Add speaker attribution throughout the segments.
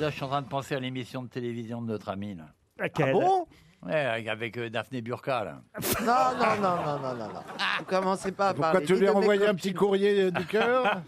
Speaker 1: Là, je suis en train de penser à l'émission de télévision de notre ami. Là.
Speaker 2: Ah bon
Speaker 1: Ouais, avec euh, Daphné Burka, là.
Speaker 3: Non, non, non, non, non, non, non. Vous commencez pas à
Speaker 4: Ah. Pourquoi
Speaker 3: parler.
Speaker 4: tu
Speaker 3: ni
Speaker 4: lui
Speaker 3: de
Speaker 4: as
Speaker 3: mes
Speaker 4: envoyé un
Speaker 3: copines.
Speaker 4: petit courrier du cœur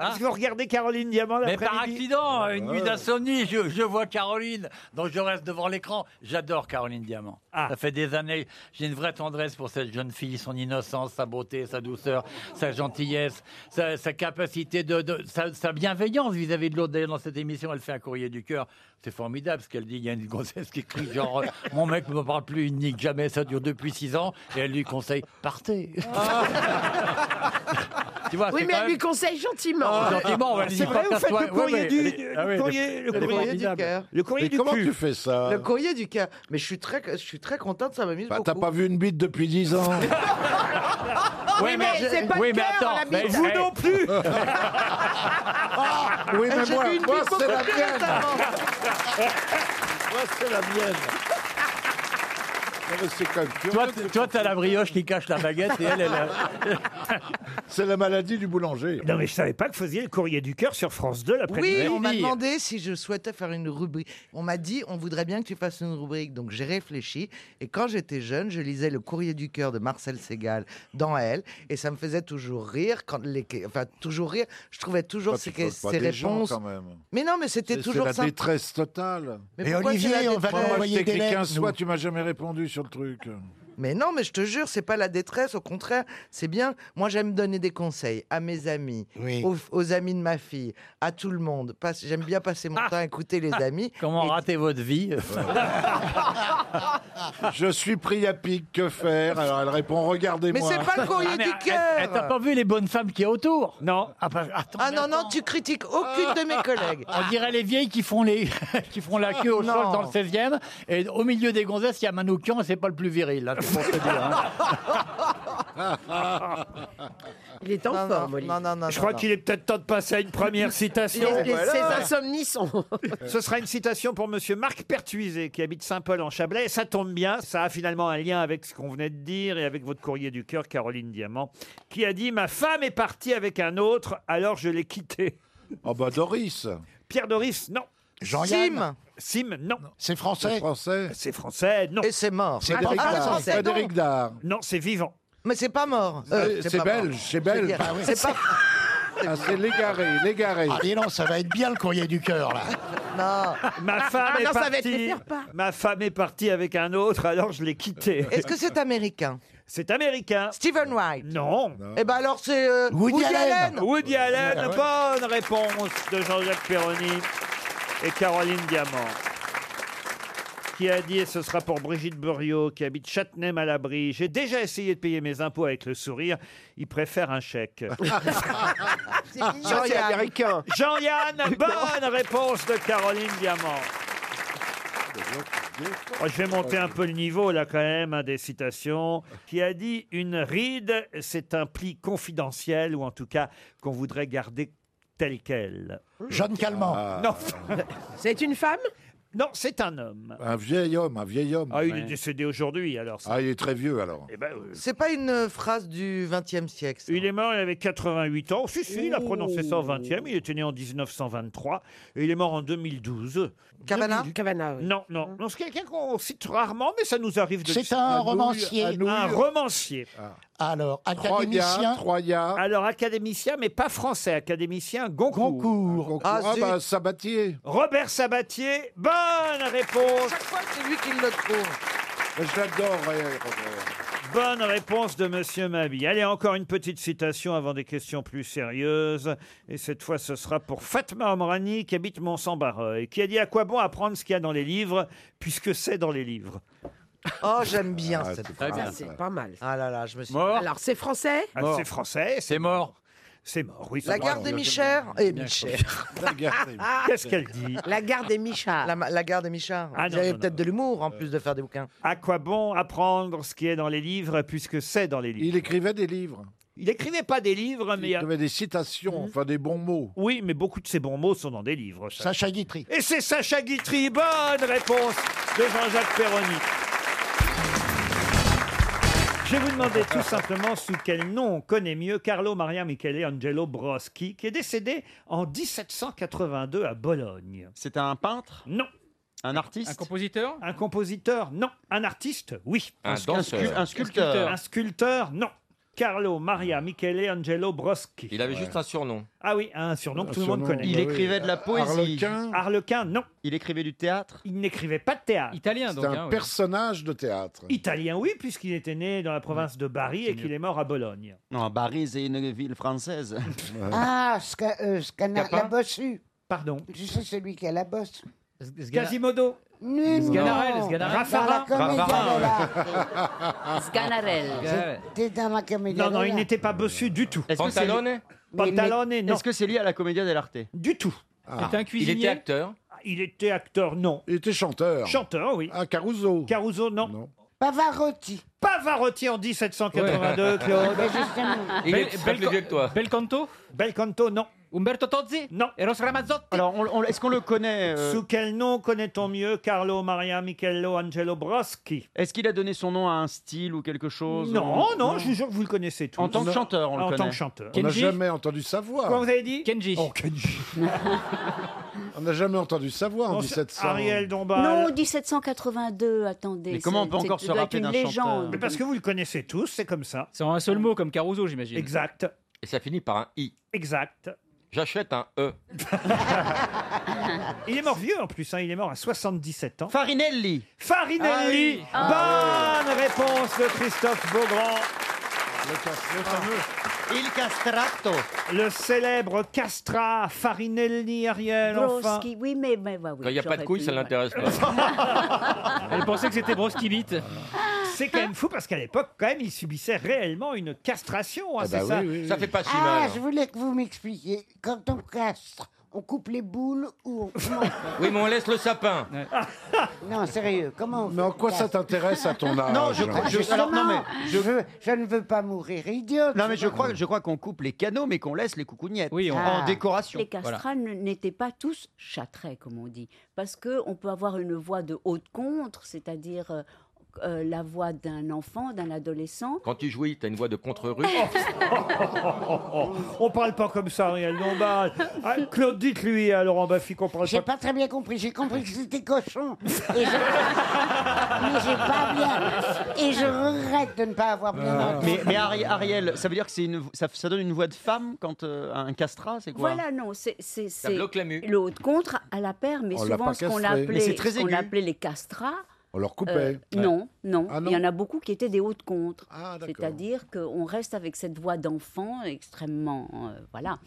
Speaker 2: Est-ce que vous regardez Caroline Diamant
Speaker 1: Mais par
Speaker 2: l'après-midi
Speaker 1: accident, euh, une nuit d'insomnie, je, je vois Caroline, donc je reste devant l'écran. J'adore Caroline Diamant.
Speaker 2: Ah.
Speaker 1: Ça fait des années, j'ai une vraie tendresse pour cette jeune fille, son innocence, sa beauté, sa douceur, sa gentillesse, sa, sa capacité de, de- sa, sa bienveillance vis-à-vis de l'autre. D'ailleurs, dans cette émission, elle fait un courrier du cœur. C'est formidable ce qu'elle dit. Il y a une grossesse qui crie genre, euh, mon mec ne me parle plus, il nique jamais, ça dure depuis six ans, et elle lui conseille, partez. tu vois,
Speaker 3: Ah. Oui, mais
Speaker 1: Ah, c'est quand
Speaker 3: elle
Speaker 1: même- Oh,
Speaker 3: lui conseille
Speaker 5: Oh,
Speaker 3: gentiment.
Speaker 1: Gentiment, on va lui
Speaker 2: C'est
Speaker 1: dire,
Speaker 2: vrai, vous faites
Speaker 1: casse-toi.
Speaker 2: le courrier
Speaker 1: Ouais,
Speaker 2: du,
Speaker 1: mais-
Speaker 2: le
Speaker 1: Ah oui, mais-
Speaker 2: courrier, le
Speaker 3: Le
Speaker 2: courrier-
Speaker 3: courrier du cœur.
Speaker 2: le courrier
Speaker 4: Mais
Speaker 2: du
Speaker 4: comment
Speaker 2: cul.
Speaker 4: tu fais ça
Speaker 3: Le courrier du cœur. Mais je suis très, je suis très contente, ça m'amuse
Speaker 4: Bah, T'as
Speaker 3: beaucoup.
Speaker 4: pas vu une bite depuis 10 ans.
Speaker 1: Oui,
Speaker 3: Ah, mais c'est pas
Speaker 1: oui,
Speaker 3: le
Speaker 1: mais
Speaker 3: cœur,
Speaker 1: attends,
Speaker 3: la
Speaker 1: mais
Speaker 3: bite.
Speaker 1: vous
Speaker 2: Vous non plus
Speaker 1: Ah,
Speaker 4: Oui, mais
Speaker 3: J'ai
Speaker 4: moi,
Speaker 3: vu une
Speaker 4: moi,
Speaker 3: bite
Speaker 4: c'est la
Speaker 3: beaucoup plus
Speaker 4: mienne.
Speaker 3: récemment.
Speaker 4: Moi, c'est la mienne. Non, mais c'est quand même curieux.
Speaker 1: Toi, t- toi, t'as la brioche qui cache la baguette et elle, elle. a-
Speaker 4: C'est la maladie du boulanger.
Speaker 2: Non mais je savais pas que vous faisiez le courrier du cœur sur France 2 l'après-midi.
Speaker 3: Oui,
Speaker 1: Midi.
Speaker 3: on m'a demandé si je souhaitais faire une rubrique. On m'a dit, on voudrait bien que tu fasses une rubrique. Donc j'ai réfléchi. Et quand j'étais jeune, je lisais Le courrier du cœur de Marcel Ségal dans Elle. Et ça me faisait toujours rire. Quand les... Enfin, toujours rire. Je trouvais toujours
Speaker 4: Toi,
Speaker 3: ces,
Speaker 4: tu poses pas
Speaker 3: ces
Speaker 4: des gens,
Speaker 3: réponses.
Speaker 4: quand même.
Speaker 3: mais non, mais c'était
Speaker 4: C'est c'est
Speaker 3: toujours
Speaker 4: la
Speaker 3: ça.
Speaker 4: détresse totale.
Speaker 3: Mais
Speaker 6: Et
Speaker 3: pourquoi c'est la
Speaker 6: Olivier, on va
Speaker 3: détresse
Speaker 6: lui
Speaker 4: Moi, je
Speaker 6: envoyer
Speaker 4: t'ai
Speaker 6: des
Speaker 4: écrit
Speaker 6: lettres.
Speaker 4: 15
Speaker 6: nous.
Speaker 4: fois, tu m'as jamais répondu sur le truc.
Speaker 3: Mais non, mais je te jure, c'est pas la détresse, au contraire, c'est bien. Moi, j'aime donner des conseils à mes amis,
Speaker 6: Oui.
Speaker 3: aux, aux amis de ma fille, à tout le monde. Passe- J'aime bien passer mon
Speaker 2: Ah.
Speaker 3: temps à écouter les amis.
Speaker 1: Comment rater votre vie
Speaker 4: Je suis pris à pic, que faire Alors elle répond,
Speaker 3: Mais
Speaker 4: regardez-moi.
Speaker 3: c'est pas le courrier
Speaker 1: Ah, mais,
Speaker 3: du
Speaker 1: elle- elle- T'as
Speaker 3: cœur
Speaker 1: pas vu les bonnes femmes qui est autour
Speaker 2: Non.
Speaker 1: ah, bah, attends,
Speaker 3: Ah
Speaker 1: mais
Speaker 3: non, non,
Speaker 1: attends.
Speaker 3: tu critiques aucune de mes collègues.
Speaker 1: On dirait les vieilles qui font, les... qui font la queue au
Speaker 3: Non.
Speaker 1: sol dans le 16e. Et au milieu des gonzesses, il y a Manoukian et c'est pas le plus viril. Là, c'est pour te dire, hein.
Speaker 7: Il est en
Speaker 3: Non, non,
Speaker 7: forme, Olivier.
Speaker 3: non, non, non,
Speaker 2: Ah, Je crois
Speaker 3: non.
Speaker 2: qu'il est peut-être temps de passer à une première citation.
Speaker 7: Les- les- Ses insomnies sont.
Speaker 2: Ce sera une citation pour Monsieur Marc Pertuiset, qui habite Saint-Paul en Chablais. Et ça tombe bien, ça a finalement un lien avec ce qu'on venait de dire et avec votre courrier du cœur, Caroline Diamant, qui a dit « Ma femme est partie avec un autre, alors je l'ai quitté
Speaker 4: Oh bah Doris, ».
Speaker 2: Pierre Doris, non.
Speaker 6: Jean-Yann,
Speaker 3: Sim
Speaker 2: Sim, non.
Speaker 6: c'est
Speaker 4: c'est
Speaker 6: français.
Speaker 4: français.
Speaker 2: C'est français, non.
Speaker 3: et c'est mort.
Speaker 6: C'est
Speaker 3: Ah,
Speaker 6: Frédéric
Speaker 3: ah,
Speaker 6: Dard.
Speaker 3: non, c'est-
Speaker 4: Frédéric Dard. Euh,
Speaker 2: Non, c'est vivant.
Speaker 3: Mais c'est pas mort. Euh,
Speaker 4: C'est- c'est
Speaker 3: pas mort.
Speaker 4: belge, c'est
Speaker 3: Je veux
Speaker 4: belge.
Speaker 3: dire,
Speaker 4: Ah
Speaker 3: C'est pas.
Speaker 4: Ah, c'est l'égaré, l'égaré.
Speaker 6: Ah, dis donc, ça va être bien le courrier du cœur, là.
Speaker 3: Non.
Speaker 2: Ma femme est
Speaker 7: Maintenant, Ah, ça va être les
Speaker 2: partie.
Speaker 7: pires pas.
Speaker 2: Ma femme est partie avec un autre, alors je l'ai quitté.
Speaker 3: Est-ce que c'est américain
Speaker 2: C'est américain.
Speaker 3: Stephen Wright.
Speaker 2: Non.
Speaker 3: Eh ben alors c'est euh,
Speaker 6: Woody
Speaker 3: Woody
Speaker 6: Allen.
Speaker 3: Allen.
Speaker 2: Woody Allen, bonne réponse de Jean-Jacques Perroni et Caroline Diamant. Qui a dit, et ce sera pour Brigitte Buriot, qui habite Châtenay-Malabry, j'ai déjà essayé de payer mes impôts avec le sourire, il préfère un chèque.
Speaker 7: Ça, c'est
Speaker 3: Jean-Yann.
Speaker 7: américain.
Speaker 2: Jean-Yann, bonne réponse de Caroline Diamant. Oh, je vais monter un peu le niveau là quand même, hein, des citations, qui a dit une ride, c'est un pli confidentiel ou en tout cas qu'on voudrait garder tel quel.
Speaker 6: John Calment.
Speaker 4: Ah,
Speaker 2: Non,
Speaker 7: C'est une femme
Speaker 2: non, c'est un homme.
Speaker 4: Un vieil homme, un vieil homme.
Speaker 2: Ah, il est décédé aujourd'hui alors. ça.
Speaker 4: Ah, il est très vieux alors.
Speaker 2: Eh ben, euh,
Speaker 3: C'est pas une euh, phrase du XXe siècle. ça.
Speaker 2: il est mort, il avait 88 ans. Si, si, il a prononcé ça au 20e. Il était né en 1923 et il est mort en 2012.
Speaker 3: Cavana
Speaker 7: Cavana, oui.
Speaker 2: Non, non, non, c'est quelqu'un qu'on cite rarement, mais ça nous arrive de
Speaker 6: C'est
Speaker 4: Un nouille, un
Speaker 6: un romancier. Ah.
Speaker 4: nouille.
Speaker 2: Un romancier.
Speaker 6: Alors,
Speaker 4: Troya,
Speaker 6: académicien.
Speaker 4: Troya.
Speaker 2: Alors, académicien, mais pas français, académicien Goncourt.
Speaker 6: Goncourt.
Speaker 4: Goncourt.
Speaker 3: Ah,
Speaker 4: Ah,
Speaker 3: zut.
Speaker 4: bah Sabatier.
Speaker 2: Robert Sabatier, bonne réponse,
Speaker 3: Chaque fois, c'est lui qui le trouve.
Speaker 4: Je l'adore. eh, Robert.
Speaker 2: bonne réponse de Monsieur Mabi. Allez, encore une petite citation avant des questions plus sérieuses. Et cette fois, ce sera pour Fatma Omrani, qui habite mont et qui a dit à quoi bon apprendre ce qu'il y a dans les livres, puisque c'est dans les livres.
Speaker 3: Oh, j'aime bien
Speaker 4: Ah,
Speaker 3: cette
Speaker 4: c'est
Speaker 1: très
Speaker 3: phrase.
Speaker 1: bien.
Speaker 7: Ça, ben, c'est pas mal.
Speaker 3: Ah là là, je me suis.
Speaker 1: Mort,
Speaker 7: Alors, c'est français
Speaker 2: Ah,
Speaker 1: Mort.
Speaker 2: c'est français, c'est
Speaker 1: c'est mort.
Speaker 2: c'est mort. Oui,
Speaker 3: La
Speaker 2: c'est mort.
Speaker 3: gare des Michères et Michères.
Speaker 4: Regardez.
Speaker 3: Ah.
Speaker 2: Qu'est-ce qu'elle dit
Speaker 7: La gare des Michards.
Speaker 3: La, ma- la gare des Michards.
Speaker 2: Ah,
Speaker 3: Vous
Speaker 2: non,
Speaker 3: avez
Speaker 2: non,
Speaker 3: peut-être
Speaker 2: non.
Speaker 3: de l'humour en plus de faire des bouquins.
Speaker 2: À quoi bon apprendre ce qui est dans les livres, puisque c'est dans les livres
Speaker 4: Il écrivait des livres.
Speaker 2: Il écrivait pas des livres,
Speaker 4: Il
Speaker 2: mais euh,
Speaker 4: écrivait des citations, enfin des bons mots.
Speaker 2: oui, mais beaucoup de ses bons mots sont dans des livres. ça.
Speaker 6: Sacha Guitry.
Speaker 2: Et c'est Sacha Guitry. Bonne réponse de Jean-Jacques Perroni. Je vais vous demander tout simplement sous quel nom on connaît mieux Carlo Maria Michele Angelo Broschi, qui est décédé en 1782 à Bologne.
Speaker 8: C'était un peintre
Speaker 2: Non.
Speaker 8: Un artiste Un
Speaker 2: compositeur Un compositeur, non. Un artiste, oui.
Speaker 8: Un Un scu- danseur. un scu- un sculpteur.
Speaker 2: Un sculpteur, non. Carlo Maria Michele Angelo Broschi.
Speaker 9: Il avait juste un surnom.
Speaker 2: Ah oui, un surnom que
Speaker 9: Un
Speaker 2: tout le monde
Speaker 9: surnom,
Speaker 2: connaît.
Speaker 9: Il bah oui. écrivait de la poésie. Harlequin
Speaker 2: Harlequin, non. Il écrivait du théâtre Il n'écrivait pas de théâtre. Italien,
Speaker 10: C'est
Speaker 8: hein,
Speaker 10: un personnage de théâtre.
Speaker 2: Italien, oui, puisqu'il était né dans la province de Bari et qu'il est mort à Bologne.
Speaker 8: Non, Paris, c'est une ville française.
Speaker 6: Ah, Sca- euh, Scana-
Speaker 8: Capin
Speaker 6: la bossue.
Speaker 2: Pardon
Speaker 6: Tu sais, celui qui a la bosse.
Speaker 2: Quasimodo
Speaker 6: Non,
Speaker 11: Sganarelle, Sganarelle.
Speaker 6: Raffarin. Dans la
Speaker 2: Raffarin.
Speaker 6: Comédie-Gala.
Speaker 11: Sganarelle.
Speaker 6: T'es dans la comédie
Speaker 2: Non, non, il n'était
Speaker 8: Ah,
Speaker 2: pas bossu du tout.
Speaker 8: Est-ce que c'est lui-
Speaker 2: Pantalone, non.
Speaker 8: Est-ce que c'est lié à la Commedia dell'arte
Speaker 2: Du tout.
Speaker 8: C'est un cuisinier Il était acteur
Speaker 2: Il était acteur, non.
Speaker 10: Il était chanteur.
Speaker 2: Chanteur, oui.
Speaker 10: Ah, Caruso.
Speaker 2: Caruso, non.
Speaker 6: Pavarotti.
Speaker 2: Pavarotti en 1782,
Speaker 9: Ouais.
Speaker 2: Claude.
Speaker 10: bah,
Speaker 9: Ben, justement. Il est plus simple que toi.
Speaker 2: Belcanto Belcanto, non. Umberto Tozzi Non. Eros Ramazzotti Alors, est-ce qu'on le connaît
Speaker 8: euh
Speaker 2: Sous quel nom connaît-on mieux Carlo Maria Michelo Angelo Broschi
Speaker 8: Est-ce qu'il a donné son nom à un style ou quelque chose
Speaker 2: Non, non, je vous jure que vous le connaissez tous.
Speaker 8: En tant que chanteur, on le
Speaker 2: En
Speaker 8: connaît.
Speaker 2: tant que chanteur.
Speaker 10: On n'a jamais entendu sa voix.
Speaker 2: Quoi, vous avez dit Kenji.
Speaker 10: Oh, Kenji. On n'a jamais entendu sa voix en
Speaker 2: On se-
Speaker 10: 1700.
Speaker 2: Ariel Dombal.
Speaker 12: Non, 1782, attendez. c'est- c'est- doit être une légende.
Speaker 2: Mais Parce que vous le connaissez tous, c'est comme ça.
Speaker 9: C'est en un seul mot, comme Caruso, j'imagine.
Speaker 2: Exact.
Speaker 9: Et ça finit par un I.
Speaker 2: Exact.
Speaker 9: J'achète un E.
Speaker 2: Il est mort vieux en plus, hein, il est mort à 77 ans.
Speaker 8: Farinelli
Speaker 2: Farinelli
Speaker 8: Ah
Speaker 2: Bonne réponse de Christophe Beaugrand
Speaker 8: Il castrato
Speaker 2: Le célèbre Castra Farinelli Ariel, enfin
Speaker 12: Broski, oui, mais, mais bah, oui,
Speaker 9: Quand il n'y a pas de
Speaker 12: j'aurais
Speaker 9: couilles,
Speaker 12: pu,
Speaker 9: ça
Speaker 12: ouais.
Speaker 9: l'intéresse pas.
Speaker 2: Elle pensait que c'était Broski Beat. C'est quand même fou parce qu'à l'époque, quand même, il subissait réellement une castration. hein,
Speaker 9: Ah bah
Speaker 2: c'est
Speaker 9: oui,
Speaker 2: ça.
Speaker 9: oui, oui. Ça fait pas si hein.
Speaker 6: Ah,
Speaker 2: hein.
Speaker 6: je voulais que vous m'expliquiez. Quand on castre, on coupe les boules ou on. comment on fait
Speaker 9: Oui, mais on laisse le sapin.
Speaker 6: Non, sérieux, comment on
Speaker 10: Mais en quoi ça t'intéresse à ton âge
Speaker 8: Non, je crois- je- alors, non, mais
Speaker 6: je, veux, je ne veux pas mourir idiote.
Speaker 8: Non, mais je crois, je crois qu'on coupe les canaux, mais qu'on laisse les coucougnettes. Oui, en
Speaker 12: Ah.
Speaker 8: décoration.
Speaker 12: Les castrats ne- n'étaient pas tous châtrés, comme on dit, parce que on peut avoir une voix de haute contre, c'est-à-dire euh, euh, la voix d'un enfant, d'un adolescent.
Speaker 9: Quand tu jouis, t'as une voix de contre-rue.
Speaker 2: Oh,
Speaker 13: Oh.
Speaker 2: On parle pas comme ça, Ariel Dombal. Ah, Claude, dites-lui à Laurent Baffy qu'on parle
Speaker 6: J'ai
Speaker 2: pas.
Speaker 6: pas très bien compris. J'ai compris que c'était cochon. Et je... mais j'ai pas bien. Et je regrette de ne pas avoir bien.
Speaker 4: Ah.
Speaker 6: entendu.
Speaker 8: Mais, mais Ari- Ariel, ça veut dire que c'est une, ça, ça donne une voix de femme quand euh, un castrat, c'est quoi
Speaker 12: Voilà, non, c'est c'est- c'est
Speaker 8: bloque la mue.
Speaker 12: le haut de contre à la paire, mais
Speaker 8: On l'a
Speaker 12: souvent
Speaker 8: pas
Speaker 12: ce qu'on
Speaker 8: castré.
Speaker 12: appelait,
Speaker 8: Mais c'est très
Speaker 12: ce qu'on
Speaker 8: aigu.
Speaker 12: appelait les castrats.
Speaker 10: On leur coupait.
Speaker 12: euh,
Speaker 10: Ouais.
Speaker 12: Non, non.
Speaker 10: Ah, non.
Speaker 12: Il y en a beaucoup qui étaient des hauts de contre.
Speaker 10: d'accord.
Speaker 12: C'est-à-dire qu'on reste avec cette voix d'enfant extrêmement. euh, voilà.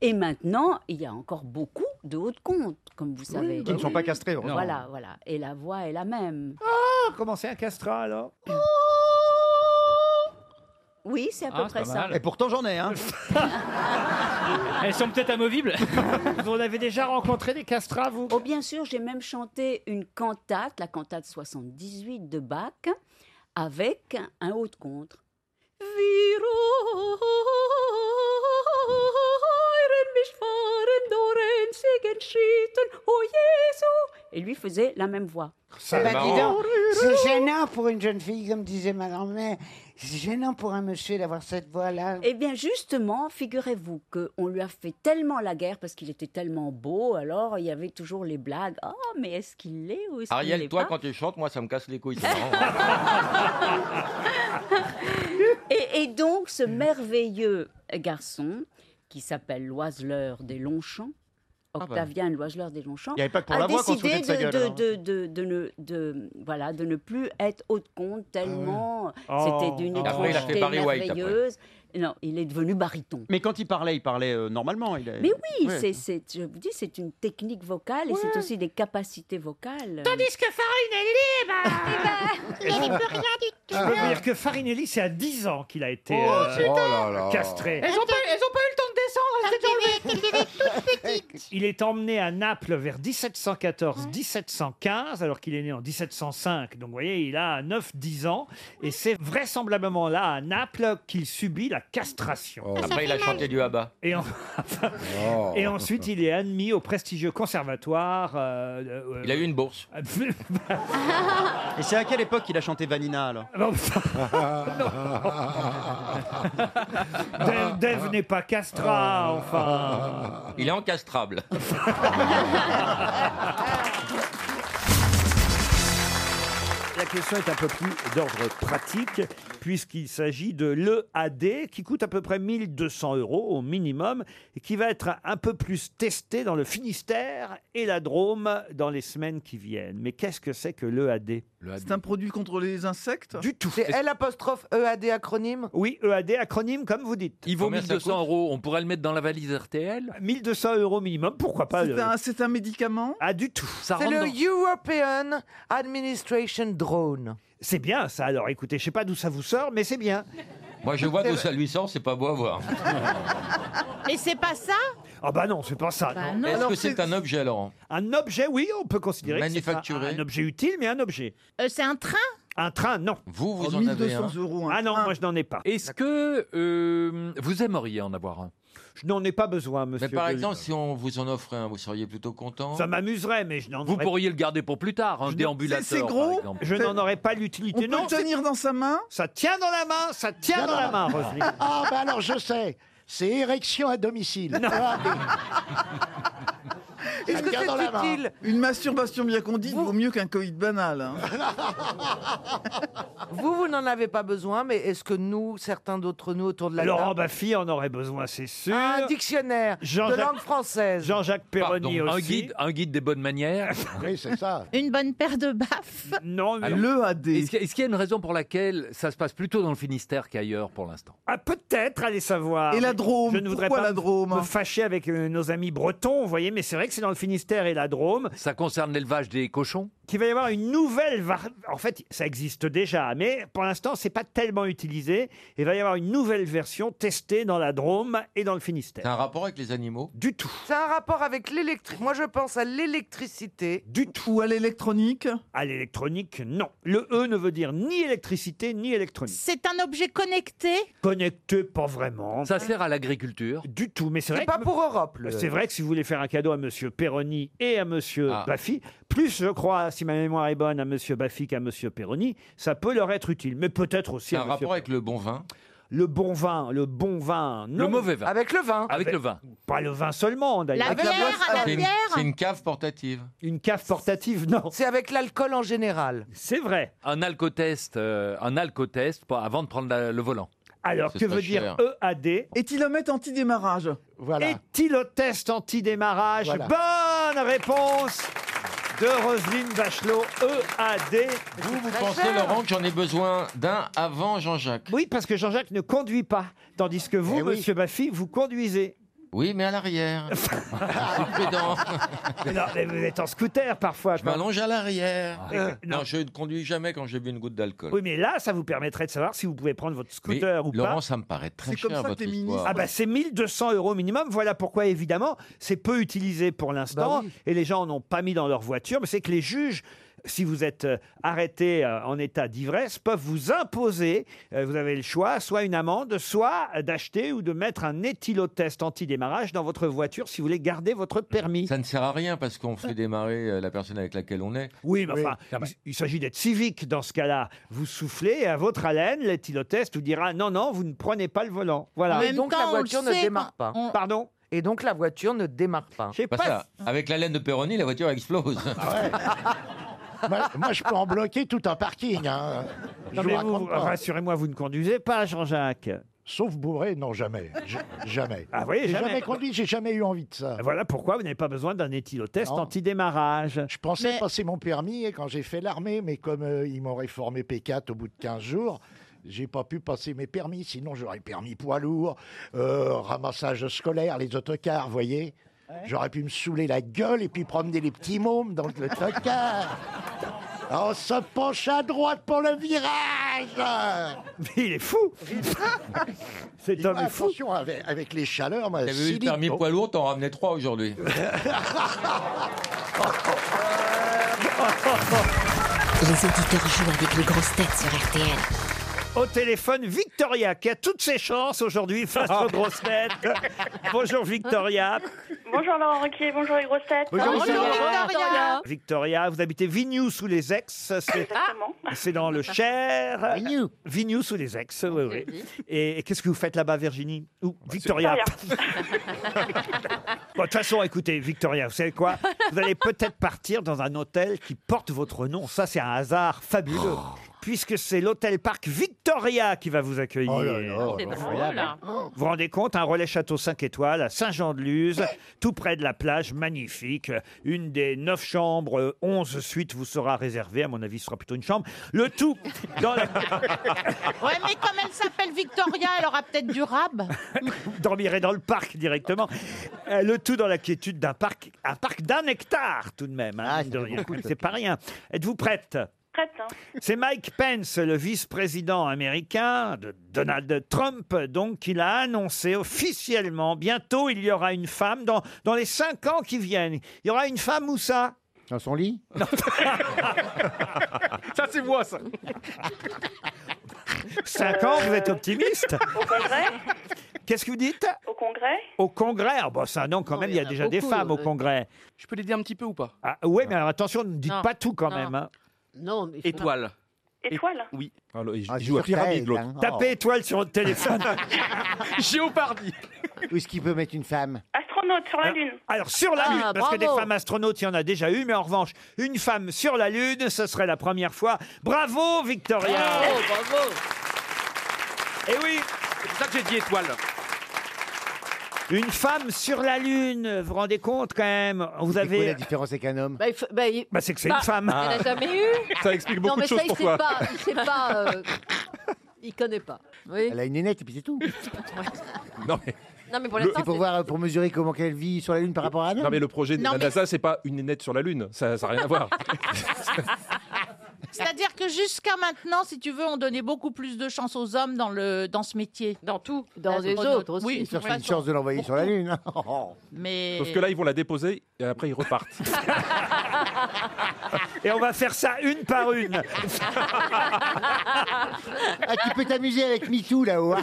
Speaker 12: Et maintenant, il y a encore beaucoup de hauts de contre, comme vous savez.
Speaker 8: bah Qui ne sont oui. pas castrés, heureusement.
Speaker 12: Voilà, voilà. Et la voix est la même.
Speaker 2: Ah, comment c'est un castrat alors
Speaker 12: Oui, c'est à
Speaker 8: Ah,
Speaker 2: Ah,
Speaker 12: peu près ça.
Speaker 8: Et pourtant, j'en ai, hein
Speaker 9: Elles sont peut-être amovibles.
Speaker 2: Vous en avez déjà rencontré des castrats, vous
Speaker 12: Oh, bien sûr, j'ai même chanté une cantate, la cantate 78 de Bach, avec un haut de contre. Oh, Et lui faisait la même voix.
Speaker 6: Ah bah, dis donc, C'est gênant pour une jeune fille, comme disait ma grand-mère. C'est gênant pour un monsieur d'avoir cette voix-là.
Speaker 12: Eh bien, justement, figurez-vous qu'on lui a fait tellement la guerre parce qu'il était tellement beau, alors il y avait toujours les blagues. Ah, mais est-ce qu'il l'est ou est-ce qu'il
Speaker 9: Ariel,
Speaker 12: l'est
Speaker 9: toi,
Speaker 12: pas
Speaker 9: quand tu chantes, moi, ça me casse les couilles. c'est
Speaker 14: hein.
Speaker 9: marrant.
Speaker 12: Et, et donc, ce merveilleux garçon, qui s'appelle Loiseleur des Longchamps,
Speaker 8: bah.
Speaker 12: Octavien Loiseleur des Longchamps,
Speaker 8: Il y avait pas que pour
Speaker 12: a
Speaker 8: la voix qu'on se
Speaker 12: décidé
Speaker 8: foutait de sa gueule,
Speaker 12: de,
Speaker 8: alors.
Speaker 12: de, de- de ne, de- voilà, de ne plus être haut de compte tellement
Speaker 8: Ah ouais. Oh.
Speaker 12: c'était d'une
Speaker 8: Après, il a fait
Speaker 12: étrangeté
Speaker 8: Barry White, après.
Speaker 12: merveilleuse. Non, il est devenu baryton.
Speaker 8: Mais quand il parlait, il parlait euh, normalement. Il a-
Speaker 12: Mais oui,
Speaker 8: Ouais.
Speaker 12: c'est- c'est- je vous dis, c'est une technique vocale et c'est aussi des capacités vocales.
Speaker 5: Tandis que Farinelli, eh ben, il n'y peut rien du tout.
Speaker 2: Je
Speaker 6: Ah.
Speaker 1: Ah.
Speaker 2: peux vous dire que Farinelli, c'est à 10 ans qu'il a
Speaker 4: euh,
Speaker 2: été euh,
Speaker 5: Oh, putain.
Speaker 10: Oh là là.
Speaker 2: castré.
Speaker 5: Elles ont, pas, elles ont pas eu le temps de descendre, elles étaient toutes petites.
Speaker 2: Il est emmené à Naples vers 1714-1715, alors qu'il est né en 1705. Donc, vous voyez, il a 9-10 ans. Et c'est vraisemblablement là, à Naples, qu'il subit la castration.
Speaker 12: Oh.
Speaker 14: Oh. Après, il a chanté du Oh. Abba.
Speaker 2: Et, en- Oh. et ensuite, il est admis au prestigieux conservatoire. euh, euh,
Speaker 14: Il a eu une bourse.
Speaker 9: Et c'est à quelle époque qu'il a chanté Vanina alors
Speaker 2: euh, Dave, Dave n'est pas castrat,
Speaker 14: Ah.
Speaker 2: enfin.
Speaker 14: Il est encastrable.
Speaker 2: La question est un peu plus d'ordre pratique, puisqu'il s'agit de l'EAD, qui coûte à peu près 1200 euros au minimum, et qui va être un peu plus testé dans le Finistère et la Drôme dans les semaines qui viennent. Mais qu'est-ce que c'est que l'EAD
Speaker 8: C'est un produit contre les insectes
Speaker 2: Du tout.
Speaker 3: C'est L apostrophe EAD acronyme
Speaker 2: Oui, EAD acronyme, comme vous dites.
Speaker 13: Il vaut
Speaker 2: Combien ça
Speaker 13: 1200
Speaker 2: coûte
Speaker 13: euros. On pourrait le mettre dans la valise RTL
Speaker 2: 1200 euros minimum, pourquoi pas
Speaker 8: C'est
Speaker 2: le-
Speaker 8: un, c'est un médicament
Speaker 2: Ah, du tout.
Speaker 8: Ça
Speaker 3: C'est
Speaker 8: rentre
Speaker 3: le
Speaker 8: dans-
Speaker 3: European Administration Drone.
Speaker 2: C'est bien ça, alors écoutez, je sais pas d'où ça vous sort, mais c'est bien.
Speaker 14: Moi, je vois d'où ça lui sort, c'est pas beau à voir.
Speaker 5: Mais c'est pas ça
Speaker 2: Ah bah non, c'est pas ça.
Speaker 5: Bah
Speaker 2: non.
Speaker 5: non.
Speaker 14: Est-ce
Speaker 2: Alors,
Speaker 14: que c'est un objet, Laurent
Speaker 2: Un objet, oui, on peut considérer que
Speaker 14: Manufacturé.
Speaker 2: c'est un- un, objet utile, mais un objet.
Speaker 5: Euh, C'est un train
Speaker 2: Un train, non.
Speaker 13: Vous, vous En en avez 1200 un
Speaker 8: euros.
Speaker 2: ah non, moi je n'en ai pas.
Speaker 13: Est-ce que euh, vous aimeriez en avoir un
Speaker 2: Je n'en ai pas besoin, monsieur.
Speaker 14: Mais par
Speaker 2: Gueluc.
Speaker 14: exemple, si on vous en offrait un, vous seriez plutôt content
Speaker 2: Ça m'amuserait, mais je n'en
Speaker 13: Vous
Speaker 2: aurais-
Speaker 13: pourriez le garder pour plus tard, hein, un
Speaker 2: Je n'en-
Speaker 13: déambulateur.
Speaker 2: C'est- c'est
Speaker 13: par
Speaker 2: gros
Speaker 13: exemple.
Speaker 2: Je n'en aurais pas l'utilité.
Speaker 8: On peut
Speaker 2: non,
Speaker 8: le tenir dans sa main
Speaker 2: Ça tient dans la main, ça tient dans la main, Roselyne.
Speaker 6: Ah, bah alors je sais. C'est érection à domicile.
Speaker 8: Est-ce
Speaker 6: que tient c'est dans la main. utile
Speaker 8: Une masturbation bien condite vaut mieux qu'un Covid banal. hein.
Speaker 3: Vous, vous n'en avez pas besoin, mais est-ce que nous, certains d'entre nous autour de la
Speaker 2: Laurent
Speaker 3: table,
Speaker 2: Baffy en aurait besoin,
Speaker 13: Ah,
Speaker 2: c'est sûr.
Speaker 3: un dictionnaire de
Speaker 2: Jean-Jacques-
Speaker 3: langue française
Speaker 2: Jean-Jacques Perroni
Speaker 13: Pardon, un
Speaker 2: aussi.
Speaker 13: guide, un guide des bonnes manières.
Speaker 6: Oui, c'est ça.
Speaker 5: Une bonne paire de baffes
Speaker 2: Non,
Speaker 13: Alors,
Speaker 8: le AD.
Speaker 13: Est-ce qu'il y a- est-ce qu'il y a une raison pour laquelle ça se passe plutôt dans le Finistère qu'ailleurs pour l'instant
Speaker 2: Ah, peut-être, allez savoir.
Speaker 8: Et la
Speaker 2: Mais
Speaker 8: Drôme,
Speaker 2: Je ne voudrais
Speaker 8: pourquoi
Speaker 2: pas
Speaker 8: la Drôme
Speaker 2: me fâcher avec euh, nos amis bretons, vous voyez, mais c'est vrai que c'est dans le Finistère et la Drôme.
Speaker 13: Ça concerne l'élevage des cochons
Speaker 2: qu'il va y avoir une nouvelle var- en fait ça existe déjà mais pour l'instant c'est pas tellement utilisé il va y avoir une nouvelle version testée dans la Drôme et dans le Finistère
Speaker 14: C'est un rapport avec les animaux
Speaker 2: du tout
Speaker 3: C'est un rapport avec l'électrique. Moi, je pense à l'électricité.
Speaker 2: du tout
Speaker 8: Ou à l'électronique
Speaker 2: à l'électronique non le E ne veut dire ni électricité ni électronique
Speaker 5: C'est un objet connecté
Speaker 2: connecté pas vraiment
Speaker 13: Ça sert à l'agriculture
Speaker 2: du tout mais c'est
Speaker 3: C'est
Speaker 2: vrai
Speaker 3: pas
Speaker 2: que- Euh,
Speaker 3: pour Europe. le-
Speaker 2: c'est vrai que si vous voulez faire un cadeau à Monsieur Perroni et à Monsieur
Speaker 13: Ah.
Speaker 2: Baffy, plus je crois, si ma mémoire est bonne, à Monsieur Baffy qu'à Monsieur Perroni, ça peut leur être utile. Mais peut-être aussi
Speaker 14: C'est
Speaker 2: à
Speaker 14: un
Speaker 2: Monsieur
Speaker 14: rapport avec le bon vin
Speaker 2: Le bon vin, le bon vin. Non.
Speaker 13: Le mauvais vin.
Speaker 3: Avec le vin.
Speaker 13: Avec le vin.
Speaker 2: Pas le vin seulement, d'ailleurs.
Speaker 5: La
Speaker 3: Avec la
Speaker 5: bière,
Speaker 3: boisson.
Speaker 5: à la
Speaker 14: C'est une,
Speaker 5: bière
Speaker 14: c'est une cave portative.
Speaker 2: Une cave portative, non.
Speaker 3: C'est avec l'alcool en général.
Speaker 2: C'est vrai.
Speaker 13: Un alcotest, euh, un alcotest pas- avant de prendre la- le volant.
Speaker 2: Alors,
Speaker 14: Ce
Speaker 2: que
Speaker 14: serait
Speaker 2: veut dire E?
Speaker 14: cher.
Speaker 2: EAD
Speaker 8: Éthylomètre anti-démarrage.
Speaker 6: Voilà.
Speaker 2: Éthylotest anti-démarrage.
Speaker 6: Voilà.
Speaker 2: Bonne réponse de Roselyne Bachelot, E EAD.
Speaker 14: Vous, vous
Speaker 3: très
Speaker 14: pensez,
Speaker 3: cher.
Speaker 14: Laurent, que j'en ai besoin d'un avant Jean-Jacques
Speaker 2: Oui, parce que Jean-Jacques ne conduit pas, tandis que vous,
Speaker 6: Eh oui.
Speaker 2: monsieur Baffy, vous conduisez.
Speaker 14: Oui, mais à l'arrière. Je suis pédant.
Speaker 2: Ah. Mais non, mais vous êtes en scooter parfois.
Speaker 14: Je
Speaker 2: quoi.
Speaker 14: m'allonge à l'arrière.
Speaker 2: Euh,
Speaker 14: non.
Speaker 2: non.
Speaker 14: je ne conduis jamais quand j'ai bu une goutte d'alcool.
Speaker 2: Oui, mais là, ça vous permettrait de savoir si vous pouvez prendre votre
Speaker 14: Mais,
Speaker 2: scooter ou
Speaker 14: Laurent,
Speaker 2: pas.
Speaker 14: ça me paraît très
Speaker 8: C'est comme
Speaker 14: cher,
Speaker 8: ça que
Speaker 14: votre
Speaker 8: t'es ministre.
Speaker 14: histoire.
Speaker 2: Ah bah c'est 1200 euros minimum, voilà pourquoi évidemment c'est peu utilisé pour l'instant
Speaker 3: Bah oui.
Speaker 2: et les gens n'ont pas mis dans leur voiture, mais c'est que les juges, si vous êtes euh, arrêté euh, en état d'ivresse, peuvent vous imposer, euh, vous avez le choix, soit une amende, soit euh, d'acheter ou de mettre un éthylotest anti-démarrage dans votre voiture si vous voulez garder votre permis.
Speaker 14: Ça ne sert à rien parce qu'on fait démarrer euh, la personne avec laquelle on est.
Speaker 2: Oui, mais enfin,
Speaker 13: ça va.
Speaker 2: il, il s'agit d'être civique dans ce cas-là. Vous soufflez et à votre haleine, l'éthylotest vous dira non, non, vous ne prenez pas le volant.
Speaker 5: En
Speaker 2: Voilà.
Speaker 5: même
Speaker 3: donc,
Speaker 5: temps,
Speaker 3: la
Speaker 5: on le
Speaker 3: voiture ne
Speaker 5: sait
Speaker 3: démarre
Speaker 5: quand
Speaker 3: pas.
Speaker 5: on-
Speaker 2: Pardon
Speaker 3: Et donc, la voiture ne démarre pas.
Speaker 9: Hein.
Speaker 2: Je sais
Speaker 9: Bah,
Speaker 14: Parce
Speaker 2: pas.
Speaker 14: que, avec la laine de Perroni, la voiture explose.
Speaker 6: moi, moi, je peux en bloquer tout un parking. hein. Je
Speaker 2: Non,
Speaker 6: vous
Speaker 2: mais vous,
Speaker 6: raconte pas.
Speaker 2: rassurez-moi, vous ne conduisez pas, Jean-Jacques.
Speaker 6: Sauf bourré, non, jamais. Je- jamais.
Speaker 2: Ah, vous voyez,
Speaker 6: J'ai
Speaker 2: jamais. Ben
Speaker 6: jamais, conduit, j'ai jamais eu envie de ça.
Speaker 2: Voilà pourquoi vous n'avez pas besoin d'un éthylotest
Speaker 6: Non.
Speaker 2: anti-démarrage.
Speaker 6: Je pensais
Speaker 5: Mais-
Speaker 6: passer mon permis et quand j'ai fait l'armée, mais comme euh, ils m'ont réformé P4 au bout de 15 jours, j'ai pas pu passer mes permis. Sinon, j'aurais permis poids lourd, euh, ramassage scolaire, les autocars, voyez. J'aurais pu me saouler la gueule et puis promener les petits mômes dans le autocar. On se penche à droite pour le virage
Speaker 2: Il est fou Cet
Speaker 6: homme est fou Attention, avec, avec les chaleurs, moi, Oh.
Speaker 14: T'avais
Speaker 6: six
Speaker 14: eu le permis
Speaker 6: litres.
Speaker 14: poids lourd, t'en ramenais trois aujourd'hui.
Speaker 2: Les auditeurs jouent avec les grosses têtes sur RTL. Au téléphone, Victoria, qui a toutes ses chances aujourd'hui face aux grosses têtes. Bonjour Victoria.
Speaker 11: Bonjour Laurent Ruquier, bonjour les grosses têtes.
Speaker 2: Bonjour, Bonjour, Victoria.
Speaker 11: Victoria.
Speaker 2: Victoria, vous habitez Vignoux sous les ex. C'est
Speaker 11: Exactement.
Speaker 2: c'est dans le Cher. Vignoux. sous les ex, oui, oui. Et, et qu'est-ce que vous faites là-bas, Virginie Ou Victoria Bon, De toute façon, écoutez, Victoria, vous savez quoi Vous allez peut-être partir dans un hôtel qui porte votre nom. Ça, c'est un hasard fabuleux.
Speaker 6: Oh.
Speaker 2: Puisque c'est l'hôtel parc Victoria qui va vous accueillir.
Speaker 6: Oh là là, C'est incroyable. drôle.
Speaker 2: Vous vous rendez compte, un relais château 5 étoiles à Saint-Jean-de-Luz, tout près de la plage, magnifique. Une des 9 chambres, euh, 11 suites vous sera réservée. À mon avis, ce sera plutôt une chambre. Le tout dans la...
Speaker 5: Ouais, mais comme elle s'appelle Victoria, elle aura peut-être du rab.
Speaker 2: dormirez dans le parc directement. Euh, Le tout dans la quiétude d'un parc, un parc d'un hectare tout de même. hein, mine de rien. C'est pas rien. Êtes-vous prête
Speaker 11: Prête, hein.
Speaker 2: c'est Mike Pence, le vice-président américain de Donald Trump, donc, qui l'a annoncé officiellement. Bientôt, il y aura une femme dans, dans les cinq ans qui viennent. Il y aura une femme où ça Dans son lit
Speaker 13: Ça, c'est moi, ça.
Speaker 2: Cinq ans, vous êtes optimiste
Speaker 11: Au congrès
Speaker 2: Qu'est-ce que vous dites
Speaker 11: Au congrès
Speaker 2: Au congrès Ah bah, C'est un an quand même, il y a déjà des
Speaker 15: beaucoup,
Speaker 2: femmes au
Speaker 15: euh,
Speaker 2: congrès.
Speaker 15: Je peux l'aider un petit peu ou pas
Speaker 2: Ah, oui, mais alors attention, ne dites
Speaker 15: Non,
Speaker 2: pas tout quand
Speaker 15: non.
Speaker 2: même. hein.
Speaker 15: Non, mais.
Speaker 13: Étoile.
Speaker 11: Étoile
Speaker 13: Oui.
Speaker 14: Ah,
Speaker 3: Ah,
Speaker 2: il joue à pyramide, l'autre. Tapez étoile sur votre téléphone.
Speaker 13: Géopardie.
Speaker 16: Où est-ce qu'il peut mettre une femme
Speaker 11: Astronaute
Speaker 8: Ah.
Speaker 11: sur
Speaker 8: Hein
Speaker 11: la Lune.
Speaker 2: Alors sur la
Speaker 11: Ah,
Speaker 2: Lune, parce que des
Speaker 11: bravo.
Speaker 2: femmes astronautes, il y en a déjà eu, mais en revanche, une femme sur la Lune, ce serait la première fois. Bravo, Victoria
Speaker 13: bravo.
Speaker 2: Et
Speaker 8: Eh
Speaker 2: oui
Speaker 13: C'est pour ça que j'ai dit étoile.
Speaker 2: Une femme sur la Lune, vous vous rendez compte quand même Vous avez...
Speaker 17: quoi la
Speaker 2: différence avec un homme
Speaker 18: Bah, il faut- bah, il-
Speaker 2: Bah, c'est que c'est
Speaker 18: Bah,
Speaker 2: une femme.
Speaker 18: Il n'y en a jamais eu.
Speaker 2: Ah. Ça explique beaucoup
Speaker 18: non, mais
Speaker 2: de choses
Speaker 18: ça, il
Speaker 2: pour
Speaker 18: sait
Speaker 2: toi.
Speaker 18: Pas, il sait pas. euh, il connaît pas. Oui.
Speaker 17: Elle a une nénette et puis c'est tout.
Speaker 19: Non mais,
Speaker 18: Non, mais pour
Speaker 19: Le-
Speaker 18: l'instant,
Speaker 17: C'est pour voir, pour mesurer comment qu'elle vit sur la lune par rapport à un homme.
Speaker 19: non, mais le projet de
Speaker 5: Non,
Speaker 19: la
Speaker 5: mais-
Speaker 19: NASA, c'est pas une nénette sur la Lune. Ça n'a rien à voir.
Speaker 5: C'est-à-dire que jusqu'à maintenant, si tu veux, on donnait beaucoup plus de chance aux hommes dans, le, dans ce métier. Dans tout.
Speaker 18: Dans les autres aussi.
Speaker 5: Oui,
Speaker 17: Il cherche
Speaker 5: de toute
Speaker 17: une
Speaker 5: façon.
Speaker 17: chance de l'envoyer sur la lune.
Speaker 5: Mais...
Speaker 19: Sauf que là, ils vont la déposer et après, ils repartent.
Speaker 2: Et on va faire ça une par une.
Speaker 17: Ah, tu peux t'amuser avec MeToo là-haut.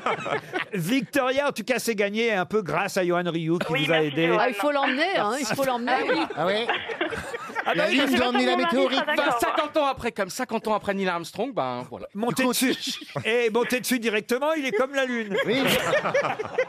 Speaker 2: Victoria, en tout cas, c'est gagné un peu grâce à Johan Rioux qui vous a aidé.
Speaker 18: Ah, il faut l'emmener, hein, il faut l'emmener.
Speaker 17: Ah ouais
Speaker 13: Ah bah
Speaker 17: La
Speaker 13: oui,
Speaker 17: Lune
Speaker 13: parce
Speaker 17: doit
Speaker 13: que
Speaker 17: emmener la
Speaker 13: quand mon mari
Speaker 17: météorite.
Speaker 13: sera d'accord. Enfin, 50 ans après, comme 50 ans après Neil Armstrong, ben voilà.
Speaker 2: Montez dessus. Et Eh, montez dessus directement, il est comme la Lune.
Speaker 17: Oui.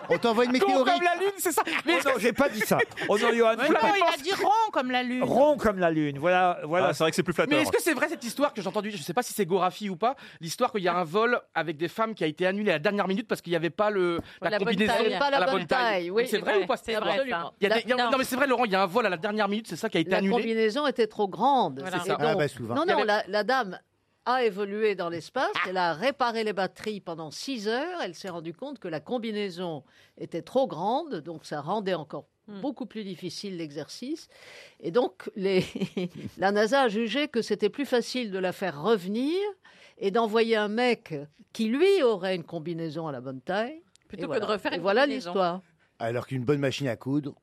Speaker 17: On t'envoie
Speaker 13: Con
Speaker 17: une météorite.
Speaker 13: comme la lune, c'est ça. Mais
Speaker 2: non, j'ai pas dit ça. Oh non, Johan,
Speaker 5: Mais
Speaker 2: vous
Speaker 5: non,
Speaker 2: l'avez
Speaker 5: il a dit rond comme la lune.
Speaker 2: Rond comme la lune, voilà. voilà.
Speaker 19: Ah, c'est vrai que c'est plus
Speaker 13: Mais
Speaker 19: flatteur.
Speaker 13: est-ce que c'est vrai cette histoire que j'ai entendue Je sais pas si c'est Gorafi ou pas. L'histoire qu'il y a un vol avec des femmes qui a été annulé à la dernière minute parce qu'il n'y avait pas le la,
Speaker 18: La bonne
Speaker 13: combinaison,
Speaker 18: taille. Pas la bonne taille, oui,
Speaker 13: c'est
Speaker 18: c'est
Speaker 13: vrai,
Speaker 18: vrai,
Speaker 13: ou pas cette
Speaker 18: c'est
Speaker 13: histoire
Speaker 18: vrai, ça.
Speaker 13: Il y a des- il y a-
Speaker 18: Non.
Speaker 13: Non mais c'est vrai, Laurent. Il y a un vol à la dernière minute, c'est ça qui a été
Speaker 18: La
Speaker 13: annulé.
Speaker 18: combinaison était trop grande.
Speaker 13: Voilà.
Speaker 18: Et
Speaker 13: C'est ça.
Speaker 18: donc-
Speaker 13: Ah, bah, souvent.
Speaker 18: Non,
Speaker 13: Il y
Speaker 18: non,
Speaker 13: avait- Ah.
Speaker 18: la, la dame a évolué dans l'espace, elle a réparé les batteries pendant 6 heures, elle s'est rendue compte que la combinaison était trop grande, donc ça rendait encore
Speaker 13: Hmm.
Speaker 18: beaucoup plus difficile l'exercice. Et donc, les- la NASA a jugé que c'était plus facile de la faire revenir et d'envoyer un mec qui, lui, aurait une combinaison à la bonne taille.
Speaker 20: Plutôt
Speaker 18: Et
Speaker 20: que de refaire
Speaker 18: Et
Speaker 20: une
Speaker 18: voilà
Speaker 20: combinaison.
Speaker 18: l'histoire.
Speaker 17: Alors qu'une bonne machine à coudre.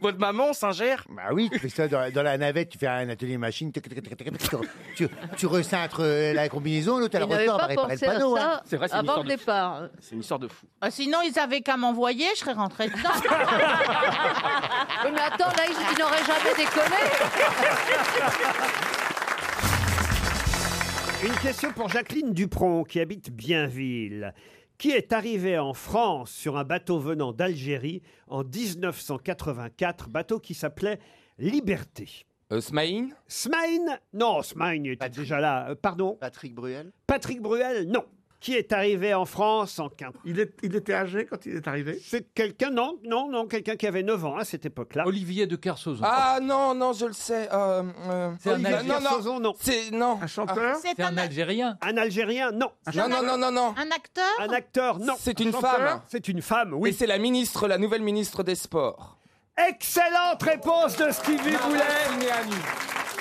Speaker 13: Votre maman s'ingère.
Speaker 17: Bah oui, tu fais ça dans, dans la navette, tu fais un atelier machine, tic, tic, tic, tic, tic, tu, tu, tu recintres euh, la combinaison, l'autre elle
Speaker 5: Ils n'avaient
Speaker 17: ressort,
Speaker 5: pas
Speaker 17: elle réparer le
Speaker 5: pensé à
Speaker 17: panneau.
Speaker 5: ça
Speaker 17: hein.
Speaker 5: C'est vrai, c'est une avant histoire le de-
Speaker 18: départ.
Speaker 13: C'est une histoire de fou.
Speaker 5: Ah, sinon, ils avaient qu'à m'envoyer, je serais rentrée dedans.
Speaker 18: Oui, mais attends, là, il, il n'aurait jamais décollé.
Speaker 2: Une question pour Jacqueline Dupron qui habite Bienville. Qui est arrivée en France sur un bateau venant d'Algérie en 1984, bateau qui s'appelait Liberté
Speaker 9: Euh, Smaïn
Speaker 2: Smaïn Non, Smaïn était déjà là. Euh, pardon Patrick Bruel Patrick Bruel, non. Qui est arrivé en France en 15 il, était âgé quand il est arrivé C'est quelqu'un, non, non, non, quelqu'un qui avait 9 ans à cette époque-là. Olivier de Kersauzon.
Speaker 19: Ah non, non, je le sais. euh, euh,
Speaker 2: C'est un
Speaker 19: Olivier-
Speaker 2: Algérien. Sauzon, non.
Speaker 19: C'est non. Un
Speaker 2: chanteur C'est un
Speaker 19: Algérien.
Speaker 2: Un Algérien, non.
Speaker 19: Non, non, non, non, non.
Speaker 5: Un acteur
Speaker 2: Un acteur, non.
Speaker 19: C'est une
Speaker 2: Un chanteur
Speaker 19: femme.
Speaker 2: C'est une femme, oui.
Speaker 19: Et c'est la ministre, la nouvelle ministre des Sports.
Speaker 2: Excellente réponse de Stevie Boulet.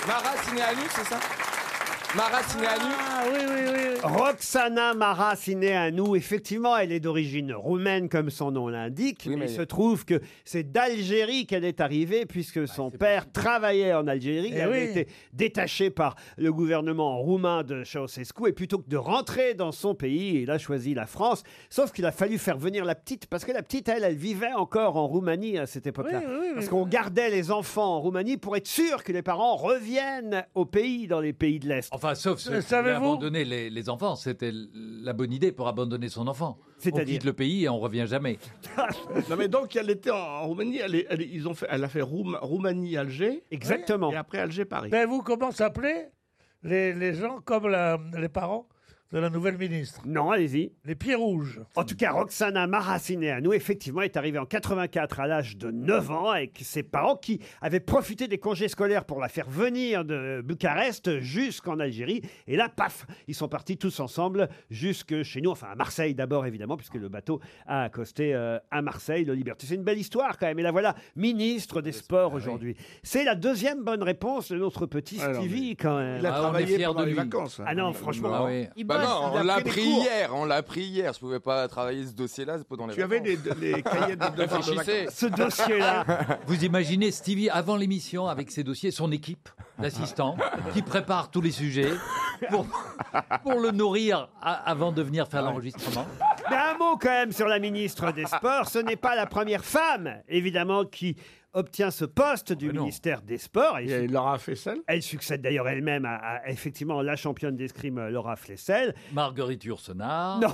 Speaker 19: Mara Cineanu, c'est ça Mara Cineanu Ah oui, oui, oui.
Speaker 2: Roxana Mara Cineanu, effectivement, elle est d'origine roumaine, comme son nom l'indique, mais
Speaker 19: mais-
Speaker 2: il se trouve que c'est d'Algérie qu'elle est arrivée, puisque son père travaillait en Algérie.
Speaker 19: Ah, Eh
Speaker 2: il avait
Speaker 19: oui.
Speaker 2: été détaché par le gouvernement roumain de Ceausescu, et plutôt que de rentrer dans son pays, il a choisi la France, sauf qu'il a fallu faire venir la petite, parce que la petite, elle, elle vivait encore en Roumanie à cette époque-là.
Speaker 19: Oui, oui, oui,
Speaker 2: parce
Speaker 19: oui.
Speaker 2: qu'on gardait les enfants en Roumanie pour être sûr que les parents reviennent au pays, dans les pays de l'Est.
Speaker 20: Enfin, sauf
Speaker 2: Euh,
Speaker 20: ceux qui voulaient
Speaker 2: savez-vous
Speaker 20: abandonner les, les enfants. C'était l- la bonne idée pour abandonner son enfant.
Speaker 2: C'est-à-dire
Speaker 20: On quitte le pays et on revient jamais.
Speaker 21: Non mais donc elle était en, en Roumanie, elle, est- elle est- ils ont fait, elle a fait Roum- Roumanie-Alger.
Speaker 2: Exactement.
Speaker 21: Et après Alger-Paris.
Speaker 10: Ben vous, comment s'appelaient les, les gens comme la- les parents de la nouvelle ministre
Speaker 2: Non, allez-y.
Speaker 10: Les pieds rouges.
Speaker 2: En tout cas, Roxana Maracineanu, effectivement, est arrivée en 84 à l'âge de 9 ans avec ses parents qui avaient profité des congés scolaires pour la faire venir de Bucarest jusqu'en Algérie. Et là, paf, ils sont partis tous ensemble jusque chez nous, enfin à Marseille d'abord, évidemment, puisque le bateau a accosté euh, à Marseille, le Liberté. C'est une belle histoire quand même. Et la voilà, ministre des Sports aujourd'hui. C'est la deuxième bonne réponse de notre petit
Speaker 21: Ah non,
Speaker 2: Stevie quand même.
Speaker 21: il a Ah, on est travaillé fiers pendant de les lui. vacances, hein.
Speaker 2: Ah non, franchement.
Speaker 21: Ah oui. Il bosse,
Speaker 19: Bah non,
Speaker 21: il a
Speaker 19: on l'a
Speaker 21: pris des
Speaker 19: pris
Speaker 21: cours.
Speaker 19: hier, on l'a pris hier. Je pouvais pas travailler ce dossier-là c'est pendant les
Speaker 21: Tu avais
Speaker 19: vacances.
Speaker 21: les- les cahiers de devoirs de
Speaker 19: Réfléchissez.
Speaker 21: vacances. Ce dossier-là.
Speaker 20: Vous imaginez Stevie avant l'émission avec ses dossiers, son équipe d'assistants qui prépare tous les sujets pour, pour le nourrir a- avant de venir
Speaker 2: Ah
Speaker 20: faire l'enregistrement.
Speaker 2: Mais un mot quand même sur la ministre des
Speaker 19: Ah.
Speaker 2: Sports. Ce n'est pas la première femme, évidemment, qui obtient ce poste
Speaker 19: Ah bah
Speaker 2: du ministère des Sports. Elle,
Speaker 21: Laura Flessel
Speaker 2: Elle succède d'ailleurs elle-même à, à, effectivement la championne d'escrime euh, Laura Flessel.
Speaker 20: Marguerite Yourcenar.
Speaker 2: Non.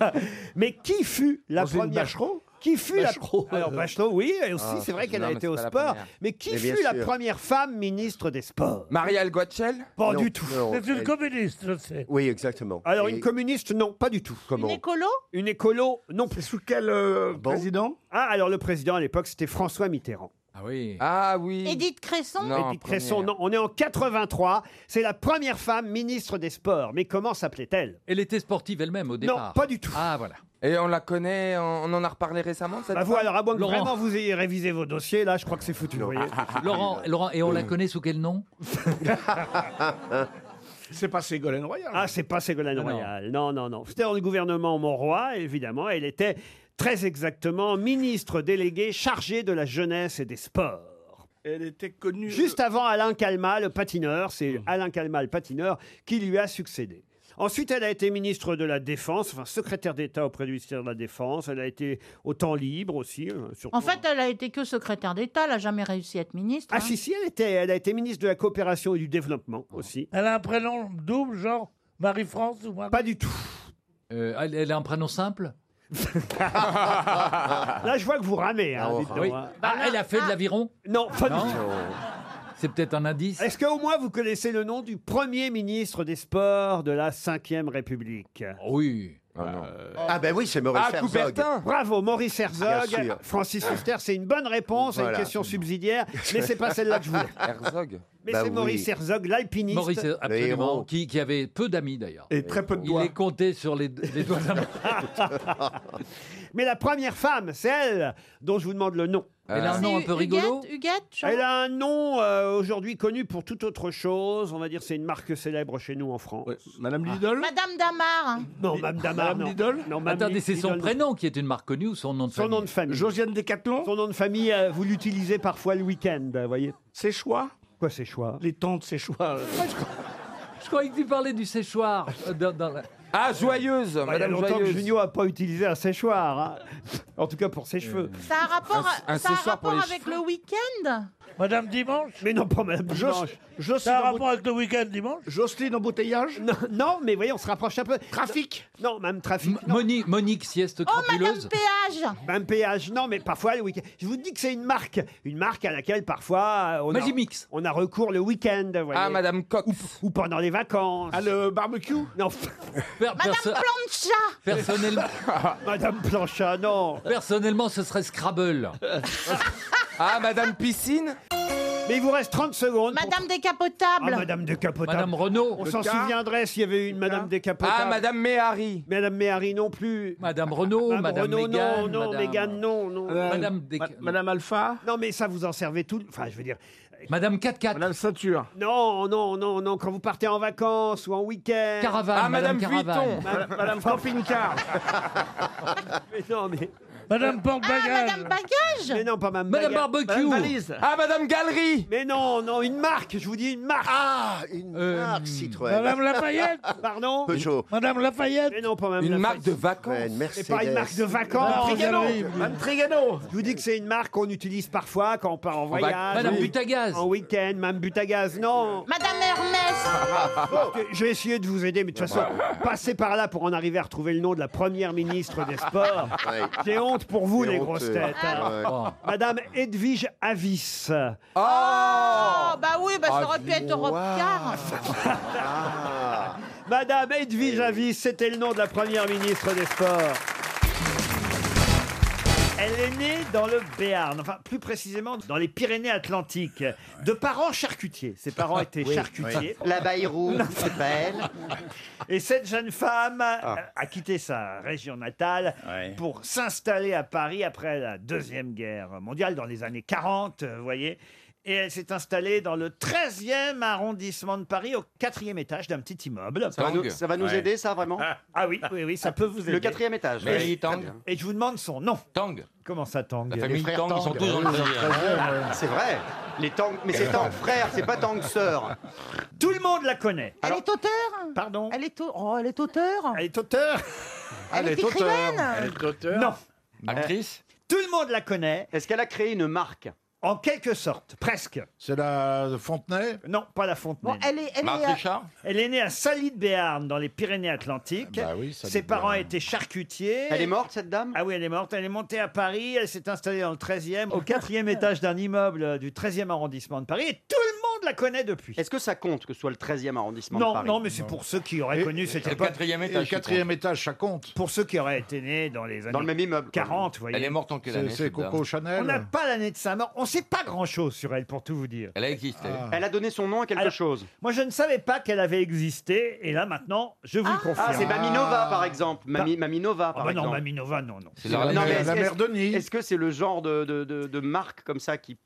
Speaker 2: Mais qui fut la
Speaker 20: Roselyne
Speaker 2: première
Speaker 20: Bachelot
Speaker 2: Qui fut
Speaker 20: Bachelot.
Speaker 2: la Alors Bachelot, oui, et aussi
Speaker 19: Ah,
Speaker 2: c'est vrai qu'elle
Speaker 19: non,
Speaker 2: a
Speaker 19: mais
Speaker 2: été
Speaker 19: c'est
Speaker 2: au
Speaker 19: pas la
Speaker 2: sport.
Speaker 19: première.
Speaker 2: Mais qui
Speaker 19: Mais bien
Speaker 2: fut la
Speaker 19: sûr.
Speaker 2: première femme ministre des Sports
Speaker 19: Marielle Guatchel
Speaker 2: Pas du tout.
Speaker 10: C'est une communiste, je sais.
Speaker 2: Oui, exactement. Alors, une communiste, non, pas du tout. Comment Une
Speaker 5: écolo
Speaker 2: Une écolo, non. C'est sous quel euh, président Ah, alors le président à l'époque, c'était François Mitterrand.
Speaker 20: Ah oui.
Speaker 2: Ah oui.
Speaker 5: Edith Cresson
Speaker 2: Edith Cresson, non. On est en 83. C'est la première femme ministre des Sports. Mais comment s'appelait-elle
Speaker 20: Elle était sportive elle-même au départ.
Speaker 2: pas du tout.
Speaker 20: Ah voilà.
Speaker 19: Et on la connaît, on, on en a reparlé récemment de cette
Speaker 2: Bah, vous,
Speaker 19: femme
Speaker 2: alors, à moins que vraiment vous Ah, ayez révisé vos dossiers, là, je crois que c'est foutu. vous voyez.
Speaker 20: Ah, Laurent, Laurent, et on
Speaker 2: Euh,
Speaker 20: la connaît sous quel nom
Speaker 21: C'est pas Ségolène Royal.
Speaker 2: Ah, c'est pas Ségolène Royal. Non, non, non. C'était dans le gouvernement Monroy, évidemment. Elle était très exactement ministre déléguée chargée de la jeunesse et des sports.
Speaker 21: Elle était connue.
Speaker 2: Juste avant Alain Calma, le patineur, c'est
Speaker 21: Hmm.
Speaker 2: Alain Calma, le patineur, qui lui a succédé. Ensuite, elle a été ministre de la Défense, enfin secrétaire d'État auprès du ministère de la Défense. Elle a été au temps libre aussi. euh, surtout.
Speaker 5: En fait, elle a été que secrétaire d'État, elle n'a jamais réussi à être ministre. hein.
Speaker 2: ah si, si, elle, était, elle a été ministre de la Coopération et du Développement
Speaker 21: Oh.
Speaker 2: aussi.
Speaker 10: Elle a un prénom double, genre Marie-France ou Marie
Speaker 2: Pas du tout.
Speaker 20: Euh, elle, elle a un prénom simple
Speaker 2: Là, je vois que vous ramez. hein,
Speaker 20: Ah,
Speaker 2: dites-donc,
Speaker 20: oui.
Speaker 2: hein.
Speaker 20: Ah, elle a fait de l'aviron
Speaker 2: Non, pas du tout.
Speaker 20: C'est peut-être un indice.
Speaker 2: Est-ce qu'au moins vous connaissez le nom du premier ministre des Sports de la Ve République
Speaker 20: Oui.
Speaker 2: Euh,
Speaker 17: Ah ben oui, c'est Maurice
Speaker 2: Ah,
Speaker 17: Herzog.
Speaker 2: Coubertin. Bravo, Maurice Herzog.
Speaker 17: Bien sûr.
Speaker 2: Francis Huster, c'est une bonne réponse à
Speaker 17: Voilà.
Speaker 2: une question subsidiaire, mais c'est pas celle-là que je voulais.
Speaker 19: Herzog.
Speaker 2: Mais
Speaker 17: Bah
Speaker 2: c'est Maurice Herzog, l'alpiniste.
Speaker 20: Maurice, euh,
Speaker 2: Le
Speaker 20: absolument,
Speaker 2: héros.
Speaker 20: qui, qui avait peu d'amis d'ailleurs.
Speaker 2: Et très peu de doigts.
Speaker 20: Il est compté sur les, les doigts d'un main.
Speaker 2: Mais la première femme, c'est elle dont je vous demande le nom.
Speaker 20: Euh. Elle
Speaker 5: Euh,
Speaker 20: a un nom un peu rigolo
Speaker 2: Elle a un nom euh, aujourd'hui connu pour toute autre chose. On va dire c'est une marque célèbre chez nous en France.
Speaker 21: Madame Lidl
Speaker 5: Madame Damar. hein.
Speaker 2: Non, Madame Damar.
Speaker 20: Madame
Speaker 2: non. Non, Madame
Speaker 20: Attendez, c'est son
Speaker 2: Lidl, non.
Speaker 20: prénom qui est une marque connue ou son nom de
Speaker 2: Son
Speaker 20: famille
Speaker 2: nom de famille. Josiane Décathlon Son nom de famille, euh, vous l'utilisez parfois le week-end, vous voyez.
Speaker 21: Ses choix
Speaker 2: Quoi, ses choix
Speaker 21: Les tantes, ses choix.
Speaker 20: Je croyais que tu parlais du séchoir. euh, dans- dans la-
Speaker 19: Ah, joyeuse,
Speaker 2: Bah, il y a
Speaker 19: Madame
Speaker 2: longtemps que
Speaker 19: Joyeuse.
Speaker 2: Junio n'a pas utilisé un séchoir. hein. En tout cas pour ses cheveux.
Speaker 5: Ça a un rapport,
Speaker 2: Un- un
Speaker 5: ça a un
Speaker 2: séchoir pour
Speaker 5: rapport
Speaker 2: les
Speaker 5: avec le week-end
Speaker 2: Madame Dimanche Mais non, pas Madame Dimanche. Ça a rapport avec le week-end dimanche Jocelyne embouteillage non, non, mais voyez, on se rapproche un peu. Trafic Non, même trafic.
Speaker 20: Monique, Monique, sieste crapuleuse.
Speaker 5: Oh, Péage
Speaker 2: Même péage, non, mais parfois le week-end. Je vous dis que c'est une marque. Une marque à laquelle parfois euh, on, a, on a recours le week-end. vous voyez.
Speaker 19: Ah, Madame Cox.
Speaker 2: Ou pendant les vacances. Ah,
Speaker 21: le barbecue
Speaker 2: Non.
Speaker 20: Madame
Speaker 5: Plancha
Speaker 20: Personnellement.
Speaker 2: Madame Planchat, non.
Speaker 20: Personnellement, ce serait Scrabble. ah, Madame Piscine
Speaker 2: Mais il vous reste 30 secondes. pour-
Speaker 22: Madame
Speaker 2: Ah,
Speaker 22: Décapotable.
Speaker 2: Madame Décapotable.
Speaker 20: Madame Renaud.
Speaker 2: On s'en
Speaker 20: Le cas.
Speaker 2: souviendrait s'il y avait eu une Madame Décapotable.
Speaker 20: Ah, Madame
Speaker 2: Méhari. Madame Méhari non plus.
Speaker 20: Madame Renaud, Madame
Speaker 2: Renaud, non,
Speaker 20: Mégane,
Speaker 2: non,
Speaker 20: Madame-
Speaker 2: Mégane, non, non.
Speaker 20: Euh, Madame
Speaker 2: Ma- Madame Alpha. Non, mais ça, vous en servez tout. Enfin, je veux dire.
Speaker 20: Madame 4
Speaker 2: Madame Ceinture. Non, non, non, non. Quand vous partez en vacances ou en week-end.
Speaker 20: Caravane, Ah, Madame Madame Caravane. Vuitton.
Speaker 2: Ma- Madame Camping-Car. mais non, mais. Madame
Speaker 22: Ah, Madame Bagage
Speaker 2: Mais non, pas Madame
Speaker 20: Madame
Speaker 2: Bagage.
Speaker 20: Barbecue.
Speaker 2: Madame Valise.
Speaker 20: Ah, Madame Galerie.
Speaker 2: Mais non, non, une marque, je vous dis une marque. Ah, une
Speaker 20: Euh,
Speaker 2: marque
Speaker 6: Citroën. Madame Lafayette.
Speaker 2: Pardon
Speaker 6: Peugeot.
Speaker 2: Madame Lafayette Mais non, pas Madame
Speaker 6: Une marque
Speaker 2: Lafayette.
Speaker 6: de vacances. Ouais, une
Speaker 2: C'est pas une
Speaker 6: Mercedes.
Speaker 2: marque de
Speaker 20: Ah,
Speaker 2: vacances.
Speaker 6: Non, Trigano. j'avais-
Speaker 2: Madame Trigano. Je vous dis que c'est une marque qu'on utilise parfois quand on part en
Speaker 20: va-
Speaker 2: voyage.
Speaker 20: Madame
Speaker 2: Oui.
Speaker 20: Butagaz.
Speaker 2: En week-end, Madame Butagaz, non.
Speaker 22: Madame Hermès.
Speaker 2: Je vais essayer de vous aider, mais de toute façon, passez par là pour en arriver à retrouver le nom de la première ministre des Sports.
Speaker 6: Ouais.
Speaker 2: J'ai honte pour vous,
Speaker 6: C'est
Speaker 2: les grosses
Speaker 6: honteux. Ah
Speaker 2: têtes. hein.
Speaker 6: Ouais.
Speaker 2: Madame Edwige Avis.
Speaker 22: Oh, bah oui, bah,
Speaker 6: Ah,
Speaker 22: ça aurait pu être Europe Car.
Speaker 2: Ah. Madame
Speaker 23: Eh
Speaker 2: Edwige Avis, c'était le nom de la première ministre des Sports. Elle est née dans le Béarn, enfin plus précisément dans les Pyrénées-Atlantiques, de parents charcutiers. Ses parents étaient
Speaker 23: Oui,
Speaker 2: charcutiers.
Speaker 23: oui. La Bayrou, c'est pas elle.
Speaker 2: Et cette jeune femme euh,
Speaker 8: Ah.
Speaker 2: a quitté sa région natale pour s'installer à Paris après la Deuxième Guerre mondiale dans les années 40, euh, vous voyez. Et elle s'est installée dans le 13e arrondissement de Paris, au quatrième étage d'un petit immeuble.
Speaker 8: Ça va nous- ça va nous Ouais. aider, ça, vraiment
Speaker 2: Ah oui, oui, oui, ça peut vous aider.
Speaker 8: Le quatrième étage.
Speaker 2: Mais-
Speaker 8: Oui, Tang.
Speaker 2: Et je vous demande son nom. Tang. Comment ça, Tang
Speaker 8: La famille
Speaker 2: Les
Speaker 8: Tang, ils sont tous dans le
Speaker 2: frères
Speaker 8: désir.
Speaker 23: Ah, C'est vrai. Les tangs, mais c'est tang frère, c'est pas tang sœur.
Speaker 2: Tout le monde la connaît.
Speaker 23: Alors,
Speaker 5: est auteur
Speaker 2: Pardon
Speaker 5: Elle est, au- oh, elle est auteur
Speaker 2: Elle est auteur
Speaker 5: Elle, est écrivaine
Speaker 2: auteur Non. Actrice Tout le monde la connaît. Est-ce qu'elle a créé une marque En quelque sorte, presque. C'est la Fontenay Non, pas la Fontenay.
Speaker 5: Bon, elle est- elle Marthe est euh, à- Richard
Speaker 2: Elle est née à Saly de Béarn, dans les Pyrénées-Atlantiques.
Speaker 23: Saly
Speaker 2: Ses
Speaker 23: de
Speaker 2: parents
Speaker 23: Béarn.
Speaker 2: étaient charcutiers.
Speaker 23: Elle est morte,
Speaker 2: cette dame Ah oui, elle est morte. Elle est montée à Paris, elle s'est installée dans le 13e, au 4e étage d'un immeuble du 13e arrondissement de Paris. Et tout le monde la connaît depuis.
Speaker 8: Est-ce que ça compte que ce soit le 13e arrondissement de
Speaker 2: Non,
Speaker 8: Paris
Speaker 2: non, mais c'est pour ceux qui auraient connu cette époque.
Speaker 8: Le quatrième
Speaker 2: étage, ça compte. Pour ceux qui auraient été nés dans les années
Speaker 8: Dans le même immeuble, quoi.
Speaker 2: 40, vous voyez.
Speaker 8: Elle est morte en quelle C'est- année, c'est cette Coco dame Chanel
Speaker 2: On n'a pas l'année de sa mort. On ne sait pas grand-chose sur elle, pour tout vous dire.
Speaker 8: Elle a existé.
Speaker 2: Ah.
Speaker 8: Elle a donné son nom à quelque
Speaker 2: Alors,
Speaker 8: chose.
Speaker 2: Moi, je ne savais pas qu'elle avait existé, et là, maintenant, je vous le confirme.
Speaker 8: Ah, c'est Maminova, par exemple. Mami, Maminova, par
Speaker 2: bah non,
Speaker 8: exemple.
Speaker 2: Maminova, non, non.
Speaker 8: C'est la,
Speaker 2: la- la mère
Speaker 8: mère de Est-ce que c'est le genre de, de, de- de marque comme ça qui.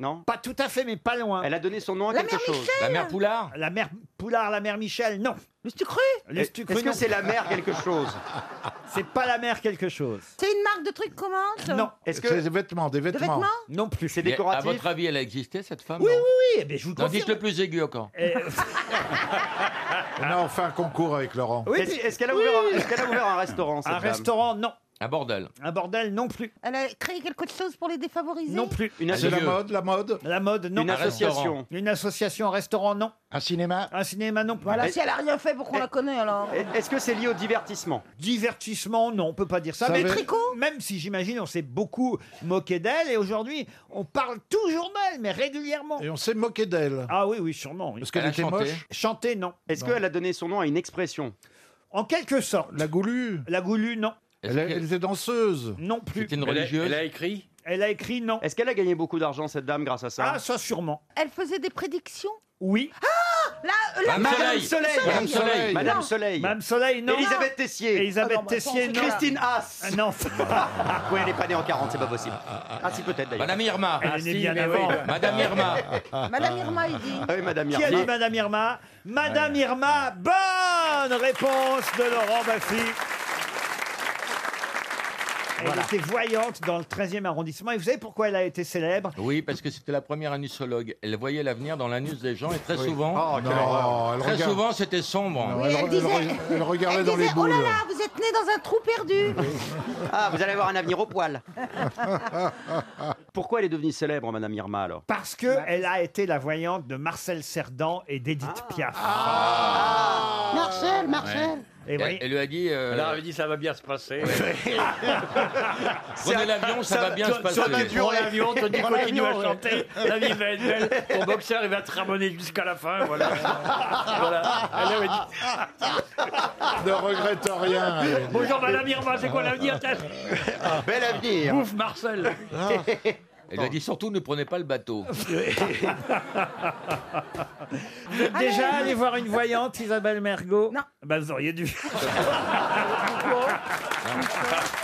Speaker 8: Non
Speaker 2: Pas tout à fait, mais pas loin.
Speaker 8: Elle a donné son nom à quelque chose.
Speaker 2: Poulard La mère Poulard, la mère Michel, non. Le Stucru Le
Speaker 8: Est-ce
Speaker 2: Stucru,
Speaker 8: que
Speaker 2: non.
Speaker 8: c'est la mère quelque chose
Speaker 2: C'est pas la mère quelque chose.
Speaker 5: C'est une marque de trucs commandes
Speaker 2: Non.
Speaker 5: Est-ce
Speaker 2: que-
Speaker 5: des vêtements, des vêtements. vêtements
Speaker 2: Non plus.
Speaker 8: C'est
Speaker 9: Mais
Speaker 8: décoratif.
Speaker 9: À votre avis, elle a existé cette femme
Speaker 2: Oui,
Speaker 9: non
Speaker 2: oui, oui. Mais je vous
Speaker 9: Non,
Speaker 2: confirme.
Speaker 9: dites le plus aigu encore.
Speaker 6: On a enfin un concours avec Laurent.
Speaker 2: Oui,
Speaker 8: Est-ce
Speaker 2: mais-
Speaker 8: est-ce qu'elle a,
Speaker 2: oui.
Speaker 8: ouvert un- est-ce qu'elle a ouvert un restaurant cette
Speaker 2: Un
Speaker 8: dame
Speaker 2: restaurant, non.
Speaker 9: Un bordel.
Speaker 2: Un bordel, non plus.
Speaker 5: Elle a créé quelque chose pour les défavorisés
Speaker 2: Non plus.
Speaker 8: Une
Speaker 6: C'est la mode,
Speaker 2: la mode La mode, non.
Speaker 6: Une Un association. restaurant.
Speaker 2: Une association, un restaurant, non. Un cinéma Un cinéma, non. Eh,
Speaker 5: Voilà, si elle a rien fait, pourquoi on la connaît alors
Speaker 2: Est-ce que c'est lié au divertissement Divertissement, non, on peut pas dire ça.
Speaker 5: Ça
Speaker 2: mais
Speaker 5: veut-
Speaker 2: tricot Même si j'imagine on s'est beaucoup moqué d'elle et aujourd'hui on parle toujours d'elle, mais régulièrement.
Speaker 6: Et on s'est moqué d'elle.
Speaker 2: Ah oui, oui, sûrement.
Speaker 6: Parce qu'elle était moche.
Speaker 2: Chanter, non.
Speaker 8: Est-ce qu'elle a donné son nom à une expression
Speaker 2: En quelque sorte. La goulue La goulue, non.
Speaker 6: Elle, elle était danseuse.
Speaker 2: Non plus.
Speaker 8: C'était une religieuse. Elle a- elle a
Speaker 2: écrit Elle a écrit, non.
Speaker 8: Est-ce qu'elle a gagné beaucoup d'argent cette dame grâce à ça
Speaker 2: Ah, ça sûrement.
Speaker 5: Elle faisait des prédictions
Speaker 2: Oui.
Speaker 5: Ah la,
Speaker 6: Bah,
Speaker 5: la-
Speaker 8: Madame Soleil. Madame Soleil. Madame
Speaker 5: Non.
Speaker 8: Soleil.
Speaker 2: Madame Soleil, non.
Speaker 8: Elisabeth Tessier.
Speaker 2: Elisabeth Tessier, Ah non. Ah,
Speaker 8: Christine Haas.
Speaker 2: Non.
Speaker 8: oui, elle n'est pas née en 40, c'est pas possible. Ah, si, peut-être d'ailleurs. Ah,
Speaker 9: Madame Irma.
Speaker 2: Elle est née bien avant.
Speaker 9: Madame Irma.
Speaker 5: Madame Irma, il dit.
Speaker 8: Ah oui, Madame
Speaker 2: Qui a dit
Speaker 8: Irma.
Speaker 2: Madame Irma Madame Irma, bonne réponse de Laurent Baffy. Elle
Speaker 9: Voilà.
Speaker 2: était voyante dans le 13e arrondissement. Et vous savez pourquoi elle a été célèbre
Speaker 9: Oui, parce que c'était la première anusologue. Elle voyait l'avenir dans l'anus des gens et très souvent,
Speaker 6: Oh, quelle Non, horreur. elle
Speaker 9: très
Speaker 6: regarde-
Speaker 9: souvent, c'était sombre.
Speaker 6: Non, elle, elle re- elle regardait dans les
Speaker 5: Oh
Speaker 6: boules.
Speaker 5: là là, vous êtes né dans un trou perdu
Speaker 8: Ah, vous allez avoir un avenir au poil. Pourquoi elle est devenue célèbre, Madame Irma, alors
Speaker 2: Parce que
Speaker 8: Bah,
Speaker 2: elle a été la voyante de Marcel Cerdan et d'Edith
Speaker 8: Ah.
Speaker 2: Piaf.
Speaker 24: Marcel, Marcel.
Speaker 2: Et
Speaker 9: elle,
Speaker 2: voyez-
Speaker 9: elle lui a dit. euh,
Speaker 1: Elle avait dit ça va bien se passer.
Speaker 9: Prenez l'avion, ça, va bien se passer.
Speaker 1: Ça va durer l'avion, Tony
Speaker 9: Prends
Speaker 1: continue à
Speaker 9: l'avion,
Speaker 1: chanter,
Speaker 9: ouais.
Speaker 1: la vie va être belle, ton boxeur il va te ramener jusqu'à la fin, voilà. voilà. Elle avait dit,
Speaker 6: Ne regrette rien. elle.
Speaker 9: Ah,
Speaker 1: Bonjour Madame Irma, c'est quoi l'avenir t'as-
Speaker 6: Bel avenir.
Speaker 1: Bouffe Marcel
Speaker 14: Elle a dit surtout ne prenez pas le bateau.
Speaker 2: Vous êtes déjà allé voir une voyante, Isabelle Mergot Non. Bah, vous auriez dû.
Speaker 10: Ah.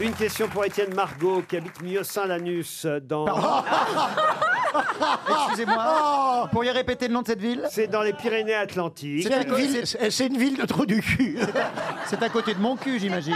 Speaker 2: Une question pour Étienne Margot, qui habite Mieux-Saint-Lanus, dans...
Speaker 9: Excusez-moi, pourriez répéter le nom de cette ville
Speaker 2: C'est dans les Pyrénées-Atlantiques. Euh,
Speaker 6: C'est une ville-
Speaker 9: c'est une ville de trou du cul. C'est à côté de mon cul, j'imagine.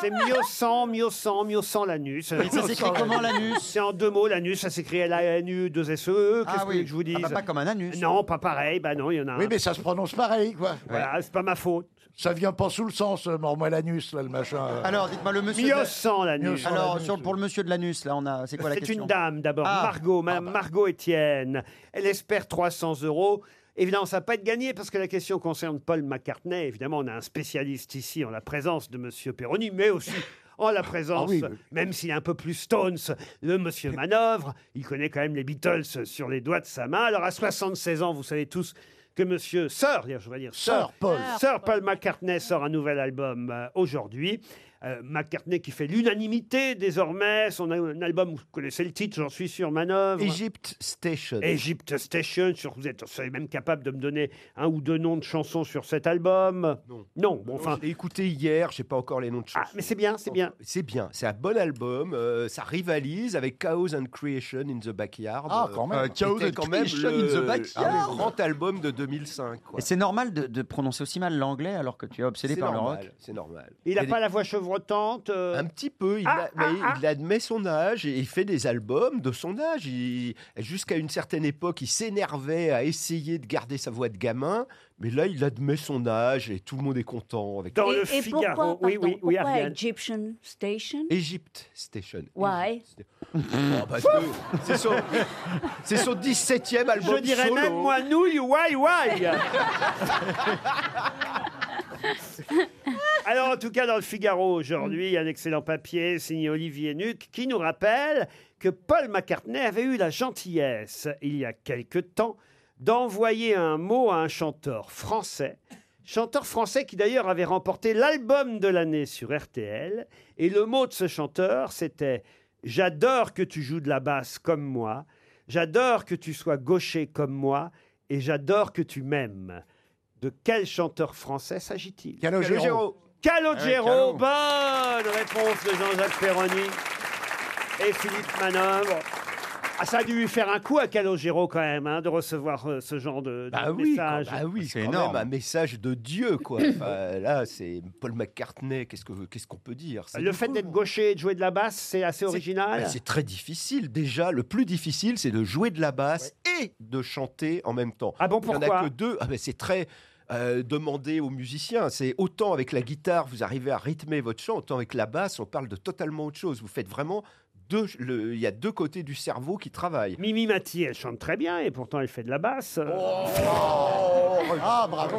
Speaker 2: C'est Miocent, Miocent, Miocent l'anus.
Speaker 9: Et ça s'écrit comment, l'anus
Speaker 2: Euh, C'est en deux mots l'anus, ça s'écrit L-A-N-U, 2 s e
Speaker 9: Ah
Speaker 2: Qu'est-ce que
Speaker 9: oui.
Speaker 2: je vous dis
Speaker 9: Ah bah, pas comme un anus.
Speaker 2: Non, pas pareil, bah non, il y en a
Speaker 6: Oui,
Speaker 2: un.
Speaker 6: mais ça se prononce pareil, quoi.
Speaker 2: Voilà, c'est pas ma faute.
Speaker 6: Ça vient pas sous le sens, euh, mord-moi l'anus, là, le machin. euh.
Speaker 9: Alors, dites-moi le monsieur.
Speaker 2: Miocent, l'anus.
Speaker 9: Miocent, Alors, sur- pour le monsieur de l'anus, là, on a. C'est quoi la
Speaker 2: C'est
Speaker 9: question
Speaker 2: une dame d'abord,
Speaker 9: Ah.
Speaker 2: Margot, Madame Margot Étienne. Elle espère 300 euros. Évidemment, ça va pas être gagné parce que la question concerne Paul McCartney. Évidemment, on a un spécialiste ici en la présence de Monsieur Perroni, mais aussi en
Speaker 9: Ah
Speaker 2: la présence, même s'il est un peu plus Stones, de Monsieur Manœuvre. Il connaît quand même les Beatles sur les doigts de sa main. Alors, à 76 ans, vous savez tous que Monsieur Sir, je vais dire
Speaker 6: Sir Paul.
Speaker 2: Sir Paul McCartney sort un nouvel album euh, aujourd'hui. Euh, McCartney qui fait l'unanimité désormais. Son a- un album, vous connaissez le titre, j'en suis sur manœuvre.
Speaker 9: Egypt Station.
Speaker 2: Egypt Station. Sur, vous, êtes, vous savez même capable de me donner un ou deux noms de chansons sur cet album Non. Non, bon, enfin.
Speaker 4: J'ai écouté hier, je sais pas encore les noms de chansons.
Speaker 2: Ah, mais c'est bien, c'est bien.
Speaker 4: C'est bien, c'est un bon album, euh, ça rivalise avec Chaos and Creation in the Backyard.
Speaker 9: Ah, quand même.
Speaker 4: euh, Chaos
Speaker 9: C'était
Speaker 4: and
Speaker 9: quand même
Speaker 4: Creation
Speaker 9: le-
Speaker 4: in the Backyard.
Speaker 9: Ah oui.
Speaker 4: grand album de 2005. quoi.
Speaker 9: Et c'est normal de, de prononcer aussi mal l'anglais alors que tu es obsédé
Speaker 4: C'est
Speaker 9: par
Speaker 4: normal,
Speaker 9: le rock
Speaker 4: C'est normal.
Speaker 2: Il
Speaker 4: y
Speaker 2: n'a
Speaker 4: a
Speaker 2: pas la voix chevrotante euh, ah,
Speaker 4: Un petit peu, il, a- mais il admet son âge et il fait des albums de son âge. Il- Jusqu'à une certaine époque, il s'énervait à essayer de garder sa voix de gamin, mais là, il admet son âge et tout le monde est content. Avec
Speaker 2: Dans
Speaker 7: et,
Speaker 2: le
Speaker 7: et
Speaker 2: Figaro,
Speaker 7: pourquoi,
Speaker 2: oui,
Speaker 7: pardon,
Speaker 2: oui, oui,
Speaker 7: pourquoi
Speaker 2: Ariane.
Speaker 7: Egyptian Station
Speaker 4: Egypt Station.
Speaker 7: Why
Speaker 4: Oh, parce que c'est son, c'est son 17e album
Speaker 2: Je dirais
Speaker 4: solo.
Speaker 2: même moi, nouille, why, why Alors, en tout cas, dans le Figaro aujourd'hui, il y a un excellent papier signé Olivier Nuc qui nous rappelle que Paul McCartney avait eu la gentillesse, il y a quelque temps, d'envoyer un mot à un chanteur français. Chanteur français qui d'ailleurs avait remporté l'album de l'année sur RTL. Et le mot de ce chanteur, c'était J'adore que tu joues de la basse comme moi. J'adore que tu sois gaucher comme moi. Et j'adore que tu m'aimes. De quel chanteur français s'agit-il
Speaker 6: Calogero. Calogero.
Speaker 2: Calogero,
Speaker 6: Ah oui,
Speaker 2: bonne réponse de Jean-Jacques Perroni et Philippe Manœuvre. Ah, ça a dû lui faire un coup à Calogero quand même, hein, de recevoir euh, ce genre de, de
Speaker 4: Ah oui, quand-
Speaker 2: message.
Speaker 4: bah oui, c'est quand
Speaker 2: énorme.
Speaker 4: même un message de Dieu, quoi. Enfin, là, c'est Paul McCartney. Qu'est-ce que qu'est-ce qu'on peut dire C'est
Speaker 2: Le fait d'être gaucher et de jouer de la basse, c'est assez original.
Speaker 4: Bah, c'est très difficile. Déjà, le plus difficile, c'est de jouer de la basse et de chanter en même temps.
Speaker 2: Ah bon,
Speaker 4: Il n'y en
Speaker 2: pourquoi
Speaker 4: a que deux. Ah ben, c'est très euh, demandé aux musiciens. C'est autant avec la guitare, vous arrivez à rythmer votre chant, autant avec la basse, on parle de totalement autre chose. Vous faites vraiment deux. le- Il y a deux côtés du cerveau qui travaillent.
Speaker 2: Mimi Mati, elle chante très bien et pourtant elle fait de la basse.
Speaker 6: Ah, bravo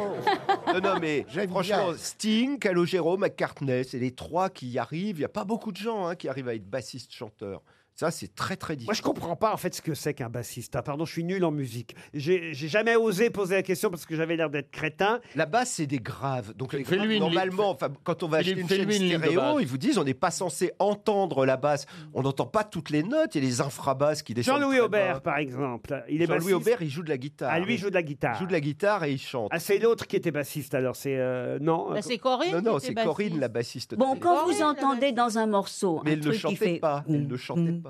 Speaker 4: Non, non, mais franchement,
Speaker 6: bien.
Speaker 4: Sting, Calogero, McCartney, c'est les trois qui y arrivent. Il n'y a pas beaucoup de gens hein, qui arrivent à être bassiste-chanteur. Ça, c'est très, très difficile.
Speaker 2: Moi, je comprends pas en fait ce que c'est qu'un bassiste. Ah, pardon, je suis nul en musique. J'ai j'ai jamais osé poser la question parce que j'avais l'air d'être crétin.
Speaker 4: La basse, c'est des graves. Donc, les
Speaker 2: Fais-lui
Speaker 4: graves,
Speaker 2: une
Speaker 4: normalement,
Speaker 2: ligne.
Speaker 4: enfin, quand on va acheter
Speaker 2: Philippe,
Speaker 4: une chaîne
Speaker 2: fais-lui une ligne de
Speaker 4: stéréo,
Speaker 2: basse.
Speaker 4: ils vous disent on n'est pas censé entendre la basse. On n'entend pas toutes les notes. Il y a les infrabasses qui descendent.
Speaker 2: Mm. Jean-Louis
Speaker 4: très
Speaker 2: Aubert,
Speaker 4: bas.
Speaker 2: par exemple. Il est
Speaker 4: Jean-Louis
Speaker 2: bassiste.
Speaker 4: Aubert, il joue de la guitare.
Speaker 2: Ah, lui, il joue de la guitare.
Speaker 4: Il joue de la guitare et il chante.
Speaker 2: Ah, c'est l'autre qui était bassiste alors, c'est. euh, non
Speaker 7: Bah, c'est Corinne
Speaker 4: Non, non,
Speaker 7: qui
Speaker 4: c'est
Speaker 7: était
Speaker 4: Corinne,
Speaker 7: bassiste.
Speaker 4: la bassiste.
Speaker 7: Bon,
Speaker 4: de-
Speaker 7: quand vous entendez dans un morceau
Speaker 4: Mais
Speaker 7: un
Speaker 4: elle ne
Speaker 7: truc qui
Speaker 4: chantait
Speaker 7: fait
Speaker 4: pas. Elle ne chantait pas.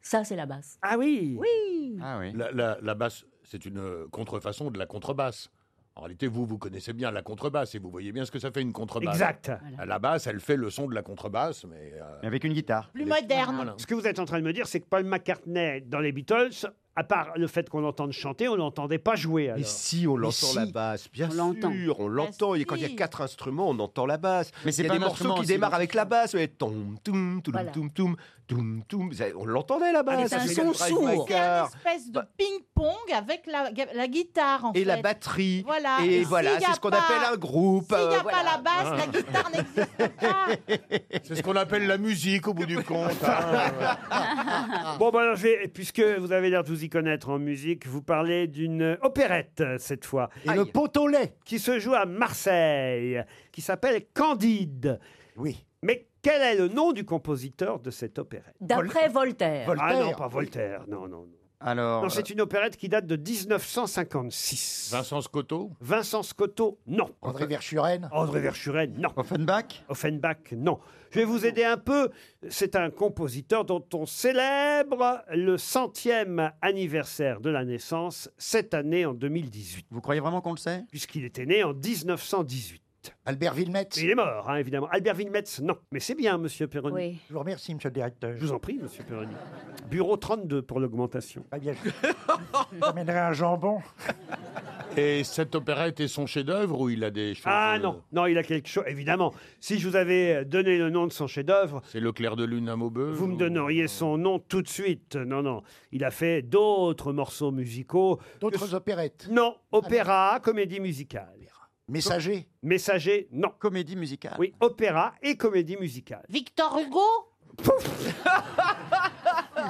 Speaker 7: ça, c'est la basse.
Speaker 2: Ah oui.
Speaker 7: Oui.
Speaker 12: La, la- la basse, c'est une euh, contrefaçon de la contrebasse. En réalité, vous, vous connaissez bien la contrebasse et vous voyez bien ce que ça fait une contrebasse.
Speaker 2: Exact.
Speaker 12: À La basse, elle fait le son de la contrebasse, mais... euh,
Speaker 9: Avec une guitare.
Speaker 7: Plus moderne.
Speaker 2: Ce que vous êtes en train de me dire, c'est que Paul McCartney, dans les Beatles, à part le fait qu'on l'entende chanter, on l'entendait pas jouer. Alors.
Speaker 4: Mais si, on l'entend la basse, bien sûr, on l'entend. Et quand il y a quatre instruments, on entend la basse.
Speaker 9: Mais c'est
Speaker 4: il y a
Speaker 9: pas
Speaker 4: des
Speaker 9: un
Speaker 4: morceaux
Speaker 9: instrument,
Speaker 4: qui
Speaker 9: c'est
Speaker 4: démarrent
Speaker 9: une
Speaker 4: avec la basse. ouais, tom, toum, toum,
Speaker 7: Voilà.
Speaker 4: toum, toum, toum, toum. Ça, On l'entendait la
Speaker 7: mais
Speaker 4: basse.
Speaker 7: c'est un
Speaker 4: avec
Speaker 7: son
Speaker 4: le drive by
Speaker 7: sourd.
Speaker 5: C'est un
Speaker 4: car. Bah,
Speaker 5: espèce de ping-pong avec la, la guitare, en
Speaker 4: Et
Speaker 5: fait.
Speaker 4: la batterie.
Speaker 5: Voilà.
Speaker 4: Et,
Speaker 5: Et
Speaker 4: voilà,
Speaker 5: s'il y
Speaker 4: c'est
Speaker 5: a
Speaker 4: ce qu'on
Speaker 5: pas-
Speaker 4: appelle un groupe.
Speaker 5: S'il n'y
Speaker 4: euh,
Speaker 5: a pas
Speaker 4: voilà.
Speaker 5: la basse, la guitare n'existe
Speaker 12: C'est ce qu'on
Speaker 2: Ah.
Speaker 12: appelle la musique, au bout du compte. hein.
Speaker 2: Bon, ben, alors, je vais- puisque vous avez l'air de vous y s'y connaître en musique, vous parlez d'une opérette euh, cette fois. Et le
Speaker 6: pot-au-lait
Speaker 2: Qui se joue à Marseille, qui s'appelle Candide.
Speaker 6: Oui.
Speaker 2: Mais quel est le nom du compositeur de cette opérette
Speaker 7: D'après Voltaire.
Speaker 2: Ah non, pas Voltaire, non, non.
Speaker 9: Alors,
Speaker 2: Non, c'est une opérette qui date de 1956. Vincent Scotto Vincent Scotto, non.
Speaker 6: André Verschuren
Speaker 2: André Verschuren, non. Offenbach Offenbach, non. Je vais vous aider un peu. C'est un compositeur dont on célèbre le centième anniversaire de la naissance cette année en 2018. Vous croyez vraiment qu'on le sait Puisqu'il était né en 1918. Albert Villemetz Il est mort, hein, évidemment. Albert Villemetz, non. Mais c'est bien, monsieur Perroni.
Speaker 7: Oui.
Speaker 6: Je vous remercie, monsieur le directeur.
Speaker 2: Je vous en prie, monsieur Perroni. Bureau 32 pour l'augmentation.
Speaker 6: J'amènerai un jambon.
Speaker 12: Et cette opérette est son chef-d'œuvre ou il a des choses euh,
Speaker 2: Ah non, non, il a quelque chose, évidemment. Si je vous avais donné le nom de son chef-d'œuvre,
Speaker 12: C'est le clair de lune à Maubeuge
Speaker 2: vous me donneriez son nom tout de suite. Non, non, il a fait d'autres morceaux musicaux.
Speaker 6: D'autres opérettes
Speaker 2: Non, opéra, comédie musicale.
Speaker 6: Messager
Speaker 2: Messager, non. Comédie musicale Oui, opéra et comédie musicale.
Speaker 5: Victor Hugo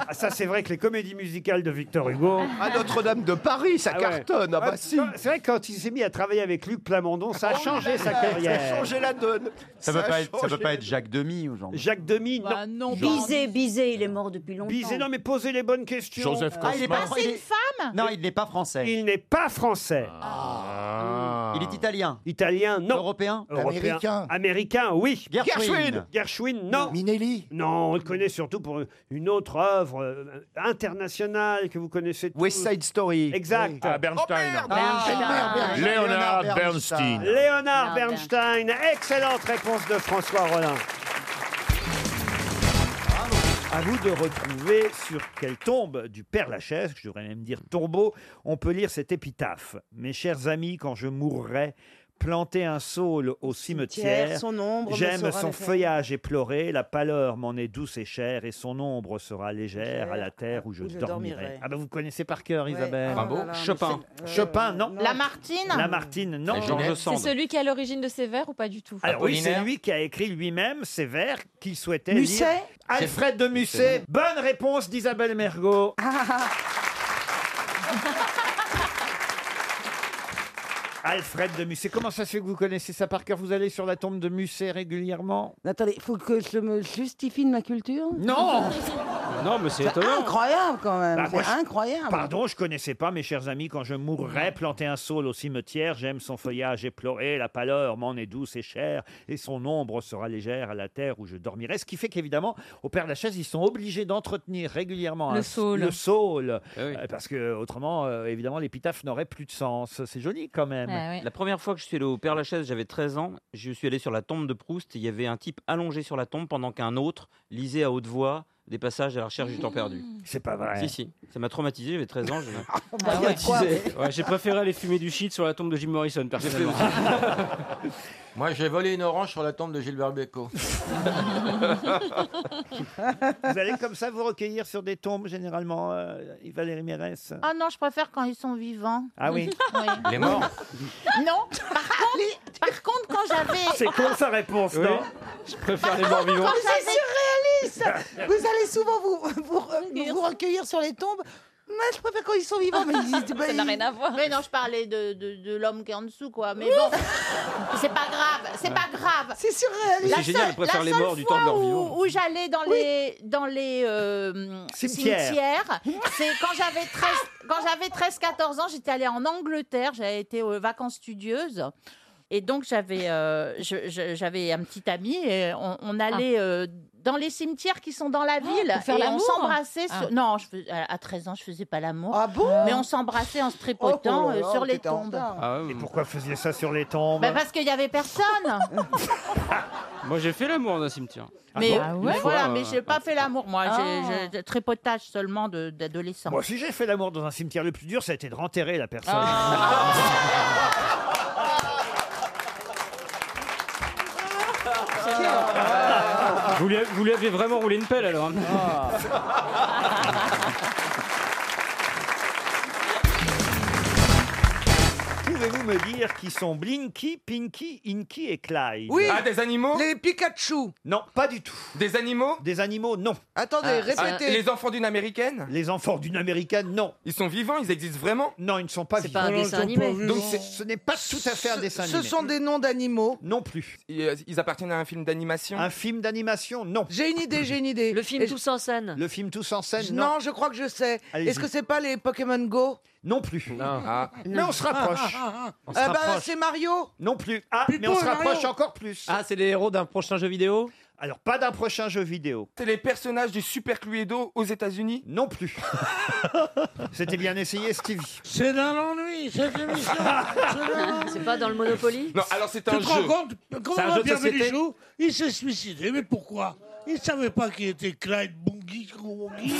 Speaker 2: Ah, ça, c'est vrai que les comédies musicales de Victor Hugo.
Speaker 6: Ah,
Speaker 4: À Notre-Dame de Paris, ça cartonne, ah bah si.
Speaker 2: C'est vrai que quand il s'est mis à travailler avec Luc Plamondon, ça a
Speaker 4: Oh là
Speaker 2: changé sa
Speaker 4: là,
Speaker 2: carrière.
Speaker 4: Ça a changé la donne.
Speaker 9: ça ne
Speaker 4: a
Speaker 9: peut, pas être- ça
Speaker 4: changé
Speaker 9: peut pas
Speaker 4: la
Speaker 9: être Jacques Demy ou genre.
Speaker 2: Jacques Demy,
Speaker 12: Bah
Speaker 10: Bah,
Speaker 2: non.
Speaker 7: Bizet, Bizet, il est mort depuis longtemps.
Speaker 2: Bizet, non, mais posez les bonnes questions.
Speaker 9: Joseph Ah, il est Cosma. pas- il est-
Speaker 7: femme
Speaker 9: Non, il n'est pas français.
Speaker 2: Il n'est pas français.
Speaker 9: Il est italien.
Speaker 2: Italien, non.
Speaker 9: Européen.
Speaker 2: Américain. Américain, oui.
Speaker 9: Gershwin.
Speaker 2: Gershwin, non. Minelli. Non, on le connaît surtout pour une autre œuvre euh, internationale que vous connaissez tous. West Side Story. Exact.
Speaker 12: Ah, Bernstein.
Speaker 2: Leonard
Speaker 12: Leonard Bernstein.
Speaker 2: Léonard Bernstein. Excellente réponse de François Rollin. À vous de retrouver sur quelle tombe du Père Lachaise, que je devrais même dire tombeau, on peut lire cette épitaphe. Mes chers amis, quand je mourrai, planter un saule au cimetière,
Speaker 3: Cimetière, son ombre me
Speaker 2: j'aime
Speaker 3: sera
Speaker 2: son
Speaker 3: légère.
Speaker 2: feuillage éploré, la pâleur m'en est douce et chère, et son ombre sera légère à la terre où je,
Speaker 3: je
Speaker 2: dormirai.
Speaker 3: dormirai.
Speaker 2: Ah ben vous connaissez par cœur
Speaker 3: Ouais.
Speaker 2: Isabelle.
Speaker 3: Ah Rimbaud. là là, mais
Speaker 2: Chopin.
Speaker 3: c'est- euh,
Speaker 2: Chopin, non.
Speaker 3: Lamartine
Speaker 2: Lamartine, non.
Speaker 15: C'est celui qui est à l'origine de ces vers ou pas du tout
Speaker 2: Alors Ah oui, c'est lui qui a écrit lui-même ces vers qu'il souhaitait
Speaker 15: Musset
Speaker 2: lire. Alfred de Musset. Bonne réponse d'Isabelle Mergot.
Speaker 15: Ah,
Speaker 2: Alfred de Musset. Comment ça se fait que vous connaissez ça par cœur Vous allez sur la tombe de Musset régulièrement
Speaker 3: Attendez, faut que je me justifie de ma culture
Speaker 2: Non
Speaker 15: Non, mais c'est
Speaker 3: incroyable quand même,
Speaker 2: Bah, moi,
Speaker 3: c'est
Speaker 2: je-
Speaker 3: incroyable.
Speaker 2: Pardon, je connaissais pas, mes chers amis, quand je mourrai, planter un saule au cimetière, j'aime son feuillage éploré, la pâleur m'en est douce et chère, et son ombre sera légère à la terre où je dormirai. Ce qui fait qu'évidemment, au Père Lachaise, ils sont obligés d'entretenir régulièrement
Speaker 15: Le
Speaker 2: un-
Speaker 15: saule.
Speaker 2: le saule,
Speaker 9: Eh
Speaker 2: euh, parce que autrement, euh, évidemment, l'épitaphe n'aurait plus de sens. C'est joli quand même.
Speaker 15: La
Speaker 9: première fois que je suis allé au Père Lachaise, j'avais 13 ans. Je suis allé sur la tombe de Proust. Il y avait un type allongé sur la tombe pendant qu'un autre lisait à haute voix des passages à la recherche du temps perdu.
Speaker 2: C'est pas vrai.
Speaker 9: Si, si. Ça m'a traumatisé. J'avais 13 ans. je-
Speaker 8: Ah,
Speaker 15: bah, ouais, quoi,
Speaker 19: Ouais, J'ai préféré aller fumer du shit sur la tombe de Jim Morrison, personnellement.
Speaker 8: Ah,
Speaker 14: Moi, j'ai volé une orange sur la tombe de Gilbert Bécaud.
Speaker 8: Ah
Speaker 2: Vous allez comme ça vous recueillir sur des tombes, généralement, euh, Valérie Mérès
Speaker 5: Ah non, je préfère quand ils sont vivants.
Speaker 2: Ah oui.
Speaker 5: Oui.
Speaker 2: Les morts
Speaker 5: Non, par contre, par contre quand j'avais...
Speaker 2: C'est con sa réponse, non
Speaker 19: Je préfère
Speaker 2: les morts
Speaker 3: Vous êtes surréaliste Vous allez souvent vous, vous, re- vous recueillir sur les tombes. Mais je préfère quand ils sont vivants. Mais ils,
Speaker 5: Ça n'a rien à voir. Mais non, je parlais de, de, de l'homme qui est en dessous, quoi. Mais bon, c'est pas grave, c'est pas grave.
Speaker 3: C'est surréaliste.
Speaker 5: La
Speaker 15: C'est génial,
Speaker 5: seule-
Speaker 15: elle préfère
Speaker 5: la
Speaker 15: les
Speaker 5: seule
Speaker 15: morts du temps de
Speaker 5: fois
Speaker 15: leurs vivants.
Speaker 5: Où, où j'allais dans les, dans les euh,
Speaker 15: Cimetières.
Speaker 5: cimetières, c'est quand j'avais 13, quand j'avais 13, 14 ans, j'étais allée en Angleterre, j'avais été aux vacances studieuses. Et donc j'avais euh, je- je- j'avais un petit ami et on, on allait euh, dans les cimetières qui sont dans la ville
Speaker 15: Ah. pour faire
Speaker 5: et on
Speaker 15: l'amour
Speaker 5: s'embrassait. sur-
Speaker 15: Ah.
Speaker 5: Non, je fais- à 13 ans je faisais pas l'amour. Mais on s'embrassait en se tripotant
Speaker 15: Oh là là,
Speaker 5: euh, sur les
Speaker 15: t'étais en
Speaker 5: tombes.
Speaker 15: retard.
Speaker 2: Et pourquoi vous faisiez ça sur les tombes
Speaker 5: Bah, parce qu'il y avait
Speaker 15: Ah
Speaker 5: personne.
Speaker 19: Moi, j'ai fait l'amour dans un cimetière.
Speaker 5: mais
Speaker 19: Ah bon
Speaker 5: mais
Speaker 19: Une fois,
Speaker 5: voilà,
Speaker 19: euh,
Speaker 5: mais j'ai pas fait l'amour moi, j'ai-
Speaker 15: Bah Ah.
Speaker 5: j'ai j'ai tripotage seulement de- d'adolescent.
Speaker 2: Moi, si j'ai fait l'amour dans un cimetière, le plus dur, ça a été de renterrer la personne.
Speaker 5: Ah.
Speaker 2: Ah,
Speaker 19: Vous lui, vous lui avez vraiment roulé une pelle
Speaker 8: hein.
Speaker 19: alors.
Speaker 2: Qui pouvez-vous me dire qui sont Blinky, Pinky, Inky et Clyde
Speaker 8: Oui. Ah, des animaux Les
Speaker 2: Pikachu Non, pas du tout.
Speaker 8: Des animaux
Speaker 2: Des animaux, non. Ah,
Speaker 8: Attendez, répétez. les enfants d'une américaine
Speaker 2: Les enfants d'une américaine, non.
Speaker 8: Ils sont vivants, ils existent vraiment
Speaker 2: Non, ils ne sont pas
Speaker 8: vivants.
Speaker 2: pas un Non, ils dessin sont animé. pas vivants.
Speaker 8: Donc c'est-
Speaker 2: ce n'est pas tout à fait un dessin
Speaker 8: ce
Speaker 2: animé.
Speaker 8: sont
Speaker 2: des noms d'animaux Non plus.
Speaker 8: Ils ils appartiennent à un film d'animation
Speaker 2: Un film d'animation Non.
Speaker 8: J'ai
Speaker 3: une idée, j'ai une idée. Le
Speaker 8: film Tous
Speaker 3: en scène.
Speaker 2: Le film Tous en scène
Speaker 3: Non,
Speaker 2: Non.
Speaker 3: je crois que je sais.
Speaker 2: Allez-y.
Speaker 3: Est-ce que c'est pas les Pokémon Go
Speaker 2: Non plus. Mais
Speaker 8: Ah.
Speaker 3: Non.
Speaker 2: on se rapproche.
Speaker 3: Ah, ah, ah, ah.
Speaker 2: On
Speaker 3: Eh
Speaker 2: se
Speaker 3: ben,
Speaker 2: rapproche.
Speaker 3: c'est Mario.
Speaker 2: Non plus. Ah, mais
Speaker 3: Putain,
Speaker 2: on se rapproche
Speaker 3: Mario.
Speaker 2: encore plus.
Speaker 8: Ah, c'est les héros d'un prochain jeu vidéo
Speaker 2: Alors, pas d'un prochain jeu vidéo.
Speaker 8: C'est les personnages du Super Cluedo aux États-Unis
Speaker 2: Non plus. C'était bien essayé, Stevie.
Speaker 8: C'est dans l'ennui, cette émission.
Speaker 18: C'est pas dans le Monopoly
Speaker 8: Non, alors c'est
Speaker 10: Tu
Speaker 8: un
Speaker 10: te
Speaker 8: jeu.
Speaker 10: rends compte
Speaker 8: C'est un
Speaker 10: Comment
Speaker 8: jeu de
Speaker 10: Bienvenu
Speaker 8: société.
Speaker 10: joue Il s'est suicidé, mais pourquoi Il savait pas qu'il était Clyde Bungie. Bungie.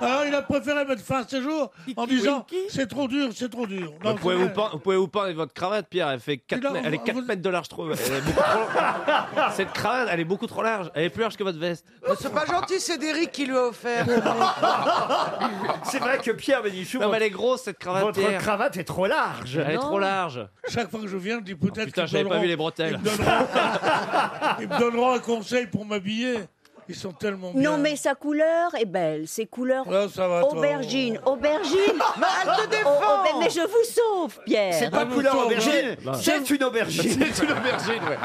Speaker 10: Alors il a préféré mettre fin à ses jours en disant c'est trop dur, c'est trop dur. Non,
Speaker 17: Vous pouvez
Speaker 10: c'est
Speaker 17: vous,
Speaker 10: vrai.
Speaker 17: peindre, vous pouvez vous peindre votre cravate, Pierre. Elle fait 4
Speaker 10: Non,
Speaker 17: elle est
Speaker 10: vous-
Speaker 17: 4 mètres de large, je trouve. Elle est beaucoup trop- Cette cravate, elle est beaucoup trop large. Elle est plus large que votre veste.
Speaker 3: C'est pas gentil, c'est Derrick qui lui a offert.
Speaker 2: C'est vrai que Pierre Bénichou.
Speaker 17: Non, mais elle est grosse cette cravate.
Speaker 10: votre
Speaker 17: Pierre.
Speaker 2: cravate est trop large.
Speaker 17: Elle est
Speaker 10: Non.
Speaker 17: trop large. Oh,
Speaker 10: Chaque fois que je viens, je dis peut-être.
Speaker 17: putain,
Speaker 10: qu'ils
Speaker 17: j'avais pas
Speaker 10: donneront-
Speaker 17: vu les bretelles.
Speaker 10: Ils me donneront- ils me donneront un conseil pour m'habiller. Ils sont tellement bien.
Speaker 12: Non, mais sa couleur est belle. Ses couleurs.
Speaker 10: Ouais, Ah, ça va, toi.
Speaker 12: aubergine, aubergine.
Speaker 10: Mais elle te
Speaker 12: Oh,
Speaker 10: défend.
Speaker 12: oh, mais, mais je vous sauve, Pierre.
Speaker 2: C'est pas couleur aubergine, c'est une aubergine.
Speaker 17: C'est une aubergine, ouais.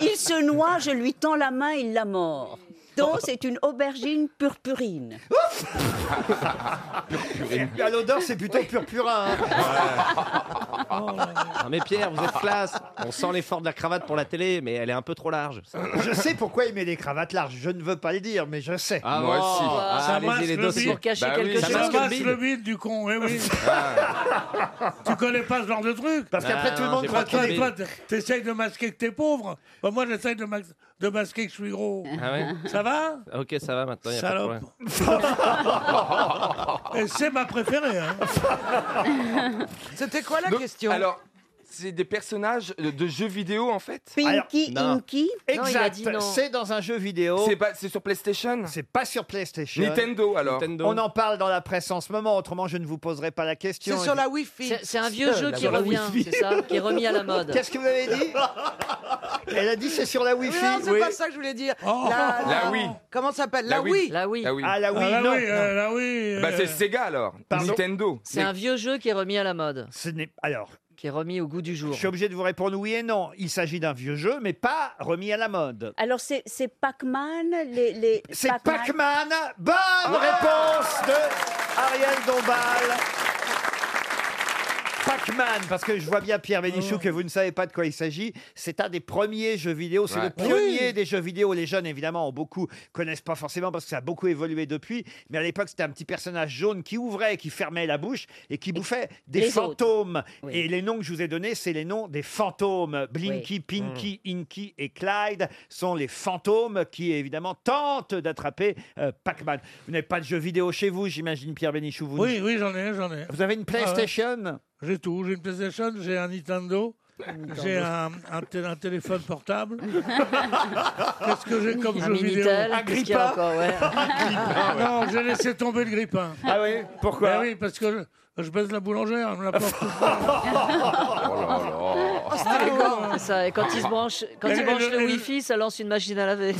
Speaker 12: Il se noie, je lui tends la main, il la mord. Donc c'est une aubergine purpurine.
Speaker 2: Et À l'odeur, c'est plutôt purpurin. hein.
Speaker 17: Non, mais Pierre, vous êtes classe. On sent l'effort de la cravate pour la télé, mais elle est un peu trop large.
Speaker 2: Je sais pourquoi il met des cravates larges. Je ne veux pas le dire, mais je sais.
Speaker 17: Ah, Moi bon. aussi. Ah,
Speaker 10: Ça
Speaker 17: allez-y,
Speaker 10: masque
Speaker 17: les
Speaker 10: le
Speaker 17: dossiers.
Speaker 10: bide.
Speaker 17: Pour cacher Bah quelque oui, ça chose.
Speaker 10: Ça
Speaker 17: masque le
Speaker 10: masque
Speaker 17: bide.
Speaker 10: le bide du con, eh oui. tu connais pas ce genre de truc
Speaker 2: Parce qu'après, Ah, tout le non, monde j'ai croit pas qu'il compris.
Speaker 10: Toi, toi, T'essayes de masquer que t'es pauvre. Bah, moi, j'essaye de, ma- de masquer que je suis gros.
Speaker 17: Ah ouais
Speaker 10: Ça va
Speaker 17: Ok, ça va maintenant. Y a
Speaker 10: Salope. Et c'est ma préférée. hein.
Speaker 8: C'était quoi la question Alors, c'est des personnages de, de jeux vidéo en fait
Speaker 12: Pinky,
Speaker 8: Alors, non.
Speaker 12: Inky.
Speaker 2: Exact. C'est dans un jeu vidéo.
Speaker 8: C'est pas- c'est sur PlayStation
Speaker 2: C'est pas sur PlayStation.
Speaker 8: Nintendo, alors. Nintendo.
Speaker 2: On en parle dans la presse en ce moment, autrement je ne vous poserai pas la question.
Speaker 3: C'est sur la Wi-Fi.
Speaker 18: C'est- c'est un vieux
Speaker 2: Euh,
Speaker 18: jeu
Speaker 2: la-
Speaker 18: qui
Speaker 2: sur la
Speaker 18: revient,
Speaker 2: Wi-Fi.
Speaker 18: c'est ça, qui est remis à la mode.
Speaker 2: Qu'est-ce que vous avez dit Elle a dit c'est sur la
Speaker 3: Mais
Speaker 2: Wi-Fi.
Speaker 3: non, c'est
Speaker 2: Oui.
Speaker 3: pas ça que je voulais dire.
Speaker 2: Oh. La Wii.
Speaker 3: Comment ça s'appelle
Speaker 8: La
Speaker 3: La,
Speaker 8: Wii.
Speaker 3: Wii.
Speaker 8: La Wii. La Wii.
Speaker 2: Ah, la Wii,
Speaker 8: Ah, la
Speaker 2: non.
Speaker 8: Wii, euh,
Speaker 2: non.
Speaker 8: Bah, c'est Sega alors.
Speaker 2: Pardon
Speaker 8: Nintendo.
Speaker 18: C'est un vieux jeu qui est remis à la mode.
Speaker 2: Ce n'est alors
Speaker 18: qui est remis au goût du jour.
Speaker 2: Je suis obligé de vous répondre oui et non. Il s'agit d'un vieux jeu, mais pas remis à la mode.
Speaker 12: Alors c'est c'est Pac-Man, les, les
Speaker 2: C'est Pac-Man. Bonne réponse de Ariel Dombal. Pac-Man, parce que je vois bien Pierre Bénichou que vous ne savez pas de quoi il s'agit. C'est un des premiers jeux vidéo, c'est
Speaker 8: Ouais.
Speaker 2: le pionnier des jeux vidéo. Les jeunes, évidemment, ont beaucoup connaissent pas forcément parce que ça a beaucoup évolué depuis. Mais à l'époque, c'était un petit personnage jaune qui ouvrait, qui fermait la bouche et qui bouffait des
Speaker 8: les
Speaker 2: fantômes. Et les noms que je vous ai donnés, c'est les noms des fantômes. Blinky, Pinky, Inky et Clyde sont les fantômes qui, évidemment, tentent d'attraper euh, Pac-Man. Vous n'avez pas de jeux vidéo chez vous, j'imagine, Pierre Bénichou. Vous
Speaker 10: Oui, oui, j'en ai, j'en ai. Ah
Speaker 2: Vous avez une PlayStation
Speaker 10: J'ai tout. J'ai une PlayStation, j'ai un Nintendo, j'ai un, un té- un téléphone portable. Qu'est-ce que j'ai comme
Speaker 18: Un
Speaker 10: jeu vidéo
Speaker 18: Minitel, qu'est-ce qu'il y a encore, ouais.
Speaker 10: Non, j'ai laissé tomber le grippin. Ben
Speaker 2: Ah oui Pourquoi
Speaker 10: oui, parce que je, je baise la boulangère, elle me la porte tout le temps. Oh
Speaker 18: Ah ouais, c'est ça, et quand ils se branchent, quand
Speaker 10: Et
Speaker 18: ils
Speaker 10: le-
Speaker 18: branchent
Speaker 10: et
Speaker 18: le
Speaker 10: le-
Speaker 18: Wi-Fi, ça lance une machine à laver.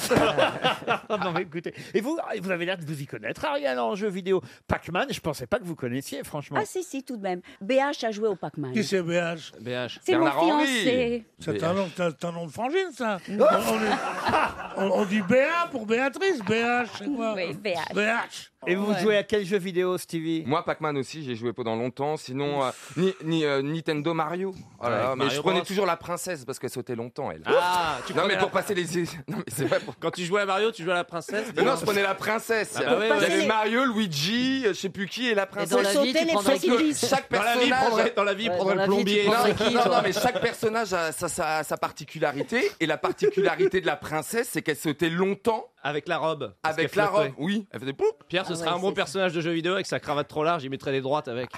Speaker 2: Oh non, mais écoutez. Ah, Et vous, vous avez l'air de vous y connaître, Ariane, en jeux vidéo. Pac-Man, je pensais pas que vous connaissiez, franchement.
Speaker 12: Ah si si tout de même. BH a joué au Pac-Man.
Speaker 10: Qui c'est BH
Speaker 17: BH.
Speaker 12: C'est mon fiancé.
Speaker 10: C'est un nom, c'est un nom de frangine, ça. on, on est- on- on dit BA pour Béatrice, BH, c'est quoi
Speaker 12: Oui, BH.
Speaker 10: BH.
Speaker 2: à quel jeu vidéo, Stevie
Speaker 8: Moi, Pac-Man aussi, j'ai joué pendant longtemps. Sinon, euh, ni, ni, euh, Nintendo Mario. Oh là
Speaker 17: Ouais,
Speaker 8: là, mais
Speaker 17: Mario
Speaker 8: je prenais
Speaker 17: Bros.
Speaker 8: toujours la princesse parce qu'elle sautait longtemps, elle.
Speaker 17: Ah, tu
Speaker 8: non,
Speaker 17: prenais
Speaker 8: mais
Speaker 17: la-
Speaker 8: pour passer les. Non, mais c'est pas pour.
Speaker 17: Quand tu jouais à Mario, tu jouais à la princesse
Speaker 8: Mais non, je prenais la princesse.
Speaker 17: Ah bah ouais,
Speaker 8: Il y
Speaker 17: ouais.
Speaker 8: avait
Speaker 17: Les-
Speaker 8: Mario, Luigi, euh, je sais plus qui, et la princesse. dans la vie, tu prendrais Parce que qui Chaque chaque
Speaker 17: Dans la vie, il
Speaker 8: personnage.
Speaker 17: prendrait- dans la vie, il Ouais, prendrait dans le la vie, tu plombier. prendrais qui,
Speaker 8: non, non,
Speaker 17: toi
Speaker 8: non, mais chaque personnage a sa, sa- sa particularité. Et la particularité de la princesse, c'est qu'elle sautait longtemps.
Speaker 17: Avec la robe. Parce
Speaker 8: Avec
Speaker 17: qu'elle
Speaker 8: la robe,
Speaker 17: flottait.
Speaker 8: oui. Elle faisait poup.
Speaker 17: Pierre, ce
Speaker 8: Ah
Speaker 17: serait
Speaker 8: ouais,
Speaker 17: un bon
Speaker 8: c'est-
Speaker 17: personnage de jeu vidéo avec sa cravate trop large, il mettrait des droites avec.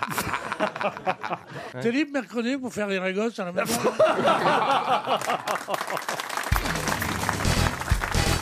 Speaker 10: T'es libre mercredi pour faire les régosses à Ah, la maison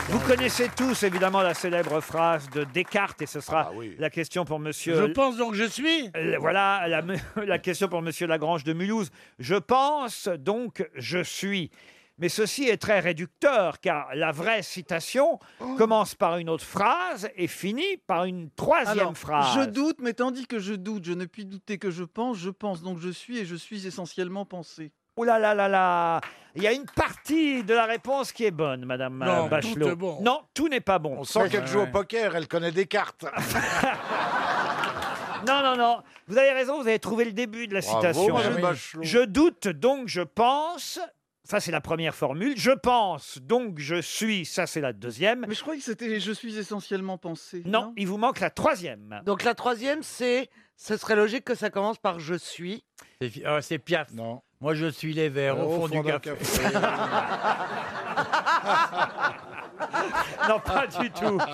Speaker 2: Vous Vous connaissez tous évidemment la célèbre phrase de Descartes et ce sera la question pour monsieur.
Speaker 10: Je pense donc je suis.
Speaker 2: Euh, Voilà la, me- la question pour Monsieur Lagrange de Mulhouse. Je pense, donc je suis. Mais ceci est très réducteur, car la vraie citation commence par une autre phrase et finit par une troisième
Speaker 17: Alors,
Speaker 2: phrase.
Speaker 17: Je doute, mais tandis que je doute, je ne puis douter que je pense, je pense donc je suis et je suis essentiellement pensé.
Speaker 2: Oh là là là là Il y a une partie de la réponse qui est bonne, Madame euh,
Speaker 17: Non, tout
Speaker 2: Bachelot.
Speaker 17: est bon.
Speaker 2: Non, tout n'est pas bon. On
Speaker 1: sent qu'elle joue au poker, elle connaît des cartes.
Speaker 2: Non, non, non. Vous avez raison, vous avez trouvé le début de la
Speaker 1: Bravo,
Speaker 2: citation.
Speaker 1: Madame Ah oui. Bachelot.
Speaker 2: Je doute, donc je pense. Ça, c'est la première formule. Je pense, donc je suis. Ça, c'est la deuxième.
Speaker 17: Mais je croyais que c'était je suis essentiellement pensé.
Speaker 2: Non, il vous manque la troisième.
Speaker 25: Donc la troisième, c'est. Ce serait logique que ça commence par je suis.
Speaker 13: C'est fi-
Speaker 1: oh,
Speaker 13: ah, c'est Piaf. Moi, je suis les verts au, fond, du
Speaker 25: d'un
Speaker 13: café.
Speaker 2: non, pas du tout.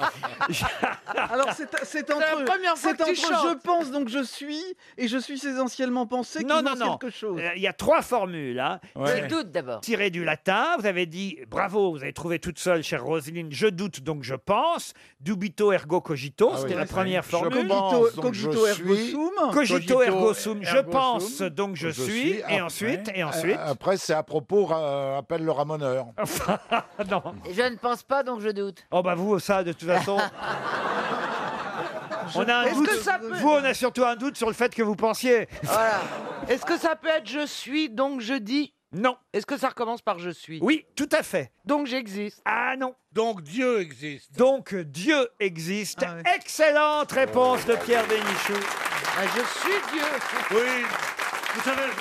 Speaker 17: Alors c'est c'est
Speaker 25: C'est la
Speaker 17: entre,
Speaker 25: première fois
Speaker 17: c'est
Speaker 25: que
Speaker 17: entre
Speaker 25: tu
Speaker 17: je
Speaker 25: chantes.
Speaker 17: pense donc je suis et je suis essentiellement pensé qui
Speaker 2: Non, non,
Speaker 17: pense
Speaker 2: non.
Speaker 17: quelque chose.
Speaker 2: Euh, Il y a trois formules. Hein.
Speaker 17: Ouais. Je doute d'abord.
Speaker 2: Tiré du latin, vous avez dit bravo, vous avez trouvé toute seule, chère Roselyne, je doute donc je pense. Dubito ergo cogito,
Speaker 17: Ah
Speaker 2: c'était
Speaker 17: oui,
Speaker 2: la
Speaker 17: c'est
Speaker 2: première
Speaker 17: vrai.
Speaker 2: formule.
Speaker 17: Je pense, donc Cogito- je cogito ergo suis. sum.
Speaker 2: Cogito
Speaker 17: Cogito
Speaker 2: ergo sum, je
Speaker 17: ergo
Speaker 2: pense
Speaker 17: sum.
Speaker 2: donc je, suis. Et
Speaker 1: Après-
Speaker 2: ensuite, et
Speaker 1: Euh,
Speaker 2: ensuite.
Speaker 1: Après, c'est à propos, euh, appelle le ramoneur.
Speaker 2: non.
Speaker 21: Je ne pense pas, donc je doute.
Speaker 2: Oh bah vous, ça, de toute façon. on a un
Speaker 25: Est-ce
Speaker 2: doute.
Speaker 25: que ça peut-
Speaker 2: Vous, on a surtout un doute sur le fait que vous pensiez.
Speaker 25: Voilà. Est-ce que ça peut être je suis, donc je dis
Speaker 2: Non.
Speaker 25: Est-ce que ça recommence par je suis
Speaker 2: Oui, tout à fait.
Speaker 25: Donc j'existe.
Speaker 2: Ah non.
Speaker 10: Donc Dieu existe.
Speaker 2: Donc Dieu existe.
Speaker 17: Ah
Speaker 2: Excellente réponse de Pierre Bénichou.
Speaker 25: je suis Dieu.
Speaker 10: Oui. Vous savez, je,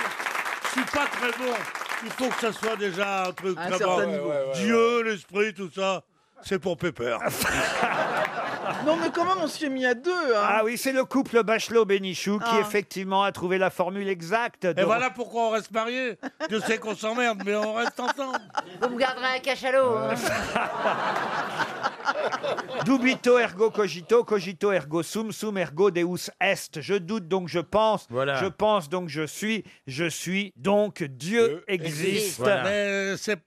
Speaker 10: je suis pas très bon. Il faut que ça soit déjà un truc
Speaker 17: À un
Speaker 10: très
Speaker 17: certain
Speaker 10: bon.
Speaker 17: niveau. Ouais, ouais, ouais,
Speaker 10: Dieu, l'esprit, tout ça, c'est pour Pépère.
Speaker 17: Non mais quand même on s'y est mis à deux. hein.
Speaker 2: Ah oui, c'est le couple Bachelot-Bénichou qui
Speaker 17: Ah.
Speaker 2: effectivement a trouvé la formule exacte. de-
Speaker 10: Et voilà pourquoi on reste mariés. Dieu sait qu'on s'emmerde, mais on reste ensemble.
Speaker 21: Vous me garderez un cachalot. hein.
Speaker 2: Dubito ergo cogito, cogito ergo sum, sum ergo deus est. Je doute donc je pense, je pense donc je suis, je suis donc Dieu existe.
Speaker 10: Mais euh, c'est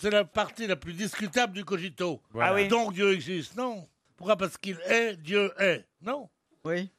Speaker 10: c'est la partie la plus discutable du cogito.
Speaker 2: Voilà. Ah oui.
Speaker 10: Donc Dieu existe, non Pourquoi Parce qu'il est, Dieu est, non
Speaker 17: Oui.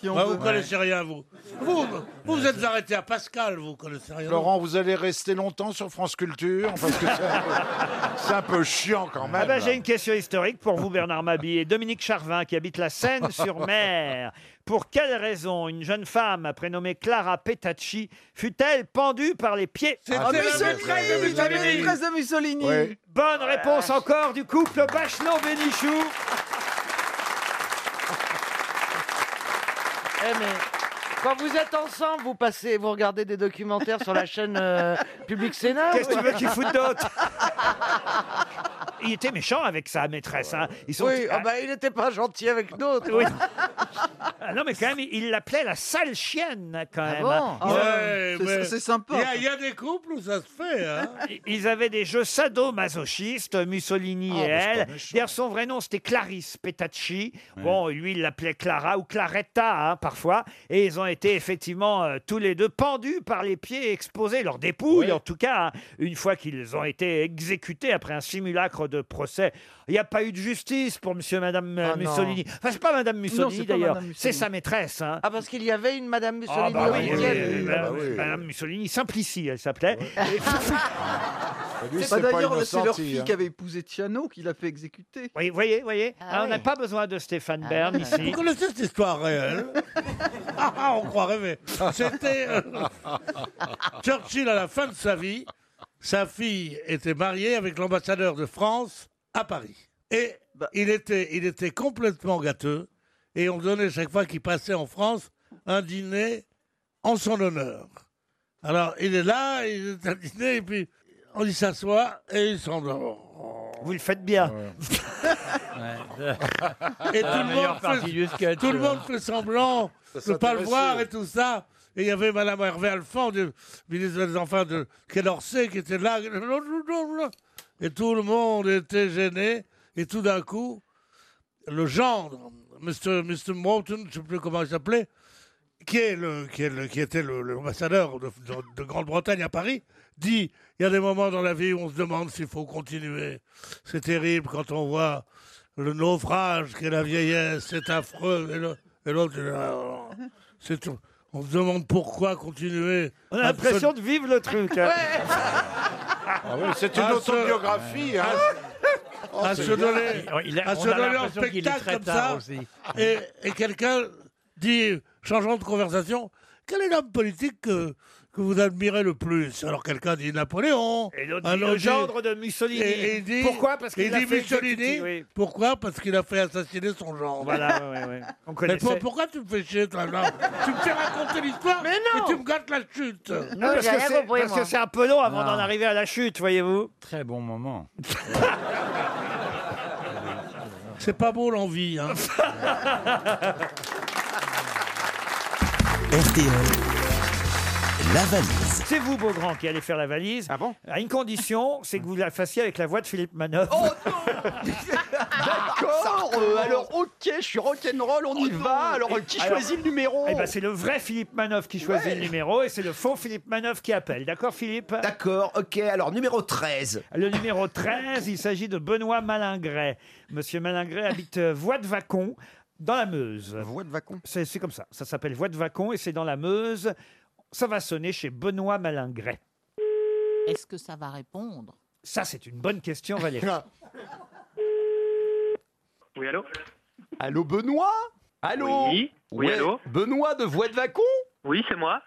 Speaker 17: Si on
Speaker 10: Ouais,
Speaker 17: veut.
Speaker 10: vous
Speaker 17: Ouais.
Speaker 10: connaissez rien, vous. Vous, vous vous êtes arrêté à Pascal, vous connaissez
Speaker 6: Ah,
Speaker 10: rien.
Speaker 1: Laurent, vous allez rester longtemps sur France Culture parce que c'est un peu- c'est un peu chiant quand même.
Speaker 2: Ah
Speaker 6: bah,
Speaker 2: ben,
Speaker 1: là.
Speaker 2: J'ai une question historique pour vous, Bernard Mabie et Dominique Charvin, qui habite la Seine-sur-Mer. Pour quelle raison une jeune femme prénommée Clara Petacci fut-elle pendue par les pieds
Speaker 17: C'était Ah, la Mussolini, maîtresse de la Mussolini. maîtresse de Mussolini. Oui.
Speaker 2: Bonne réponse encore du couple Bachelot-Bénichou.
Speaker 25: Eh, mais quand vous êtes ensemble, vous passez, vous regardez des documentaires sur la chaîne euh, Public Sénat.
Speaker 2: Qu'est-ce que
Speaker 25: ou-
Speaker 2: tu veux qu'ils foutent d'autre Il était méchant avec sa maîtresse. hein. Ils sont
Speaker 25: Oui, ah bah, il n'était pas gentil avec d'autres.
Speaker 2: Oui. Ah non, mais quand même, il l'appelait la sale chienne, quand même. hein. Ils
Speaker 10: Ah Ouais,
Speaker 2: avaient-
Speaker 10: mais Il y a- il y, a des couples où ça se fait. Hein.
Speaker 2: Ils avaient des jeux sadomasochistes, Mussolini
Speaker 10: mais Ah,
Speaker 2: et
Speaker 10: bah, c'est
Speaker 2: elle.
Speaker 10: pas méchant.
Speaker 2: D'ailleurs, son vrai nom, c'était Clarisse Petacci. Bon, lui, il l'appelait Clara ou Claretta, hein, parfois. Et ils ont été effectivement euh, tous les deux pendus par les pieds, et exposés, leurs dépouilles en tout cas, hein, une fois qu'ils ont été exécutés après un simulacre de procès. Il n'y a pas eu de justice pour monsieur et madame euh,
Speaker 25: Ah, non.
Speaker 2: Mussolini. Enfin, c'est pas madame Mussolini
Speaker 25: c'est pas
Speaker 2: d'ailleurs,
Speaker 25: madame
Speaker 2: c'est sa maîtresse. hein.
Speaker 25: Ah, parce qu'il y avait une Madame Mussolini.
Speaker 2: Ah bah oui, oui,
Speaker 25: officielle.
Speaker 2: oui, madame, madame Mussolini, Simplici, elle s'appelait.
Speaker 17: Bah, D'ailleurs, c'est leur fille qui avait épousé Tiano qui l'a fait exécuter.
Speaker 2: Vous voyez, voyez,
Speaker 17: Ah
Speaker 2: hein, on n'a
Speaker 17: oui. Ah
Speaker 2: pas besoin de Stéphane Bern
Speaker 17: oui.
Speaker 2: ici.
Speaker 10: Vous connaissez cette histoire réelle Ah, ah, on croit rêver. C'était euh, Churchill à la fin de sa vie. Sa fille était mariée avec l'ambassadeur de France à Paris. Et
Speaker 2: Bah.
Speaker 10: il, était, il était complètement gâteux. Et on donnait chaque fois qu'il passait en France un dîner en son honneur. Alors il est là, il est à dîner, et puis on y s'assoit et il s'endort.
Speaker 2: Vous le faites bien.
Speaker 10: Et tout,
Speaker 13: La
Speaker 10: le
Speaker 13: meilleure
Speaker 10: monde
Speaker 13: partie du
Speaker 10: fait,
Speaker 13: sketch,
Speaker 10: tout le
Speaker 13: euh.
Speaker 10: monde fait semblant
Speaker 13: Ça
Speaker 10: de ne pas le
Speaker 13: s'intéressait.
Speaker 10: voir et tout ça. Et il y avait Madame Hervé Alphand, du ministre des Enfants de Quai d'Orsay, qui était là. Et tout le monde était gêné. Et tout d'un coup, le gendre, Mr. Mr. Morton, je ne sais plus comment il s'appelait, qui, est le, qui, est le- qui était le- l'ambassadeur de, de- de Grande-Bretagne à Paris, dit, il y a des moments dans la vie où on se demande s'il faut continuer. C'est terrible quand on voit le naufrage qu'est la vieillesse, c'est affreux. Et le- et l'autre, il dit, Ah, non, non, c'est tout. On se demande pourquoi continuer.
Speaker 2: On a l'impression de vivre le truc. hein.
Speaker 10: oui,
Speaker 1: c'est une
Speaker 10: Ah, ce-
Speaker 1: autobiographie. hein. Oh,
Speaker 10: à
Speaker 1: c'est
Speaker 10: se
Speaker 1: bien.
Speaker 10: donner,
Speaker 1: Il a-
Speaker 10: à
Speaker 1: on
Speaker 10: se
Speaker 1: a
Speaker 10: donner en
Speaker 1: l'impression qu'il est
Speaker 10: spectacle
Speaker 1: très
Speaker 10: comme
Speaker 1: tard
Speaker 10: ça.
Speaker 1: aussi.
Speaker 10: Et, et quelqu'un dit, changeant de conversation, quel est l'homme politique que, que vous admirez le plus Alors quelqu'un dit Napoléon.
Speaker 2: Et l'autre
Speaker 10: un
Speaker 2: dit le
Speaker 10: autre
Speaker 2: gendre de Mussolini.
Speaker 10: Et, et il dit,
Speaker 2: Pourquoi Parce qu'il
Speaker 10: il
Speaker 2: a
Speaker 10: dit
Speaker 2: fait
Speaker 10: Mussolini.
Speaker 2: exécuter, oui.
Speaker 10: Pourquoi Parce qu'il a fait assassiner son gendre.
Speaker 2: Voilà, ouais, ouais, ouais. On
Speaker 10: Mais
Speaker 2: connaissait.
Speaker 10: pour- pourquoi tu me fais chier, toi là Tu me fais raconter l'histoire mais tu me gâtes la chute.
Speaker 2: Non, parce que c'est- parce que c'est un peu long avant
Speaker 26: Non.
Speaker 2: d'en arriver à la chute, voyez-vous.
Speaker 26: Très bon moment.
Speaker 10: C'est pas beau l'envie. Hein.
Speaker 2: La valise. C'est vous, Beaugrand, qui allez faire la valise. Ah bon À une condition, c'est que vous la fassiez avec la voix de Philippe Manoff.
Speaker 10: Oh,
Speaker 4: D'accord, euh, alors ok, je suis rock'n'roll, on y va. Alors euh, qui
Speaker 2: Oh, Alors,
Speaker 4: choisit le numéro
Speaker 2: Eh ben, c'est le vrai Philippe Manoff qui choisit le numéro et c'est le faux Philippe Manoff qui appelle. D'accord, Philippe
Speaker 4: D'accord, ok, alors numéro 13.
Speaker 2: Le numéro 13, il s'agit de Benoît Malingret. Monsieur Malingret habite euh, Voie de Vacon, dans la Meuse. Voie de Vacon C'est c'est comme ça. Ça s'appelle Voie de Vacon et c'est dans la Meuse. Ça va sonner chez Benoît Malingret.
Speaker 27: Est-ce que ça va répondre
Speaker 2: Ça, c'est une bonne question, Valérie.
Speaker 8: Euh, Oui, allô
Speaker 4: Allô Benoît Allô
Speaker 8: Oui, oui,
Speaker 4: Ouais,
Speaker 8: allô
Speaker 4: Benoît de Voix de Vacon
Speaker 8: Oui, c'est moi.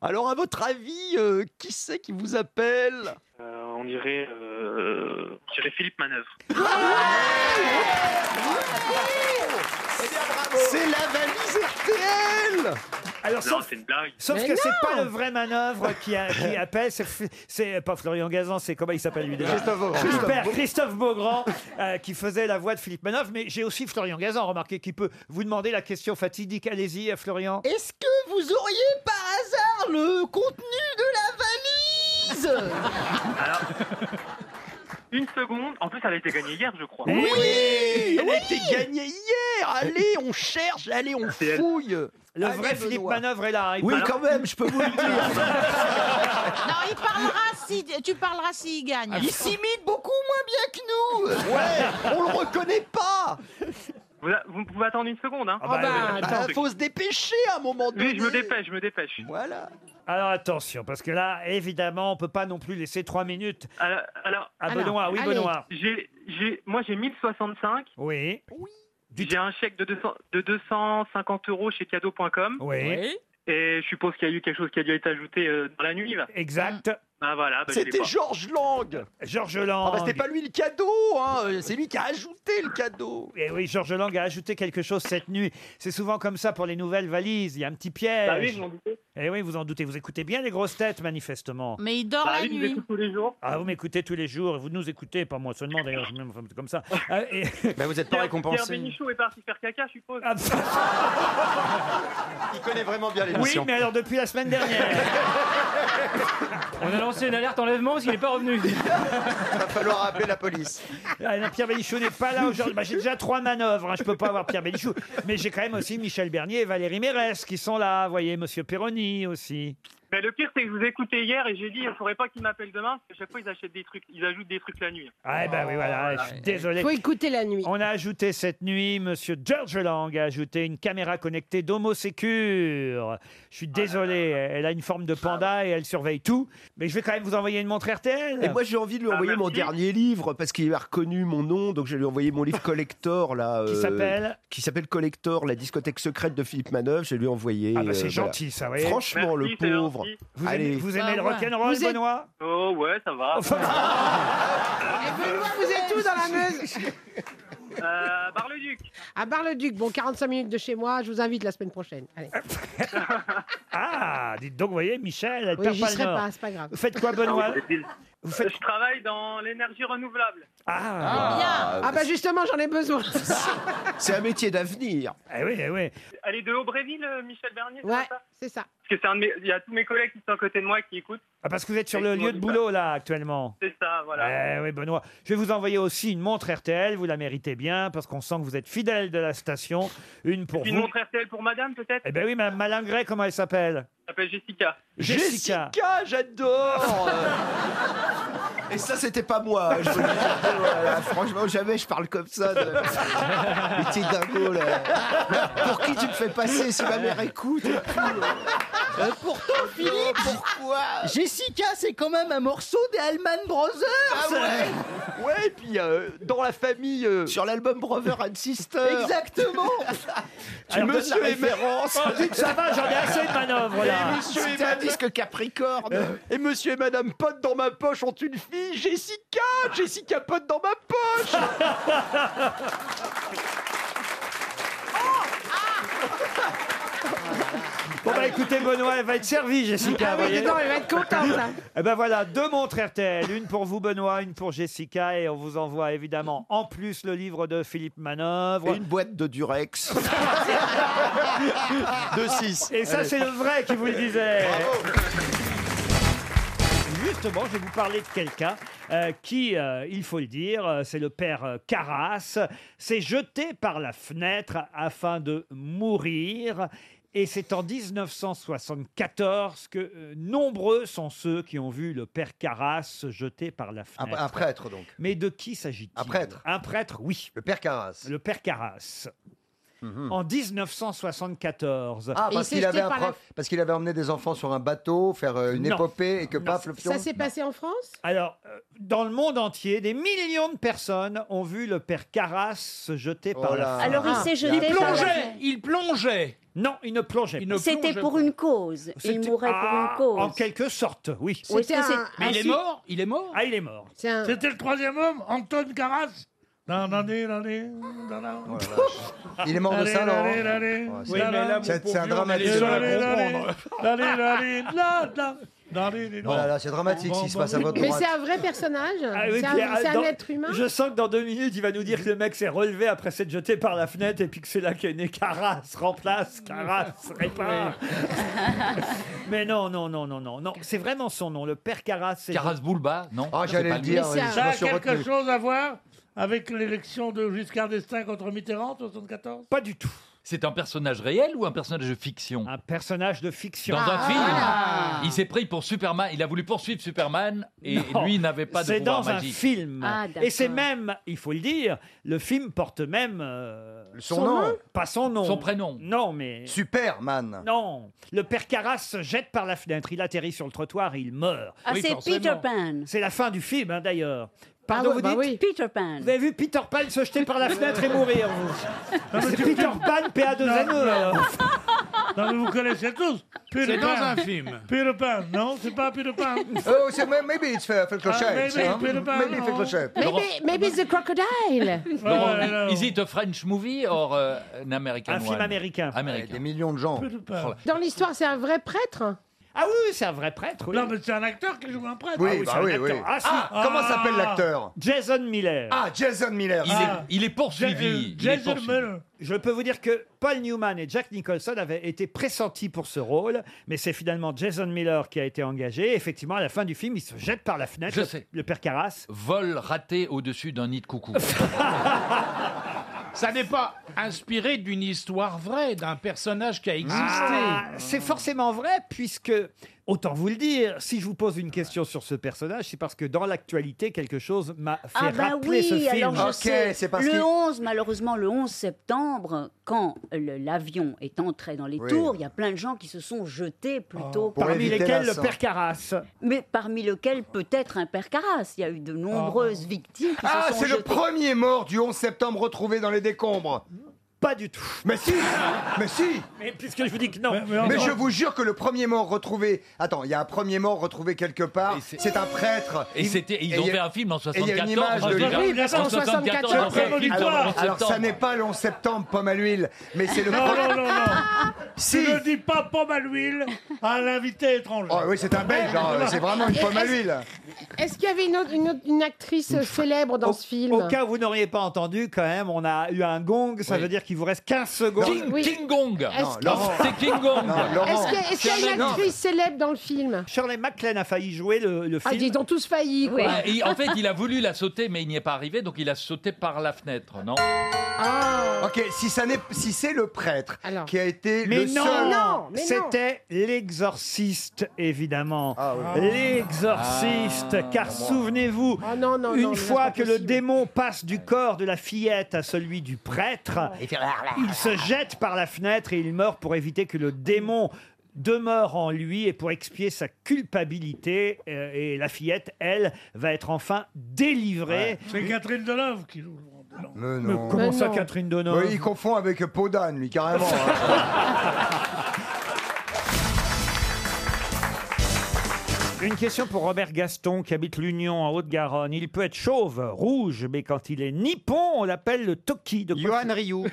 Speaker 4: Alors à votre avis, euh, qui c'est qui vous appelle
Speaker 8: Euh, on dirait, euh, on dirait Philippe Manœuvre.
Speaker 4: C'est la valise RTL
Speaker 2: Alors,
Speaker 8: non,
Speaker 2: sauf-
Speaker 8: c'est une blague.
Speaker 2: Sauf que c'est pas le vrai manœuvre qui, a- qui appelle, c'est F- c'est pas Florian Gazan, c'est comment il s'appelle lui déjà
Speaker 4: Christophe Beaugrand.
Speaker 2: Super,
Speaker 4: Christophe Beau-
Speaker 2: Christophe Beaugrand euh, qui faisait la voix de Philippe Manœuvre, mais j'ai aussi Florian Gazan, remarquez, qui peut vous demander la question fatidique. Allez-y, euh, Florian.
Speaker 5: Est-ce que vous auriez par hasard le contenu de la valise
Speaker 8: Alors, une seconde. En plus, elle a été gagnée hier, je crois.
Speaker 4: Oui, Elle a été gagnée hier Allez, on cherche, allez, on
Speaker 8: elle.
Speaker 4: fouille
Speaker 2: Le vrai Philippe Manœuvre est là.
Speaker 4: Oui, quand même, je peux vous le dire
Speaker 27: Non, il parlera si tu parleras s'il gagne.
Speaker 4: Il s'imite beaucoup moins bien que nous Ouais, on le reconnaît pas
Speaker 8: Vous, a- vous pouvez attendre une seconde, hein
Speaker 4: Ah bah, attends, faut se dépêcher à un moment donné
Speaker 8: Oui, je me dépêche, je me dépêche.
Speaker 4: Voilà
Speaker 2: Alors attention, parce que là, évidemment, on peut pas non plus laisser trois minutes
Speaker 8: Alors, alors,
Speaker 2: à Ah, Benoît. Oui,
Speaker 8: allez.
Speaker 2: Benoît.
Speaker 8: J'ai, j'ai, moi, j'ai 1065.
Speaker 2: Oui.
Speaker 8: J'ai un chèque de, 200 de 250 euros chez cadeau.com.
Speaker 2: Oui. Oui.
Speaker 8: Et je suppose qu'il y a eu quelque chose qui a dû être ajouté euh, dans la nuit, là.
Speaker 2: Exact.
Speaker 8: Ah voilà, bah, je l'ai
Speaker 4: C'était
Speaker 8: pas.
Speaker 4: Georges Lang
Speaker 2: Georges Lang.
Speaker 4: Ah bah, C'était pas lui le cadeau, hein. euh, c'est lui qui a ajouté le cadeau
Speaker 2: Et Eh oui, Georges Lang a ajouté quelque chose cette nuit. C'est souvent comme ça pour les nouvelles valises. Il y a un petit piège.
Speaker 8: Bah oui, je m'en doutais.
Speaker 2: Eh oui, vous en doutez. Vous écoutez bien les grosses têtes, manifestement.
Speaker 27: Mais il dort
Speaker 8: Bah
Speaker 27: la
Speaker 8: oui, je
Speaker 27: nuit.
Speaker 8: l'écoute tous les jours.
Speaker 2: Ah, vous m'écoutez tous les jours. Vous nous écoutez, pas moi seulement d'ailleurs. je- Même enfin, comme ça. Ah, et-
Speaker 8: vous n'êtes
Speaker 2: pas
Speaker 8: Pierre
Speaker 2: récompensé.
Speaker 8: Bénichou est parti faire caca, je suppose.
Speaker 2: Ah,
Speaker 4: Il connaît vraiment bien
Speaker 2: Oui, mais alors depuis la semaine dernière.
Speaker 4: On a lancé une alerte enlèvement parce qu'il n'est pas revenu. Va falloir appeler la police.
Speaker 2: Ah, non, Pierre Bénichou n'est pas là aujourd'hui. Bah, j'ai déjà trois manœuvres. hein, Je peux pas avoir Pierre Bénichou. Mais j'ai quand même aussi Michel Bernier et Valérie Mérès qui sont là. Vous voyez, Monsieur Perroni aussi.
Speaker 8: Mais le pire, c'est que je vous écoutais hier et j'ai dit, il ne faudrait pas qu'ils m'appellent demain, parce qu'à chaque fois, ils achètent des trucs, ils ajoutent des trucs la nuit.
Speaker 2: Ah, ben oui,
Speaker 4: Oh
Speaker 2: voilà, je suis désolé.
Speaker 5: Faut écouter la nuit.
Speaker 2: On a ajouté cette nuit, Monsieur George Lang a ajouté une caméra connectée d'Homo Secure. Je
Speaker 4: Ah
Speaker 2: suis désolé, elle a une forme de panda et elle surveille tout. Mais je vais quand même vous envoyer une montre RTL.
Speaker 4: Et moi j'ai envie de
Speaker 2: Ah,
Speaker 4: lui envoyer mon dernier livre parce qu'il a reconnu mon nom, donc je vais lui envoyer mon livre collector là.
Speaker 2: Qui
Speaker 4: euh,
Speaker 2: s'appelle
Speaker 4: Qui s'appelle Collector, la discothèque secrète de Philippe Manœuvre. Je vais lui envoyer.
Speaker 2: Ah bah, c'est
Speaker 4: euh, voilà.
Speaker 2: gentil, ça, vous voyez.
Speaker 4: Franchement
Speaker 8: Merci, c'est
Speaker 4: le pauvre.
Speaker 8: gentil.
Speaker 2: Vous aimez- vous aimez le
Speaker 5: Ah,
Speaker 2: rock'n'roll,
Speaker 8: Vous êtes-
Speaker 2: Benoît
Speaker 8: Oh ouais, ça va.
Speaker 5: Vous êtes où dans la Meuse
Speaker 8: Euh, Bar-le-Duc.
Speaker 5: À Bar-le-Duc, bon, 45 minutes de chez moi, je vous invite la semaine prochaine. Allez.
Speaker 2: Ah, dites donc, vous voyez, Michel, elle
Speaker 5: Oui,
Speaker 2: perd
Speaker 5: j'y
Speaker 2: pas le
Speaker 5: serai
Speaker 2: nord.
Speaker 5: pas, c'est pas grave.
Speaker 2: Vous faites quoi,
Speaker 8: Ah,
Speaker 2: Benoît
Speaker 8: vous êtes nuls.
Speaker 2: Vous faites
Speaker 8: Je travaille dans l'énergie renouvelable.
Speaker 2: Ah,
Speaker 5: Ah, bah justement, j'en ai besoin.
Speaker 4: bah, C'est un métier d'avenir.
Speaker 2: Eh oui, eh oui.
Speaker 8: Elle est de Aubréville, euh, Michel Bernier c'est
Speaker 5: Ouais,
Speaker 8: ça
Speaker 5: c'est ça.
Speaker 8: Parce que c'est un de mes- il y a tous mes collègues qui sont à côté de moi qui écoutent.
Speaker 2: Ah, parce que vous êtes sur le lieu de boulot, là, actuellement.
Speaker 8: C'est ça, voilà.
Speaker 2: Eh oui, Benoît. Je vais vous envoyer aussi une montre RTL, vous la méritez bien, parce qu'on sent que vous êtes fidèle de la station. Une pour
Speaker 8: Une
Speaker 2: vous.
Speaker 8: montre RTL pour madame, peut-être
Speaker 2: Eh ben oui, Madame Malingret, comment elle s'appelle
Speaker 28: s'appelle Jessica.
Speaker 2: Jessica.
Speaker 4: Oh, j'adore euh. Et ça, c'était pas moi. je vous le dis. Voilà, franchement, jamais je parle comme ça. De... Mais t'es dingo, là. Pour qui tu me fais passer si ma mère écoute Euh,
Speaker 3: pourtant, Philippe, pourquoi Jessica, Ah, c'est quand même un morceau des Allman Brothers.
Speaker 4: Ah ouais Ouais, et puis euh, dans la famille.
Speaker 8: euh,
Speaker 4: Sur l'album Brother and Sister.
Speaker 3: Exactement.
Speaker 4: Tu me suis référence.
Speaker 8: Oh,
Speaker 2: ça va, j'en ai assez de manœuvres là.
Speaker 4: Et monsieur Euh. et
Speaker 2: C'était un
Speaker 4: madame... disque Capricorne. Et monsieur et madame Pote dans ma poche ont une fille, Jessica. Jessica Pote dans ma poche.
Speaker 2: Bon bah écoutez Benoît, elle va être servie Jessica.
Speaker 29: Ah oui,
Speaker 2: voyez.
Speaker 29: dis donc, elle va être contente, hein. là.
Speaker 2: Eh ben voilà, deux montres RTL, une pour vous Benoît, une pour Jessica et on vous envoie évidemment en plus le livre de Philippe Manœuvre.
Speaker 4: Et une boîte de Durex.
Speaker 2: de 6. Et ça c'est le vrai qui vous le disait. Justement, je vais vous parler de quelqu'un euh, qui, euh, il faut le dire, euh, c'est le père euh, Carras, s'est jeté par la fenêtre afin de mourir. Et c'est en 1974 que euh, nombreux sont ceux qui ont vu le père Carras se jeter par la
Speaker 8: Un,
Speaker 2: fenêtre.
Speaker 8: un prêtre, donc.
Speaker 2: Mais de qui s'agit-il
Speaker 8: Un prêtre.
Speaker 2: Un prêtre, oui.
Speaker 8: Le père Carras.
Speaker 2: Le père Carras. En 1974.
Speaker 8: Ah, parce qu'il avait, un prof- parce qu'il avait emmené des enfants sur un bateau, faire euh, une
Speaker 2: Non.
Speaker 8: épopée, et que paf, le fion...
Speaker 5: Ça s'est passé en France
Speaker 2: Alors, euh, dans le monde entier, des millions de personnes ont vu le père Carras se jeter par
Speaker 8: Oh là.
Speaker 2: la fenêtre. Ah,
Speaker 12: Alors, il s'est jeté
Speaker 2: Il
Speaker 12: par la
Speaker 2: plongeait
Speaker 12: fenêtre.
Speaker 2: Il plongeait Non, il ne plongeait pas.
Speaker 12: C'était pour une cause. Il
Speaker 2: C'était-
Speaker 12: mourait
Speaker 2: Ah,
Speaker 12: pour une cause.
Speaker 2: En quelque sorte, oui.
Speaker 12: Oui, C'était c'est- un- Mais il un est su- mort,
Speaker 2: Il est mort Ah, il est mort.
Speaker 10: C'était le troisième homme, Anton Carras. Nan, nan, nan, nan, nan, nan, nan.
Speaker 8: Oh Il est mort de
Speaker 10: Allez,
Speaker 8: ça, Laurent
Speaker 10: allez, allez.
Speaker 8: Ouais,
Speaker 10: Oui,
Speaker 8: c'est-
Speaker 10: mais là, mon
Speaker 8: C'est-
Speaker 10: pauvre
Speaker 8: c'est un
Speaker 10: vieux, on
Speaker 8: dramatique.
Speaker 10: est sur la
Speaker 8: Allez,
Speaker 10: comprendre. Allez, allez, là, là.
Speaker 8: Oh là là, c'est dramatique
Speaker 10: Bon,
Speaker 8: s'il se
Speaker 10: bon,
Speaker 8: passe à
Speaker 10: bon.
Speaker 8: votre
Speaker 5: Mais
Speaker 8: droite.
Speaker 5: c'est un vrai personnage
Speaker 2: Ah oui,
Speaker 5: C'est
Speaker 2: puis, ah,
Speaker 5: un, c'est un
Speaker 2: dans-
Speaker 5: être humain
Speaker 2: Je sens que dans deux minutes, il va nous dire que le mec s'est relevé après s'être jeté par la fenêtre et puis que c'est là qu'est né Carras, remplace, Carras, répare. Mais non, non, non, non, non, non. C'est vraiment son nom, le père Carras. Carras Boulba, non
Speaker 8: Ah, j'allais le dire, oui, je
Speaker 10: Ça
Speaker 8: me
Speaker 10: a
Speaker 8: suis
Speaker 10: quelque
Speaker 8: retenu.
Speaker 10: chose à voir avec l'élection de Giscard d'Estaing contre Mitterrand, 74
Speaker 2: Pas du tout.
Speaker 20: C'est un personnage réel ou un personnage de fiction
Speaker 2: Un personnage de fiction.
Speaker 20: Dans un
Speaker 2: Ah,
Speaker 20: film,
Speaker 2: voilà.
Speaker 20: il s'est pris pour Superman, il a voulu poursuivre Superman et
Speaker 2: Non,
Speaker 20: lui n'avait pas de
Speaker 2: C'est
Speaker 20: pouvoir
Speaker 2: dans
Speaker 20: magique.
Speaker 2: un film.
Speaker 20: Ah,
Speaker 2: et c'est même, il faut le dire, le film porte même. euh,
Speaker 8: Son nom.
Speaker 2: Pas son nom.
Speaker 8: Son
Speaker 20: prénom.
Speaker 2: Non, mais.
Speaker 8: Superman.
Speaker 2: Non. Le père Carras se jette par la fenêtre, il atterrit sur le trottoir et il meurt.
Speaker 12: Ah, c'est Peter Pan.
Speaker 2: C'est la fin du film, hein, d'ailleurs.
Speaker 12: Ah
Speaker 2: Pardon,
Speaker 12: ouais,
Speaker 2: vous
Speaker 12: bah
Speaker 2: dites
Speaker 12: oui. Peter Pan.
Speaker 2: Vous avez vu Peter Pan se jeter par la fenêtre et mourir, vous C'est Peter Pan, PA2NE,
Speaker 10: Non, non.
Speaker 2: E, alors.
Speaker 10: Non, mais vous connaissez tous. Peter C'est dans Pan. un film. Peter Pan, non, c'est pas Peter Pan.
Speaker 8: Oh, c'est maybe it's fait fait
Speaker 10: Ah,
Speaker 8: clochette.
Speaker 10: maybe
Speaker 8: hein.
Speaker 10: Peter Pan,
Speaker 8: Maybe fait
Speaker 10: non.
Speaker 8: clochette.
Speaker 5: Maybe, maybe it's the crocodile
Speaker 20: Laurent, is it a French movie or euh, an American
Speaker 2: Un film
Speaker 20: one
Speaker 2: américain.
Speaker 20: Américain.
Speaker 8: Des millions de gens.
Speaker 5: Dans l'histoire, c'est un vrai prêtre
Speaker 2: Ah oui, c'est un vrai prêtre.
Speaker 10: Non, mais c'est un acteur qui joue un prêtre.
Speaker 8: Oui,
Speaker 10: Ah
Speaker 8: bah
Speaker 10: c'est un
Speaker 8: oui,
Speaker 10: acteur.
Speaker 8: oui.
Speaker 10: Ah, si.
Speaker 8: Ah, comment s'appelle l'acteur
Speaker 2: Ah, Jason Miller.
Speaker 8: Ah, Jason Miller.
Speaker 20: Il,
Speaker 8: Ah.
Speaker 20: est, il est poursuivi. il est poursuivi.
Speaker 2: Je peux vous dire que Paul Newman et Jack Nicholson avaient été pressentis pour ce rôle, mais c'est finalement Jason Miller qui a été engagé. Effectivement, à la fin du film, il se jette par la fenêtre,
Speaker 20: Je
Speaker 2: le,
Speaker 20: sais.
Speaker 2: le père Carras.
Speaker 20: Vol raté au-dessus d'un nid de coucou.
Speaker 6: Ça n'est pas inspiré d'une histoire vraie, d'un personnage qui a existé.
Speaker 2: Ah, c'est forcément vrai, puisque, autant vous le dire, si je vous pose une question sur ce personnage, c'est parce que dans l'actualité, quelque chose m'a fait
Speaker 12: Ah bah
Speaker 2: rappeler ce
Speaker 12: oui,
Speaker 2: film.
Speaker 12: alors je sais. le 11, malheureusement, le 11 septembre, quand le- l'avion est entré dans les
Speaker 2: Oui. Oh,
Speaker 12: tours, il y a plein de gens qui se sont jetés plutôt
Speaker 2: Pour Parmi éviter lesquels la le sang. père Carras.
Speaker 12: Mais parmi lesquels peut-être un père Carras. Il y a eu de nombreuses victimes qui
Speaker 8: Ah,
Speaker 12: se sont
Speaker 8: c'est le
Speaker 12: jetées.
Speaker 8: premier mort du 11 septembre retrouvé dans les décombres.
Speaker 2: Pas du tout.
Speaker 8: Mais si Mais si
Speaker 2: Mais puisque je vous dis que non.
Speaker 8: Mais je vous jure que le premier mort retrouvé. Attends, il y a un premier mort retrouvé quelque part. C'est un prêtre.
Speaker 20: Et
Speaker 8: Il-
Speaker 20: c'était- ils ont
Speaker 8: il y a-
Speaker 20: fait un film en
Speaker 8: et il y a
Speaker 20: 74,
Speaker 8: une image
Speaker 20: moi,
Speaker 8: de
Speaker 20: déjà. Oui, bien sûr, en
Speaker 8: En
Speaker 20: 74, on fait un film dans le
Speaker 8: Alors,
Speaker 20: 11
Speaker 8: alors, ça
Speaker 20: septembre.
Speaker 8: n'est pas le 11 septembre, pomme à l'huile, mais c'est le
Speaker 10: Non,
Speaker 8: premier.
Speaker 10: non, non, non.
Speaker 8: Si.
Speaker 10: Tu ne dis pas pomme à l'huile à l'invité étranger.
Speaker 8: Oh, oui, c'est un belge, hein, c'est vraiment une pomme à l'huile.
Speaker 5: Est-ce qu'il y avait une, autre- une autre- une actrice célèbre dans ce film
Speaker 2: Au cas où vous n'auriez pas entendu, quand même, on a eu un gong. Ça veut dire qu'il vous reste 15 secondes.
Speaker 20: King- Oui. King
Speaker 2: Gong
Speaker 20: Est-ce que- Laurent.
Speaker 2: C'est King Gong
Speaker 20: Est-ce que- est-ce qu'il y a une actrice célèbre dans le film
Speaker 2: Shirley MacLaine a failli jouer le, le
Speaker 20: Ah,
Speaker 2: film.
Speaker 20: ils ont tous failli, quoi. Ah,
Speaker 2: Ouais.
Speaker 30: Et en fait, il a voulu la sauter, mais il n'y est pas arrivé, donc il a sauté par la fenêtre, non
Speaker 12: Ok, si, ça n'est- si c'est le prêtre qui a été
Speaker 2: Mais
Speaker 12: le
Speaker 2: non,
Speaker 12: seul...
Speaker 2: C'était l'exorciste, évidemment.
Speaker 12: Ah,
Speaker 2: Ah.
Speaker 12: oui.
Speaker 2: L'exorciste,
Speaker 12: Ah,
Speaker 2: car
Speaker 12: bon.
Speaker 2: souvenez-vous,
Speaker 20: Ah non, non,
Speaker 2: une
Speaker 20: non, mais c'est
Speaker 2: fois
Speaker 20: pas
Speaker 2: que le
Speaker 20: possible.
Speaker 2: démon passe du corps de la fillette à celui du prêtre,
Speaker 20: Il fait
Speaker 2: il se jette par la fenêtre et il meurt pour éviter que le démon demeure en lui et pour expier sa culpabilité. Euh, Et la fillette, elle, va être enfin délivrée.
Speaker 10: C'est Catherine Delove qui joue.
Speaker 12: Mais
Speaker 2: Mais comment Mais ça, non. Catherine Deneuve
Speaker 12: Mais Il confond avec Podane, lui, carrément. hein.
Speaker 2: Une question pour Robert Gaston qui habite l'Union en Haute-Garonne. Il peut être chauve, rouge, mais quand il est nippon, on l'appelle le toki. De quoi Yohan Ryu.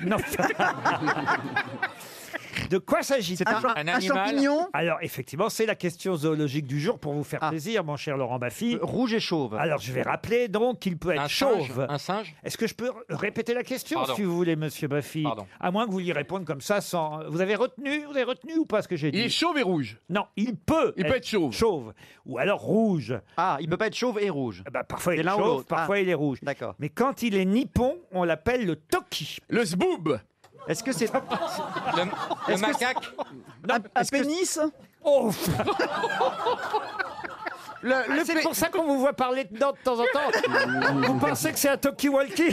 Speaker 2: De quoi s'agit-il
Speaker 6: C'est un- Un- un un animal champignon
Speaker 2: Alors effectivement, c'est la question zoologique du jour pour vous faire plaisir, mon cher Laurent Baffy. rouge et chauve. Alors je vais rappeler donc qu'il peut être
Speaker 9: singe
Speaker 2: chauve. Un singe Est-ce que je peux répéter la question
Speaker 9: Pardon.
Speaker 2: si vous voulez, monsieur Baffy À moins que vous y répondiez comme ça sans... Vous avez retenu, vous avez retenu ou pas ce que j'ai dit
Speaker 9: Il est chauve et rouge.
Speaker 2: Non, il peut.
Speaker 9: Il peut être chauve.
Speaker 2: Chauve. Ou alors rouge.
Speaker 9: Ah, il peut pas être chauve et rouge.
Speaker 2: Bah, parfois il
Speaker 9: C'est
Speaker 2: est
Speaker 9: l'un ou
Speaker 2: chauve,
Speaker 9: l'autre.
Speaker 2: parfois
Speaker 9: Ah.
Speaker 2: il est rouge.
Speaker 9: D'accord.
Speaker 2: Mais quand il est nippon, on l'appelle le toki.
Speaker 9: Le zboob.
Speaker 2: Est-ce que c'est
Speaker 9: Le,
Speaker 2: Est-ce que c'est-
Speaker 9: Un, pénis
Speaker 2: Oh Ah, C'est pour ça qu'on vous voit parler dedans de temps en temps. vous pensez que c'est un talkie-walkie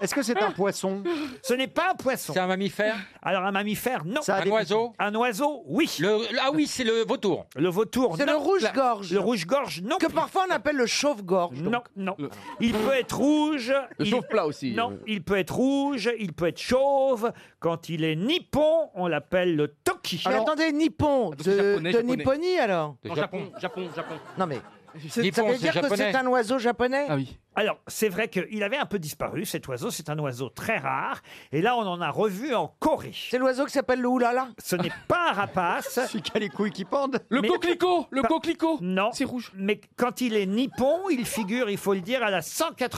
Speaker 2: Est-ce que c'est un poisson Ce n'est pas un poisson. C'est un mammifère Alors un mammifère, non.
Speaker 9: Ça a Un des- oiseau
Speaker 2: Un oiseau, oui.
Speaker 9: Ah oui, c'est le vautour.
Speaker 2: Le vautour,
Speaker 9: C'est
Speaker 2: non.
Speaker 9: le rouge-gorge.
Speaker 2: Le rouge-gorge, non. Que
Speaker 9: parfois on appelle le chauve-gorge.
Speaker 2: Non, non. Il peut être rouge.
Speaker 9: Le
Speaker 2: il-
Speaker 9: chauve-plat aussi. euh.
Speaker 2: Non, il peut être rouge, il peut être chauve. Quand il est nippon, on l'appelle le toki.
Speaker 25: Mais attendez, Nippon, de,
Speaker 2: japonais,
Speaker 25: de
Speaker 2: japonais.
Speaker 25: Nipponie alors
Speaker 2: Non, Japon,
Speaker 9: Japon, Japon.
Speaker 25: Non mais, c'est- ça
Speaker 2: Nippon,
Speaker 25: veut
Speaker 2: c'est
Speaker 25: dire que
Speaker 2: japonais. Ah
Speaker 25: c'est un oiseau japonais
Speaker 9: Ah
Speaker 2: Alors, c'est vrai qu'il avait un peu disparu, cet oiseau. C'est un oiseau très rare. Et là, on en a revu en Corée. C'est
Speaker 25: l'oiseau qui s'appelle le oulala
Speaker 2: Ce n'est pas un rapace. C'est qui les couilles qui pendent
Speaker 9: Le coquelicot, le
Speaker 2: coquelicot Non. C'est rouge. Mais quand il est nippon, il figure, il faut le dire, à la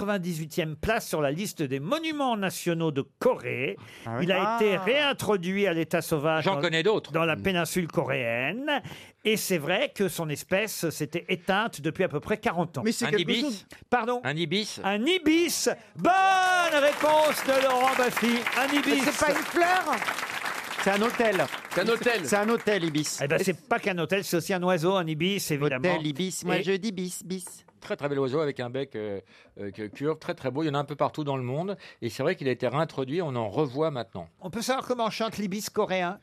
Speaker 2: 198e place sur la liste des monuments nationaux de Corée. Il
Speaker 9: Ah.
Speaker 2: a été réintroduit à l'état sauvage
Speaker 9: J'en
Speaker 2: dans-
Speaker 9: connais d'autres.
Speaker 2: dans la péninsule coréenne. Et c'est vrai que son espèce s'était éteinte depuis à peu près 40 ans. Mais
Speaker 9: c'est Un quelque ibis chose-
Speaker 2: Pardon
Speaker 9: Un ibis
Speaker 2: un ibis. Bonne réponse de Laurent Baffy. Un ibis.
Speaker 25: Mais c'est pas une
Speaker 2: fleur
Speaker 9: C'est un hôtel. C'est un hôtel. C'est un hôtel, Ibis.
Speaker 2: Eh ben, c'est pas qu'un hôtel, c'est aussi un oiseau, un ibis, évidemment.
Speaker 9: Hôtel, Ibis. Moi, je dis bis, bis. Très très bel oiseau avec un bec euh, euh, que- curve, très très beau. Il y en a un peu partout dans le monde. Et c'est vrai qu'il a été réintroduit, on en revoit maintenant.
Speaker 2: On peut savoir comment chante l'ibis coréen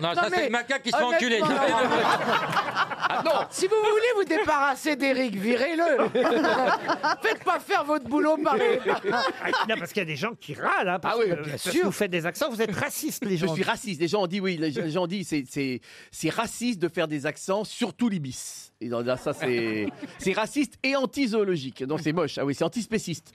Speaker 9: Non, ça, c'est le macaque qui se fait
Speaker 25: honnêtement,
Speaker 9: enculer.
Speaker 2: Ah
Speaker 25: Laurent. Ah, Si vous voulez vous débarrasser d'Eric, virez-le. Faites pas faire votre boulot par les...
Speaker 2: Ah, non, parce qu'il y a des gens qui râlent. hein, parce
Speaker 14: Ah oui,
Speaker 2: que-
Speaker 14: bien
Speaker 2: parce que
Speaker 14: sûr.
Speaker 2: Vous faites des accents, vous êtes racistes, les gens.
Speaker 14: Je suis raciste. Les gens ont dit, oui, les gens ont dit, c'est- c'est c'est raciste de faire des accents, surtout l'ibis. Et dans- là, ça, c'est c'est raciste et anti-zoologique. Donc, c'est moche. Ah oui, c'est antispéciste.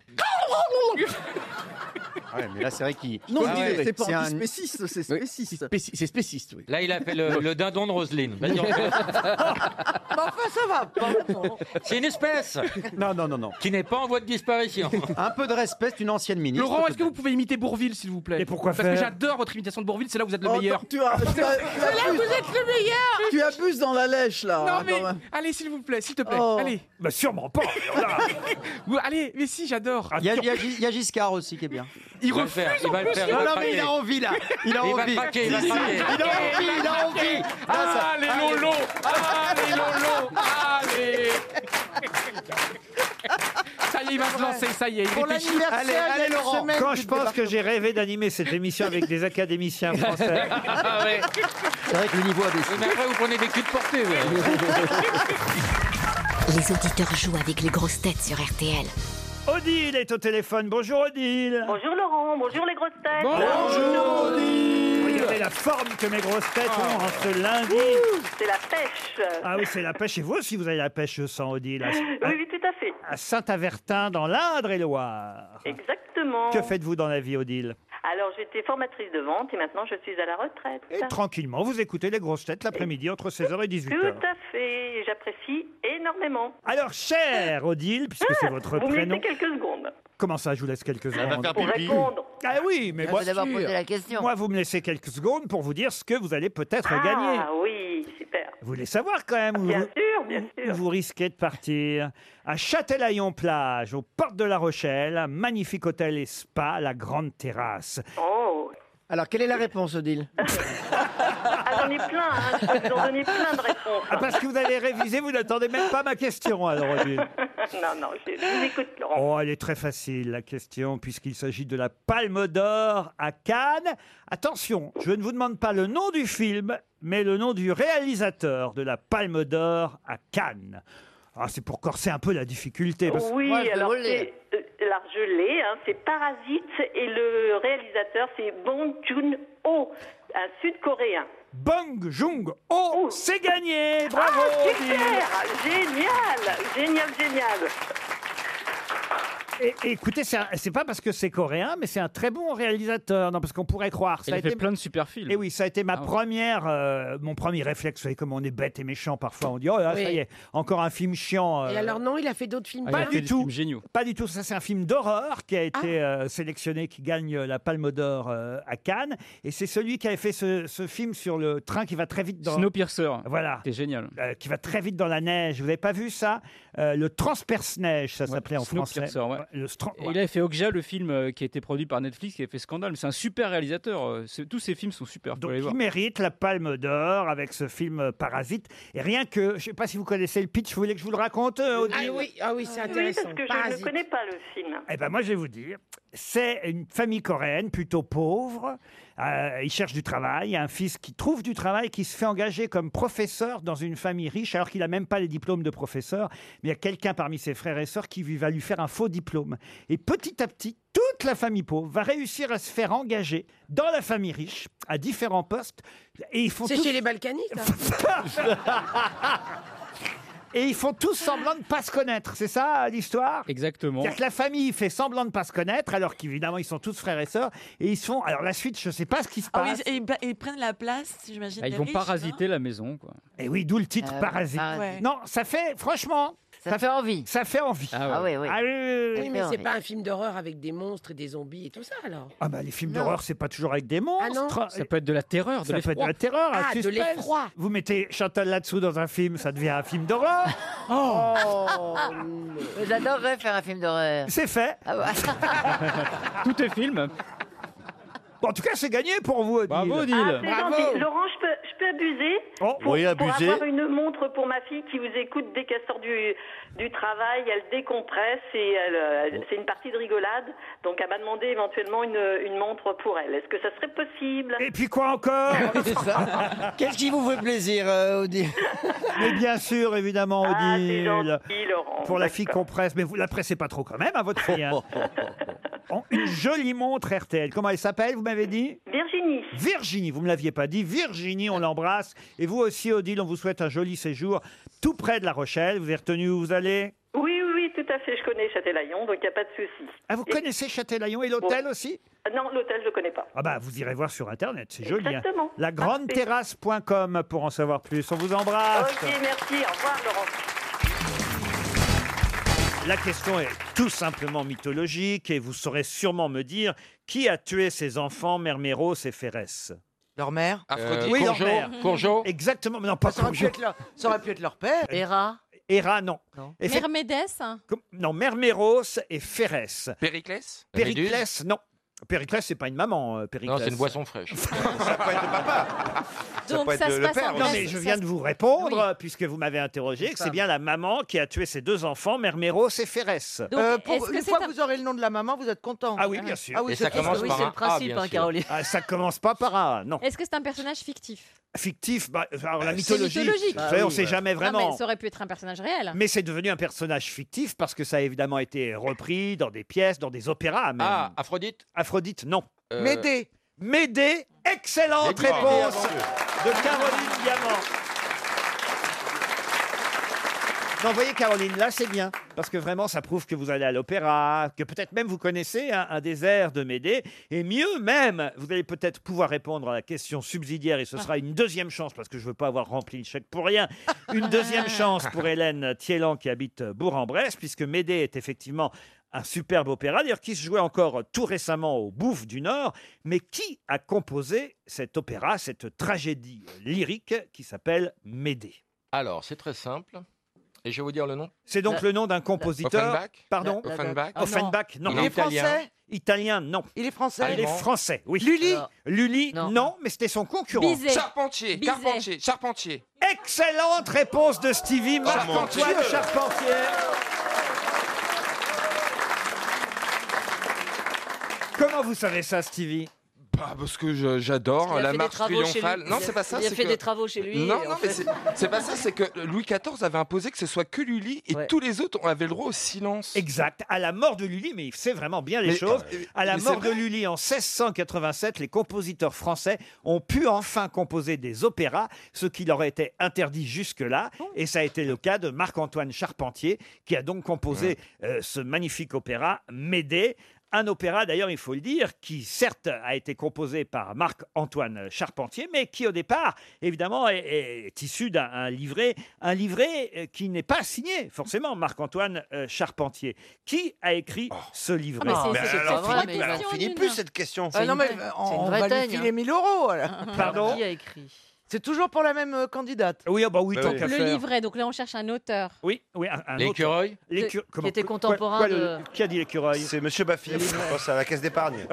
Speaker 4: Ouais, mais là, c'est vrai qu'il.
Speaker 14: Non,
Speaker 4: Ah
Speaker 14: je dis
Speaker 4: ouais,
Speaker 14: vrai.
Speaker 4: c'est un-
Speaker 14: antispéciste, c'est spéciste. C'est spéciste, oui.
Speaker 9: Là, il a fait le, le dindon de Roselyne. Vas-y, on fait-
Speaker 25: Mais enfin, ça va pas.
Speaker 9: C'est une espèce
Speaker 4: Non, non, non, non.
Speaker 9: qui n'est pas en voie de disparition.
Speaker 4: Un peu de respect, c'est une ancienne ministre.
Speaker 15: Laurent, est-ce que vous pouvez imiter Bourville, s'il vous plaît
Speaker 4: Et pourquoi
Speaker 15: Parce que
Speaker 4: faire
Speaker 15: j'adore votre imitation de Bourville, c'est là où vous êtes le
Speaker 4: Oh,
Speaker 15: meilleur.
Speaker 4: tu as- tu as- tu as-
Speaker 15: C'est là où vous êtes le meilleur
Speaker 25: Tu abuses dans la lèche là.
Speaker 15: Non mais,
Speaker 25: Dans la-
Speaker 15: allez, s'il vous plaît, s'il te plaît,
Speaker 25: Oh.
Speaker 15: allez.
Speaker 2: Bah, sûrement pas.
Speaker 15: Vous- allez, mais si, j'adore.
Speaker 2: Ah,
Speaker 4: Il y, a, il y a Gi- il y a Giscard aussi qui est bien.
Speaker 15: Il
Speaker 9: va le refuse, faire, il en va le plus. faire, il
Speaker 4: Non,
Speaker 9: va
Speaker 4: non,
Speaker 9: craquer.
Speaker 4: mais il a envie là. Il a
Speaker 9: Il va
Speaker 4: envie.
Speaker 9: craquer, il va
Speaker 4: Si, si,
Speaker 9: craquer.
Speaker 4: Il a envie, il a envie. Ah,
Speaker 9: Allez, Lolo
Speaker 15: Allez, Lolo Allez Ça y est, il va se lancer, ça y est. il
Speaker 25: Pour
Speaker 15: réfléchit.
Speaker 25: l'anniversaire,
Speaker 15: Allez,
Speaker 25: il y a
Speaker 15: allez,
Speaker 25: une
Speaker 15: Laurent.
Speaker 25: semaine.
Speaker 2: Quand je pense que j'ai rêvé d'animer cette émission avec des académiciens français.
Speaker 9: Ah ouais.
Speaker 4: C'est vrai que le niveau a
Speaker 9: Oui, mais après, vous prenez des culs de portée.
Speaker 15: Les auditeurs jouent avec les grosses têtes sur RTL.
Speaker 2: Odile est au téléphone. Bonjour Odile.
Speaker 19: Bonjour Laurent, bonjour les grosses têtes.
Speaker 2: Regardez la forme que mes grosses têtes ont en ce lundi.
Speaker 19: C'est la pêche.
Speaker 2: Ah oui, c'est la pêche. Et vous aussi, vous avez la pêche sans Odile. À,
Speaker 19: Oui, oui, tout à fait.
Speaker 2: à Saint-Avertin, dans l'Indre-et-Loire.
Speaker 19: Exactement.
Speaker 2: Que faites-vous dans la vie, Odile
Speaker 19: Alors, j'étais formatrice de vente et maintenant je suis à la retraite.
Speaker 2: Et tranquillement, vous écoutez les grosses têtes l'après-midi entre 16h et
Speaker 19: Tout
Speaker 2: 18h.
Speaker 19: à fait. et J'apprécie énormément.
Speaker 2: Alors, chère Odile, puisque c'est votre
Speaker 19: Ah, Vous me
Speaker 2: prénom,
Speaker 19: laissez quelques secondes.
Speaker 2: Comment ça, je vous laisse quelques
Speaker 11: Elle va
Speaker 2: secondes
Speaker 11: faire Pour pipi. répondre.
Speaker 2: Ah oui, mais
Speaker 11: Elle
Speaker 2: moi,
Speaker 11: va d'abord
Speaker 2: sûr.
Speaker 11: poser la question.
Speaker 2: moi, vous me laissez quelques secondes pour vous dire ce que vous allez peut-être gagner.
Speaker 11: Ah oui, super.
Speaker 2: Vous voulez savoir quand même où,
Speaker 11: Bien
Speaker 2: vous,
Speaker 11: sûr, bien
Speaker 2: où vous risquez de partir. À Châtelaillon-Plage, aux portes de La Rochelle, un magnifique hôtel et spa, la grande terrasse.
Speaker 11: Oh.
Speaker 6: Alors, quelle est la réponse, Odile
Speaker 19: Ah, j'en ai plein, hein. je peux vous en donner plein de réponses.
Speaker 2: Ah, parce que vous allez réviser, vous n'attendez même pas ma question, alors Odile.
Speaker 19: non, non, je je vous écoute, Laurent.
Speaker 2: Oh, elle est très facile, la question, puisqu'il s'agit de la Palme d'Or à Cannes. Attention, je ne vous demande pas le nom du film, mais le nom du réalisateur de la Palme d'Or à Cannes. Ah, c'est pour corser un peu la difficulté. parce que-
Speaker 19: Oui, alors c'est euh, alors je l'ai, hein, c'est Parasite et le réalisateur c'est Bong Joon-ho, un Sud-Coréen. Oh.
Speaker 2: Bong Joon-ho, c'est gagné Bravo
Speaker 19: ah,
Speaker 2: Odile.
Speaker 19: super Génial Génial, génial
Speaker 2: Et- et Écoutez, c'est un- c'est pas parce que c'est coréen, mais c'est un très bon réalisateur. Non, parce qu'on pourrait croire.
Speaker 8: Il a fait plein de super films.
Speaker 2: Et Eh oui, ça a été ma
Speaker 8: Ah ouais.
Speaker 2: première, euh, mon premier réflexe. Vous savez, comme on est bête et méchant parfois, on dit oh là, ça
Speaker 20: Oui.
Speaker 2: y est, encore un film chiant. euh,
Speaker 20: Et alors, non, il a fait d'autres
Speaker 8: Ah,
Speaker 20: films.
Speaker 2: pas du tout.
Speaker 8: Géniaux. Ah.
Speaker 2: Pas du tout. Ça, c'est un film d'horreur qui a été euh, sélectionné, qui gagne la Palme d'Or euh, à Cannes. Et c'est celui qui avait fait ce, ce film sur le train qui va très vite dans.
Speaker 8: Snowpiercer.
Speaker 2: Voilà.
Speaker 8: C'était génial.
Speaker 2: Euh, qui va très vite dans la neige. Vous n'avez pas vu ça Euh, Le transperce-neige, ça s'appelait en français.
Speaker 8: Snowpiercer, ouais.
Speaker 2: Le stra-
Speaker 8: Et il avait fait Okja, le film euh, qui a été produit par Netflix, qui a fait scandale. Mais C'est un super réalisateur. euh, c'est- Tous ses films sont super. faut aller
Speaker 2: qui
Speaker 8: voir.
Speaker 2: mérite la Palme d'Or avec ce film euh, Parasite. Et rien que, je ne sais pas si vous connaissez le pitch, vous voulez que je vous le raconte euh, Odile
Speaker 20: Ah oui, ah oui c'est
Speaker 19: Oui,
Speaker 20: intéressant.
Speaker 19: parce que je
Speaker 20: Parasite.
Speaker 19: ne connais pas le film.
Speaker 2: Eh ben moi je vais vous dire, c'est une famille coréenne plutôt pauvre. Euh, il cherche du travail, il y a un fils qui trouve du travail, qui se fait engager comme professeur dans une famille riche, alors qu'il n'a même pas les diplômes de professeur. Mais il y a quelqu'un parmi ses frères et sœurs qui lui va lui faire un faux diplôme. Et petit à petit, toute la famille pauvre va réussir à se faire engager dans la famille riche, à différents postes. Et ils font
Speaker 20: C'est
Speaker 2: tous-
Speaker 20: chez les Balkaniques, hein. là.
Speaker 2: et ils font tous semblant de pas se connaître, c'est ça l'histoire
Speaker 8: Exactement.
Speaker 2: C'est-à-dire que la famille fait semblant de pas se connaître, alors qu'évidemment ils sont tous frères et sœurs, et ils se font. Alors la suite, je sais pas ce qui se
Speaker 18: Ah
Speaker 2: passe.
Speaker 18: oui, et ils, pla- ils prennent la place, j'imagine.
Speaker 8: Ah, ils
Speaker 18: des
Speaker 8: vont
Speaker 25: hein.
Speaker 18: riches,
Speaker 8: parasiter la maison. Quoi.
Speaker 2: Et Eh oui, d'où le titre
Speaker 20: Euh,
Speaker 18: Ah ouais,
Speaker 2: Parasite.
Speaker 18: Parasite. Ouais.
Speaker 2: Non, ça fait, franchement. Ça, fait envie. Ça fait envie.
Speaker 8: Ah ouais. Ah
Speaker 2: Ah oui, oui,
Speaker 20: Oui,
Speaker 2: oui.
Speaker 20: mais c'est
Speaker 18: hein.
Speaker 20: pas un film d'horreur avec des monstres et des zombies et tout ça, alors.
Speaker 2: Ah bah les films
Speaker 20: Non.
Speaker 2: d'horreur, c'est pas toujours avec des monstres.
Speaker 8: Ça peut être de la terreur, de
Speaker 2: Ça peut être de
Speaker 8: l'effroi.
Speaker 2: la terreur, un
Speaker 20: Ah, de
Speaker 2: suspense.
Speaker 20: l'effroi.
Speaker 2: Vous mettez Chantal là-dessous dans un film, ça devient un film d'horreur.
Speaker 11: Oh, J'adorerais faire un film d'horreur.
Speaker 2: C'est fait.
Speaker 11: Ah bah.
Speaker 8: Tout est film.
Speaker 2: Bon, en tout cas, c'est gagné pour vous, Odile.
Speaker 8: Bravo, Odile.
Speaker 19: Ah, c'est gentil. Laurent, je peux, je peux abuser pour,
Speaker 8: Oh, Oui,
Speaker 19: pour
Speaker 8: abuser.
Speaker 19: avoir une montre pour ma fille qui vous écoute dès qu'elle sort du, du travail, elle décompresse et elle, euh,
Speaker 8: Oh.
Speaker 19: elle- c'est une partie de rigolade. Donc elle m'a demandé éventuellement une, une montre pour elle. Est-ce que ça serait possible
Speaker 2: Et puis quoi encore
Speaker 21: Qu'est-ce qui vous fait plaisir, euh, Audi
Speaker 2: Mais bien sûr, évidemment, Odile.
Speaker 19: Ah, Laurent.
Speaker 2: Pour la fille qu'on presse, mais vous la pressez pas trop quand même, à votre fille. hein. En- Une jolie montre RTL. Comment elle s'appelle, vous m'avez dit
Speaker 19: Virginie.
Speaker 2: Virginie, vous me l'aviez pas dit. Virginie, on l'embrasse. Et vous aussi, Odile, on vous souhaite un joli séjour tout près de La Rochelle. Vous avez retenu où vous allez
Speaker 19: Oui, oui, oui, tout à fait. Je connais Châtelaillon, donc il n'y a pas de souci. Euh,
Speaker 2: Ah, vous connaissez Châtelaillon et l'hôtel aussi
Speaker 19: Non, l'hôtel, je ne connais pas.
Speaker 2: Ah bah, vous irez voir sur Internet, c'est joli. hein.
Speaker 19: Exactement.
Speaker 2: Lagrandeterrasse.com pour en savoir plus. On vous
Speaker 8: Ah,
Speaker 2: embrasse.
Speaker 19: Ok, merci. Au revoir, Laurent.
Speaker 2: La question est tout simplement mythologique et vous saurez sûrement me dire qui a tué ses enfants, Merméros et Férès Leur mère
Speaker 9: Aphrodite.
Speaker 2: Oui, leur
Speaker 9: Courgeot,
Speaker 2: mère.
Speaker 9: Courgeot.
Speaker 2: Exactement, mais non, pas
Speaker 18: Ça aurait, pu
Speaker 2: Courgeot. Euh,
Speaker 18: être leur, ça aurait pu être leur père. Héra.
Speaker 2: Héra, non. Et Fé-
Speaker 18: Mermédès.
Speaker 2: com- Non, Merméros et Férès.
Speaker 25: Périclès
Speaker 2: Périclès, non. Périclès, c'est pas une maman, euh, Périclès.
Speaker 9: Non, c'est une boisson fraîche.
Speaker 2: Ça
Speaker 18: Donc, peut être ça le- se le passe père en
Speaker 2: Non,
Speaker 18: Grèce,
Speaker 2: mais je
Speaker 18: ça
Speaker 2: viens
Speaker 18: se-
Speaker 2: de vous répondre, euh, puisque vous m'avez interrogé, que c'est bien la maman qui a tué ses deux enfants, Merméros et Férès.
Speaker 18: Euh, pour- est-ce que une c'est fois un- que vous aurez le nom de la maman, vous êtes content.
Speaker 2: Ah oui, bien sûr.
Speaker 18: Ah oui, c'est- oui, c'est le principe, hein, Caroline.
Speaker 2: Ah, ça commence pas par un A, non.
Speaker 31: Est-ce que c'est un personnage fictif
Speaker 2: Fictif, bah, alors la
Speaker 31: Eh. Ah, C'est
Speaker 2: mythologie,
Speaker 31: mythologique.
Speaker 2: vous savez, on
Speaker 31: Bah oui,
Speaker 2: sait
Speaker 31: ouais.
Speaker 2: jamais
Speaker 31: Non, mais
Speaker 2: vraiment.
Speaker 31: ça aurait pu être un personnage réel.
Speaker 2: Mais c'est devenu un personnage fictif parce que ça a évidemment été repris dans des pièces, dans des opéras même. Ah,
Speaker 9: Aphrodite
Speaker 2: Aphrodite, non.
Speaker 9: Euh,
Speaker 2: Médée Médée, excellente
Speaker 9: Médée,
Speaker 2: réponse
Speaker 9: avant
Speaker 2: de Caroline Diamant. Non, vous voyez, Caroline, là, c'est bien. Parce que vraiment, ça prouve que vous allez à l'opéra, que peut-être même vous connaissez un, un des airs de Médée. Et mieux même, vous allez peut-être pouvoir répondre à la question subsidiaire, et ce sera une deuxième chance, parce que je ne veux pas avoir rempli le chèque pour rien. Une deuxième chance pour Hélène Thielan, qui habite Bourg-en-Bresse, puisque Médée est effectivement un superbe opéra, d'ailleurs qui se jouait encore tout récemment au Bouffe du Nord. Mais qui a composé cet opéra, cette tragédie lyrique qui s'appelle Médée
Speaker 9: Alors, c'est très simple. Et je vais vous dire le nom.
Speaker 2: C'est donc le nom d'un compositeur.
Speaker 9: Offenbach
Speaker 2: Pardon
Speaker 9: Offenbach
Speaker 2: Offenbach, non.
Speaker 9: Il est français
Speaker 2: Italien, non. Il est français Il est
Speaker 9: Allemand
Speaker 2: français, oui. Lully Lully, non, mais c'était son concurrent.
Speaker 8: Charpentier, Carpentier, Charpentier.
Speaker 2: Excellente réponse de Stevie,
Speaker 8: Charpentier.
Speaker 2: Marc-Antoine Charpentier. Comment vous savez ça, Stevie
Speaker 8: Bah, parce que je- j'adore la marche triomphale. Non, c'est pas ça.
Speaker 3: Il a
Speaker 8: c'est
Speaker 3: fait
Speaker 8: que-
Speaker 3: des travaux chez lui.
Speaker 8: Non,
Speaker 3: et en
Speaker 8: non, mais
Speaker 3: fait-
Speaker 8: c'est- c'est pas ça. C'est que Louis XIV avait imposé que ce soit que Lully et tous les autres avaient le droit au silence.
Speaker 2: Exact. À la mort de Lully, mais il sait vraiment bien les
Speaker 8: Mais,
Speaker 2: choses.
Speaker 8: euh,
Speaker 2: à la
Speaker 8: mais
Speaker 2: mort
Speaker 8: c'est
Speaker 2: de Lully en 1687, les compositeurs français ont pu enfin composer des opéras, ce qui leur était interdit jusque-là.
Speaker 3: Oh.
Speaker 2: Et ça a été le cas de Marc-Antoine Charpentier, qui a donc composé euh, ce magnifique opéra Médée. Un opéra, d'ailleurs, il faut le dire, qui certes a été composé par Marc-Antoine Charpentier, mais qui au départ, évidemment, est, est issu d'un un livret, un livret euh, qui n'est pas signé, forcément, Marc-Antoine euh, Charpentier. Qui a écrit ce livret
Speaker 3: Ah, mais c'est- Mais c'est alors, pas vrai, Philippe, mais- alors, Philippe,
Speaker 2: plus cette question.
Speaker 3: Ah non, mais on, on va lui
Speaker 18: hein.
Speaker 3: filer
Speaker 2: hein.
Speaker 3: 1000 euros. alors.
Speaker 2: Pardon
Speaker 3: Qui a écrit C'est toujours pour la même euh, candidate.
Speaker 2: Oui, ah bah oui,
Speaker 3: Bah
Speaker 2: tant
Speaker 3: oui.
Speaker 2: qu'à
Speaker 3: Le
Speaker 2: faire.
Speaker 5: Livret, donc là on cherche un auteur.
Speaker 2: Oui, oui, un, un autre.
Speaker 9: L'écureuil
Speaker 2: L'écu-
Speaker 3: Qui
Speaker 2: comment-
Speaker 3: était
Speaker 2: quoi-
Speaker 3: contemporain
Speaker 2: quoi le-
Speaker 3: de-
Speaker 2: Qui a dit l'écureuil C'est Monsieur Baffy,
Speaker 3: je
Speaker 2: pense à la caisse d'épargne.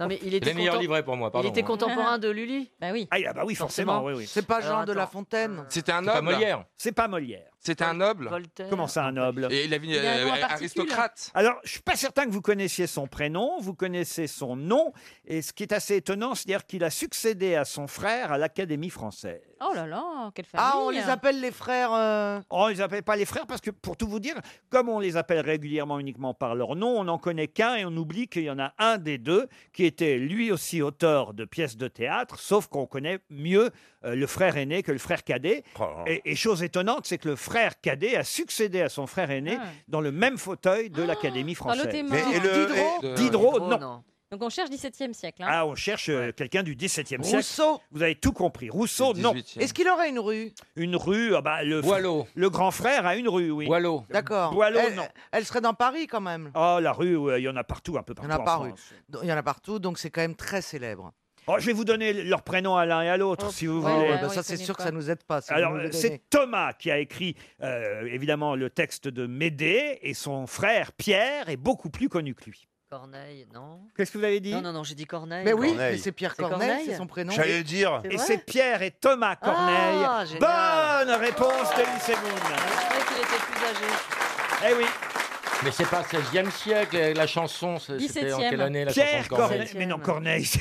Speaker 3: Non, mais il était
Speaker 9: Les meilleurs
Speaker 3: contem-
Speaker 9: livrets pour moi, pardon. hein.
Speaker 3: Il était contemporain de Lully
Speaker 5: Bah oui.
Speaker 2: Ah, bah oui, forcément, oui, oui.
Speaker 3: C'est pas
Speaker 8: Alors,
Speaker 3: Jean de la
Speaker 8: attends.
Speaker 5: Ah.
Speaker 3: Fontaine.
Speaker 8: C'était un
Speaker 5: Oh
Speaker 2: C'est pas
Speaker 8: noble.
Speaker 2: Molière. C'est pas Molière.
Speaker 8: C'était un noble.
Speaker 2: Comment ça, un noble
Speaker 8: Et il avait une,
Speaker 2: Il a un
Speaker 8: euh,
Speaker 2: nom en particulier.
Speaker 8: aristocrate.
Speaker 2: Alors, je suis pas certain que vous connaissiez son prénom, vous connaissez son nom, et ce qui est assez étonnant, c'est-à-dire qu'il a succédé à son frère à l'Académie française.
Speaker 5: Oh là là, quelle famille.
Speaker 3: Ah, on les appelle les frères. euh,
Speaker 2: Oh, ils appellent pas les frères parce que, pour tout vous dire, comme on les appelle régulièrement uniquement par leur nom, on n'en connaît qu'un et on oublie qu'il y en a un des deux qui était lui aussi auteur de pièces de théâtre, sauf qu'on connaît mieux euh, le frère aîné que le frère cadet. Et, et chose étonnante, c'est que le frère cadet a succédé à son frère aîné
Speaker 5: Ah.
Speaker 2: dans le même fauteuil de l'Académie
Speaker 5: Dans l'autre
Speaker 2: française.
Speaker 5: est mort. Mais- et
Speaker 3: le- Diderot
Speaker 2: Diderot,
Speaker 3: et-
Speaker 2: non.
Speaker 5: Donc on cherche 17e siècle. hein.
Speaker 2: Ah, on cherche euh, quelqu'un du XVIIe siècle.
Speaker 3: Rousseau.
Speaker 2: Vous avez tout compris. Rousseau, non.
Speaker 3: Est-ce qu'il aurait une rue
Speaker 2: Une rue, ah bah, le, fr- le grand frère a une rue, oui.
Speaker 9: Boileau.
Speaker 3: D'accord.
Speaker 2: Boileau,
Speaker 3: elle,
Speaker 2: non.
Speaker 3: Elle serait dans Paris quand même.
Speaker 2: Eh, Oh, la rue, ouais, il y en a partout, un peu
Speaker 3: Il y
Speaker 2: partout.
Speaker 3: en a
Speaker 2: en
Speaker 3: paru.
Speaker 2: France.
Speaker 3: Il y en a partout, donc c'est quand même très célèbre.
Speaker 2: Oh, je vais vous donner leur prénom à l'un et à l'autre, si vous
Speaker 3: Ouais,
Speaker 2: voulez.
Speaker 3: ouais, bah, ça, c'est sûr que ça nous aide pas. si vous
Speaker 2: Alors,
Speaker 3: nous le
Speaker 2: euh,
Speaker 3: donnez.
Speaker 2: c'est Thomas qui a écrit, euh, évidemment, le texte de Médée, et son frère Pierre est beaucoup plus connu que lui.
Speaker 3: Corneille, non
Speaker 2: Qu'est-ce que vous avez dit
Speaker 3: Non, non, non, j'ai dit Corneille.
Speaker 2: Mais oui, Corneille. mais c'est Pierre
Speaker 3: Corneille,
Speaker 2: Corneille.
Speaker 3: c'est son prénom.
Speaker 2: J'allais le dire. Et c'est
Speaker 3: Pierre.
Speaker 2: Pierre et Thomas Corneille.
Speaker 3: Ah,
Speaker 2: Bonne
Speaker 3: génial.
Speaker 2: réponse de Lycémoun.
Speaker 3: qu'il était plus âgé.
Speaker 2: Eh oui.
Speaker 9: Mais c'est pas 16e siècle, et la chanson, c'est- c'était en
Speaker 2: 17e.
Speaker 9: quelle année la
Speaker 2: Pierre
Speaker 9: chanson de Corneille
Speaker 2: Corneille. Mais non, Corneille. c'est-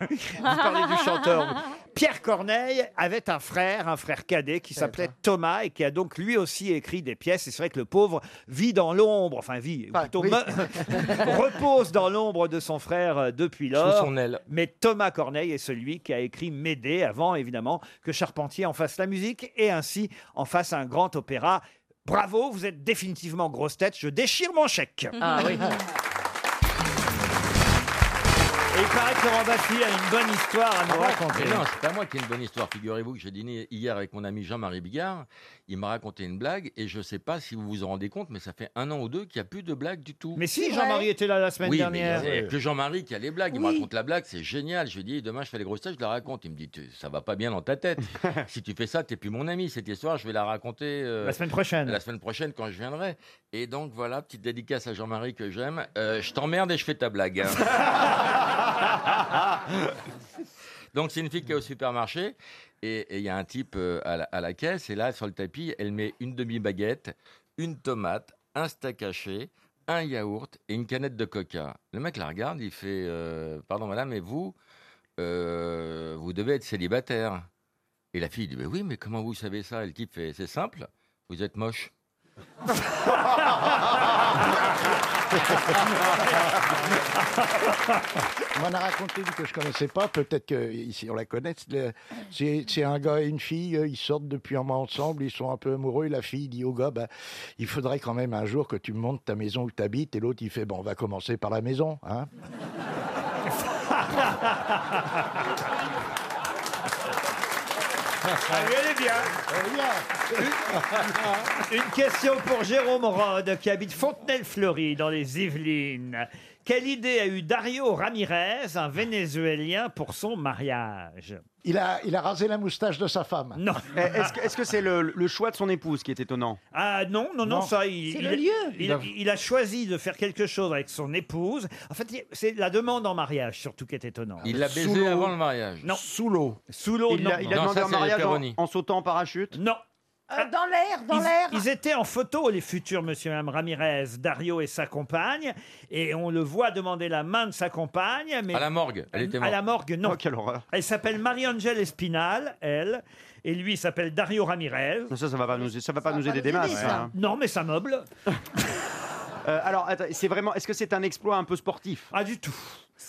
Speaker 2: Vous parlez du chanteur. vous. Pierre Corneille avait un frère, un frère cadet qui s'appelait Thomas et qui a donc lui aussi écrit des pièces. Et c'est vrai que le pauvre vit dans l'ombre, enfin vit, ou plutôt
Speaker 3: oui.
Speaker 2: me- repose dans l'ombre de son frère euh, depuis lors.
Speaker 9: son aile.
Speaker 2: Mais Thomas Corneille est celui qui a écrit Médée avant évidemment que Charpentier en fasse la musique et ainsi en fasse un grand opéra. Bravo, vous êtes définitivement grosse tête. Je déchire mon chèque.
Speaker 3: Ah oui.
Speaker 2: Et il paraît que Laurent Baffy a une bonne histoire à nous raconter.
Speaker 9: Mais Ah, non, c'est pas moi qui ai une bonne histoire. Figurez-vous que j'ai dîné hier avec mon ami Jean-Marie Bigard. Il m'a raconté une blague et je sais pas si vous vous en rendez compte, mais ça fait un an ou deux qu'il n'y a plus de blague du tout.
Speaker 2: Mais si, Jean-Marie était là la semaine
Speaker 9: oui,
Speaker 2: dernière.
Speaker 9: mais il y a- il y a que Jean-Marie qui a les blagues. Il me raconte la blague, c'est génial. Je lui dis, demain je fais les grosses têtes, je la raconte. Il me dit, Tu- ça va pas bien dans ta tête. si tu fais ça, t'es plus mon ami. Cette histoire, je vais la raconter euh,
Speaker 2: La semaine prochaine.
Speaker 9: La semaine prochaine quand je viendrai. Et donc voilà, petite dédicace à Jean-Marie que j'aime. Euh, je t'emmerde et je fais ta blague. hein. Donc c'est une fille qui
Speaker 2: Mm.
Speaker 9: est au supermarché et et il y a un type euh, à la, à la caisse et là sur le tapis elle met une demi baguette, une tomate, un steak haché, un yaourt et une canette de coca. Le mec la regarde, il fait euh, pardon madame mais vous euh, vous devez être célibataire. Et la fille dit mais oui mais comment vous savez ça Et le type fait c'est simple, vous êtes moche.
Speaker 6: On m'en a raconté une que je connaissais pas, peut-être que ici on la connaît. C'est le- C'est c'est un gars et une fille, euh, ils sortent depuis un mois ensemble, ils sont un peu amoureux. et La fille dit au gars, bah, il faudrait quand même un jour que tu me montres ta maison où tu habites. Et l'autre, il fait, bon, on va commencer par la maison. Hein
Speaker 2: Allez, elle est bien. Une question pour Jérôme Rode, qui habite Fontenelle-Fleury, dans les Yvelines. Quelle idée a eu Dario Ramirez, un Vénézuélien, pour son mariage
Speaker 17: Il a, il a rasé la moustache de sa femme.
Speaker 2: Non.
Speaker 3: Eh, Est-ce que- est-ce que c'est le, le choix de son épouse qui est étonnant
Speaker 2: Ah non, non, non,
Speaker 3: Non. Bah,
Speaker 2: ça, il,
Speaker 3: C'est
Speaker 2: il-
Speaker 3: le lieu.
Speaker 2: il- il a choisi de faire quelque chose avec son épouse. En fait, il- c'est la demande en mariage surtout qui est étonnante.
Speaker 9: Il l'a
Speaker 2: Ah, Sous
Speaker 9: baisé
Speaker 2: l'eau.
Speaker 9: avant le mariage.
Speaker 2: Non. Sous l'eau. Sous l'eau,
Speaker 3: Il a, il a demandé un mariage hein. en, en sautant en parachute
Speaker 2: Non.
Speaker 16: Euh, dans l'air, dans
Speaker 2: Ils,
Speaker 16: l'air.
Speaker 2: ils étaient en photo, les futurs monsieur et madame Ramirez, Dario et sa compagne, et on le voit demander la main de sa compagne. Mais
Speaker 9: À la morgue, elle était
Speaker 2: À la
Speaker 9: morte.
Speaker 2: morgue, non.
Speaker 9: Oh, quelle horreur.
Speaker 2: Elle s'appelle Marie-Angèle Espinal, elle, et lui il s'appelle Dario Ramirez.
Speaker 3: Non, Ça, ça va pas nous, ça va pas nous aider des masses. hein.
Speaker 2: Non, mais ça meuble.
Speaker 3: Euh, alors, attends, c'est vraiment. Est-ce que c'est un exploit un peu sportif
Speaker 2: Ah, du tout.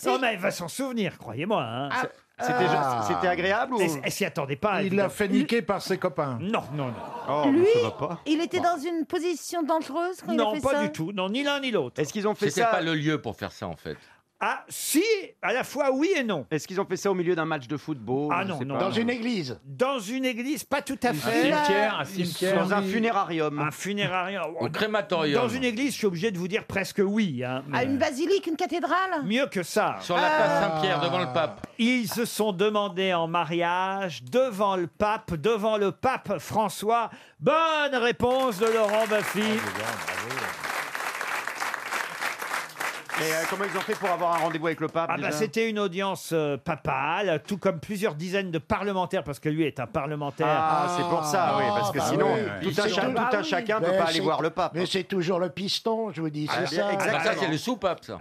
Speaker 2: Non, mais elle va s'en souvenir, croyez-moi. hein.
Speaker 3: C'était- Ah. c'était agréable ou-
Speaker 2: Elle, elle s'y attendait pas.
Speaker 3: Il
Speaker 2: évidemment.
Speaker 3: l'a fait
Speaker 17: niquer par ses copains.
Speaker 2: Non, non, non.
Speaker 3: Oh, bah,
Speaker 16: Lui, il était dans une position dangereuse quand il a
Speaker 2: Non,
Speaker 16: fait
Speaker 2: pas
Speaker 16: ça
Speaker 2: du tout. Non, ni l'un ni l'autre.
Speaker 3: Est-ce qu'ils ont fait
Speaker 9: C'était
Speaker 3: ça
Speaker 9: pas le lieu pour faire ça en fait.
Speaker 2: Ah, si À la fois oui et non.
Speaker 3: Est-ce qu'ils ont fait ça au milieu d'un match de football
Speaker 2: Ah
Speaker 3: Je
Speaker 2: non,
Speaker 3: sais
Speaker 2: non.
Speaker 3: pas.
Speaker 2: église Dans une église, pas tout à fait.
Speaker 3: cimetière, un cimetière. Dans un funérarium.
Speaker 2: Un funérarium.
Speaker 9: Au crématorium.
Speaker 2: Dans une église, je suis obligé de vous dire presque oui. hein,
Speaker 3: Ah
Speaker 2: mais-
Speaker 16: À une basilique, une cathédrale
Speaker 2: Mieux que ça.
Speaker 9: Sur la place
Speaker 3: Ah.
Speaker 9: Saint-Pierre, devant le pape.
Speaker 2: Ils se sont demandés en mariage devant le pape, devant le pape François. Bonne réponse de Laurent Baffy.
Speaker 3: Ah,
Speaker 9: bah
Speaker 3: Et euh, comment ils ont fait pour avoir un rendez-vous avec le pape
Speaker 2: Ah bah,
Speaker 3: déjà
Speaker 2: c'était une audience euh, papale, tout comme plusieurs dizaines de parlementaires, parce que lui est un parlementaire.
Speaker 3: Ah, c'est pour ça, bah oui, parce que
Speaker 17: Ah,
Speaker 3: sinon,
Speaker 17: oui.
Speaker 3: tout, un,
Speaker 17: C'est
Speaker 3: cha-
Speaker 17: tout-
Speaker 3: tout un
Speaker 17: Ah, oui.
Speaker 3: chacun ne
Speaker 17: Mais
Speaker 3: peut pas
Speaker 17: c'est-
Speaker 3: aller voir le pape.
Speaker 17: Mais c'est toujours le piston, je vous dis,
Speaker 3: Bah, Ah,
Speaker 17: c'est
Speaker 3: bien,
Speaker 17: ça.
Speaker 3: exactement.
Speaker 9: Ça, c'est le sous-pape, ça.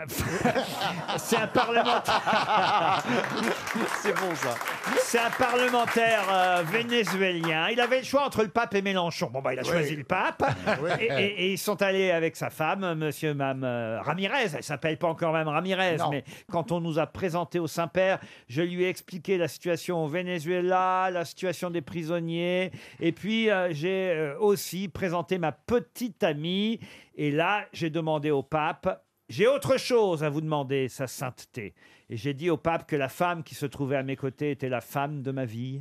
Speaker 2: C'est un parlementaire.
Speaker 3: c'est bon ça.
Speaker 2: C'est un parlementaire euh, vénézuélien. Il avait le choix entre le pape et Mélenchon. Bon, bah, il a
Speaker 17: Oui.
Speaker 2: choisi le pape.
Speaker 17: Oui.
Speaker 2: Et, et- et ils sont allés avec sa femme, monsieur Mme Ramirez. Elle s'appelle pas encore Mme Ramirez,
Speaker 17: Non.
Speaker 2: mais quand on nous a présenté au Saint-Père, je lui ai expliqué la situation au Venezuela, la situation des prisonniers. Et puis, euh, j'ai euh, aussi présenté ma petite amie. Et là, j'ai demandé au pape j'ai autre chose à vous demander, sa sainteté. Et j'ai dit au pape que la femme qui se trouvait à mes côtés était la femme de ma vie,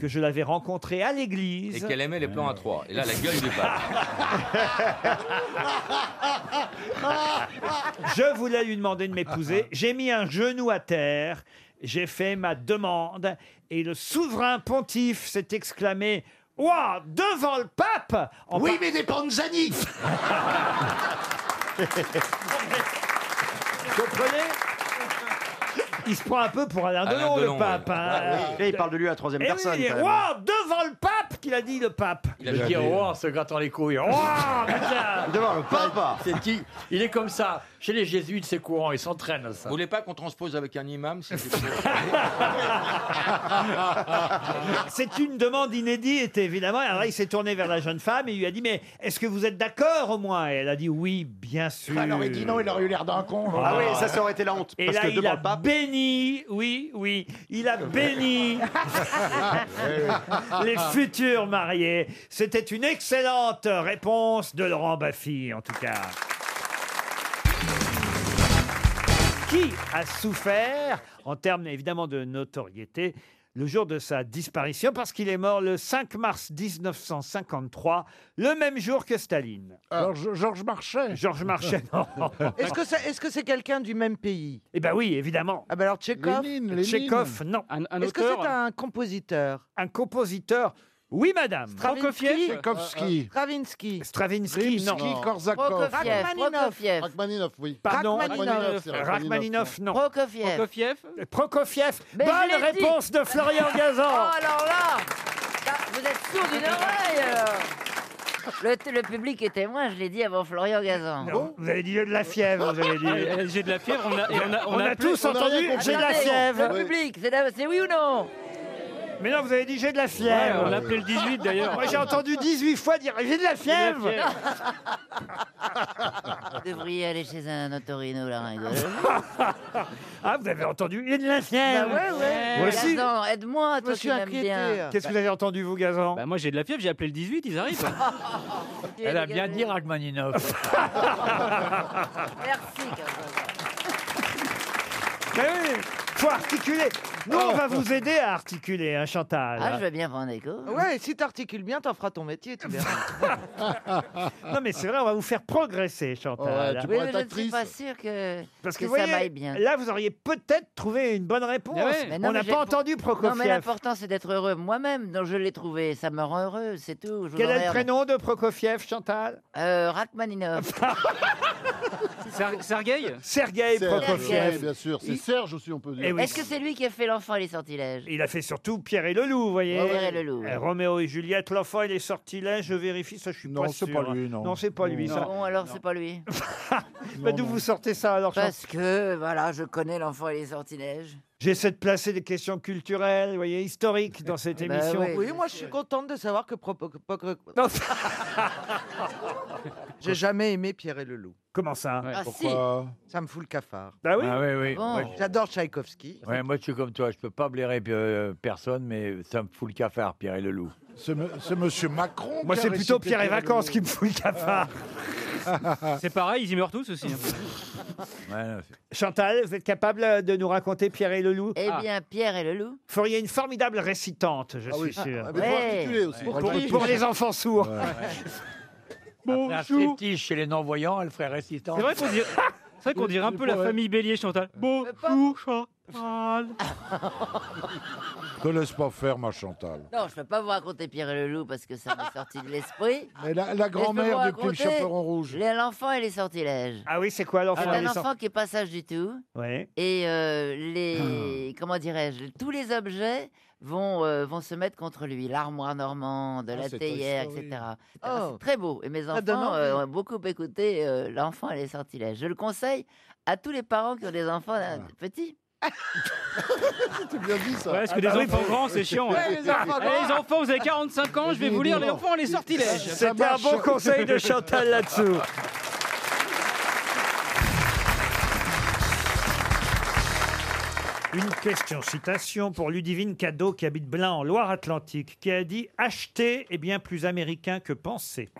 Speaker 2: que je l'avais rencontrée à
Speaker 9: Et
Speaker 2: l'église.
Speaker 9: qu'elle aimait les plans à trois. Et là, la gueule du pape.
Speaker 17: Ah,
Speaker 2: Je voulais lui demander de m'épouser. J'ai mis un genou à terre. J'ai fait ma demande. Et le souverain pontife s'est exclamé Ouah, devant le pape
Speaker 17: Oui,
Speaker 2: mais des Panzani Comprenez Il se prend un peu pour Alain,
Speaker 3: Alain
Speaker 2: Delon,
Speaker 3: Delon,
Speaker 2: le pape.
Speaker 3: ouais.
Speaker 2: hein.
Speaker 3: Ouais, ouais. Et il parle de lui à la troisième
Speaker 2: Eh oui,
Speaker 3: personne,
Speaker 2: il est
Speaker 3: quand même.
Speaker 2: Ouah, devant le pape qu'il a dit le pape.
Speaker 3: Il a Il a dit, dit,
Speaker 13: Oh, en se grattant les couilles. Oh, putain
Speaker 3: Devant le pape
Speaker 13: C'est qui Il est comme ça. Chez les jésuites, c'est courant, ils s'entraînent à ça.
Speaker 9: Vous voulez pas qu'on transpose avec un imam si c'est possible
Speaker 2: C'est une demande inédite, évidemment. Alors là, il s'est tourné vers la jeune femme et il lui a dit Mais est-ce que vous êtes d'accord au moins Et elle a dit Oui, bien sûr.
Speaker 17: Alors il dit non, il aurait eu l'air d'un con.
Speaker 3: Ah oui, ça, ça aurait été la honte.
Speaker 2: Et
Speaker 3: parce
Speaker 2: là,
Speaker 3: que
Speaker 2: il
Speaker 3: devant
Speaker 2: a
Speaker 3: le pape.
Speaker 2: béni, oui, oui, il a béni les futurs mariés. C'était une excellente réponse de Laurent Baffy, en tout cas. Qui a souffert, en termes évidemment de notoriété, le jour de sa disparition, parce qu'il est mort le 5 mars 1953, le même jour que Staline Georges Marchais Georges Marchais, non.
Speaker 18: Est-ce que c'est est-ce que c'est quelqu'un du même pays
Speaker 2: Eh ben oui, évidemment.
Speaker 18: Ah ben alors Tchekhov
Speaker 2: Lénine, Lénine. Tchekhov, non. Un- un
Speaker 18: Est-ce que
Speaker 2: auteur
Speaker 18: c'est un compositeur
Speaker 2: Un compositeur Oui, madame.
Speaker 18: Stravinsky
Speaker 17: Tchaïkovski.
Speaker 18: Euh, euh, Stravinsky.
Speaker 2: Stravinsky, non.
Speaker 17: Korsakov.
Speaker 18: Rachmaninoff.
Speaker 17: Rachmaninoff, oui.
Speaker 2: Pardon.
Speaker 18: Rachmaninoff.
Speaker 2: Rachmaninoff, non.
Speaker 18: Prokofiev.
Speaker 2: Prokofiev. Prokofiev.
Speaker 11: Mais je
Speaker 2: Bonne
Speaker 11: l'ai dit.
Speaker 2: réponse de Florian Gazan.
Speaker 11: Oh, alors là Là, Vous êtes sourd d'une oreille alors. le, le public est témoin, je l'ai dit avant Florian Gazan.
Speaker 2: Ah Vous avez dit j'ai de la fièvre, vous avez
Speaker 8: Euh,
Speaker 2: dit.
Speaker 8: j'ai de la fièvre, on a- et on a- on
Speaker 2: On
Speaker 8: a
Speaker 2: a
Speaker 8: plus-
Speaker 2: tous
Speaker 8: on a
Speaker 2: entendu
Speaker 8: rien compris.
Speaker 2: j'ai de la
Speaker 8: Attendez,
Speaker 2: fièvre.
Speaker 8: le
Speaker 11: public, c'est la- c'est oui ou non
Speaker 2: Mais non, vous avez dit j'ai de la fièvre.
Speaker 8: Ouais, on l'appelait le 18 d'ailleurs.
Speaker 2: Moi j'ai entendu 18 fois dire j'ai de la fièvre.
Speaker 11: Vous devriez aller chez un otorino
Speaker 2: Ah, vous avez entendu j'ai de la fièvre. Moi aussi.
Speaker 11: Gazan, aide-moi,
Speaker 18: me
Speaker 11: toi
Speaker 18: suis
Speaker 11: qui m'aimes
Speaker 18: inquiété.
Speaker 11: bien.
Speaker 2: Qu'est-ce que vous avez entendu, vous, Gazan
Speaker 8: Bah, Moi, j'ai de la fièvre, j'ai appelé le 18, ils arrivent.
Speaker 13: Elle a bien dit Rachmaninoff.
Speaker 11: Merci.
Speaker 2: Mais oui, Ben faut articuler. Nous,
Speaker 8: Oh.
Speaker 2: on va vous aider à articuler, un Chantal.
Speaker 11: Ah, je veux bien prendre des cours.
Speaker 3: Ouais, si t'articules bien, t'en feras ton métier, tu verras.
Speaker 2: Non, mais c'est vrai, on va vous faire progresser, Chantal.
Speaker 11: Oui, mais je ne suis pas sûr que,
Speaker 2: Parce que,
Speaker 11: que
Speaker 2: vous
Speaker 11: ça
Speaker 2: voyez,
Speaker 11: m'aille bien.
Speaker 2: là, vous auriez peut-être trouvé une bonne réponse.
Speaker 11: Mais non,
Speaker 2: on
Speaker 11: mais
Speaker 2: n'a
Speaker 11: j'ai-
Speaker 2: pas entendu
Speaker 11: Non, mais
Speaker 2: Prokofiev.
Speaker 11: l'important, c'est d'être heureux moi-même. Donc, je l'ai trouvé. Ça me rend heureux, c'est tout.
Speaker 2: Quel est le prénom de Prokofiev, Chantal
Speaker 11: euh, Rachmaninov.
Speaker 2: Ah,
Speaker 10: Sergueï
Speaker 2: Sergueï Prokofiev.
Speaker 6: oui, bien sûr. C'est Serge aussi, on peut dire.
Speaker 2: Eh oui.
Speaker 11: Est-ce que c'est lui qui a fait l'enfant et les sortilèges
Speaker 2: Il a fait surtout Pierre et le Loup, vous voyez.
Speaker 11: Ouais, Pierre et le Loup, ouais.
Speaker 2: Eh, Roméo et Juliette, l'enfant et les sortilèges, je vérifie, ça je suis pas sûr. hein.
Speaker 11: c'est pas lui,
Speaker 2: Non, c'est pas lui, ça.
Speaker 11: Bon, alors, c'est pas lui.
Speaker 2: Mais d'où vous sortez ça alors Chantal
Speaker 11: Parce que, voilà, je connais l'enfant et les sortilèges.
Speaker 2: J'essaie de placer des questions culturelles, vous voyez, historiques dans cette
Speaker 11: Bah
Speaker 2: émission.
Speaker 11: oui.
Speaker 3: Oui, moi je suis contente de savoir que. Propo- Propo- J'ai jamais aimé Pierre et le loup.
Speaker 2: Comment ça
Speaker 3: Ah,
Speaker 1: Pourquoi
Speaker 3: si. Ça me fout le cafard.
Speaker 2: Ah oui
Speaker 1: Ah oui, oui. Bon.
Speaker 3: Moi, J'adore Tchaïkovski.
Speaker 1: Ouais, moi, je suis comme toi, je peux pas blairer euh, personne, mais ça me fout le cafard, Pierre et le loup.
Speaker 6: C'est me- c'est Monsieur Macron.
Speaker 2: Moi,
Speaker 6: qui a
Speaker 2: c'est plutôt
Speaker 6: récité
Speaker 2: Pierre et
Speaker 6: Pierre le
Speaker 2: Vacances
Speaker 6: Loup.
Speaker 2: qui me fout le cafard.
Speaker 10: C'est pareil, ils y meurent tous aussi. hein.
Speaker 2: Chantal, vous êtes capable euh, de nous raconter Pierre et le Loup Ah.
Speaker 11: Eh bien, Pierre et le loup.
Speaker 2: Vous feriez une formidable récitante, je
Speaker 6: Ah oui.
Speaker 2: suis sûr.
Speaker 6: Ah, mais faut articuler aussi.
Speaker 2: Pour,
Speaker 6: Faut
Speaker 2: pour-
Speaker 6: articuler.
Speaker 2: pour les enfants sourds.
Speaker 1: Un striptease chez les non-voyants, elle ferait récitant.
Speaker 10: C'est vrai qu'on dirait, c'est vrai qu'on dirait un peu la famille Bélier, Chantal.
Speaker 11: Euh,
Speaker 10: Bonjour, Chantal.
Speaker 6: Te laisse pas faire, ma Chantal.
Speaker 11: Non, je peux pas vous raconter Pierre et le loup parce que ça m'est sorti de l'esprit.
Speaker 6: Mais la, la
Speaker 11: Mais je peux vous
Speaker 6: grand-mère du club
Speaker 11: raconter
Speaker 6: Chaperon Rouge.
Speaker 11: les- L'enfant et les sortilèges.
Speaker 2: Ah oui, c'est quoi
Speaker 11: C'est
Speaker 2: l'enfant
Speaker 11: un enfant qui est pas sage du tout.
Speaker 2: Oui.
Speaker 11: Et euh, les. Comment dirais-je Tous les objets vont, euh, vont se mettre contre lui. L'armoire normande,
Speaker 3: Ah,
Speaker 11: la
Speaker 3: c'est Toy
Speaker 11: théière,
Speaker 3: Story.
Speaker 11: etc. C'est
Speaker 3: Oh.
Speaker 11: c'est très beau. Et mes
Speaker 3: Ça donne
Speaker 11: enfants
Speaker 3: envie.
Speaker 11: euh, ont beaucoup écouté euh, L'enfant et les sortilèges. Je le conseille à tous les parents qui ont des enfants euh, petits.
Speaker 6: C'est bien dit ça.
Speaker 10: Ouais, parce que des enfants grands, c'est chiant. hein.
Speaker 11: Ouais, les enfants
Speaker 10: Eh, les
Speaker 11: grands.
Speaker 10: enfants, vous avez 45 ans, je vais vous lire Les enfants, les sortilèges.
Speaker 2: C'était un bon conseil de Chantal là-dessous. Une question citation pour Ludivine Cadeau qui habite Blain en Loire-Atlantique, qui a dit Acheter est bien plus américain que penser.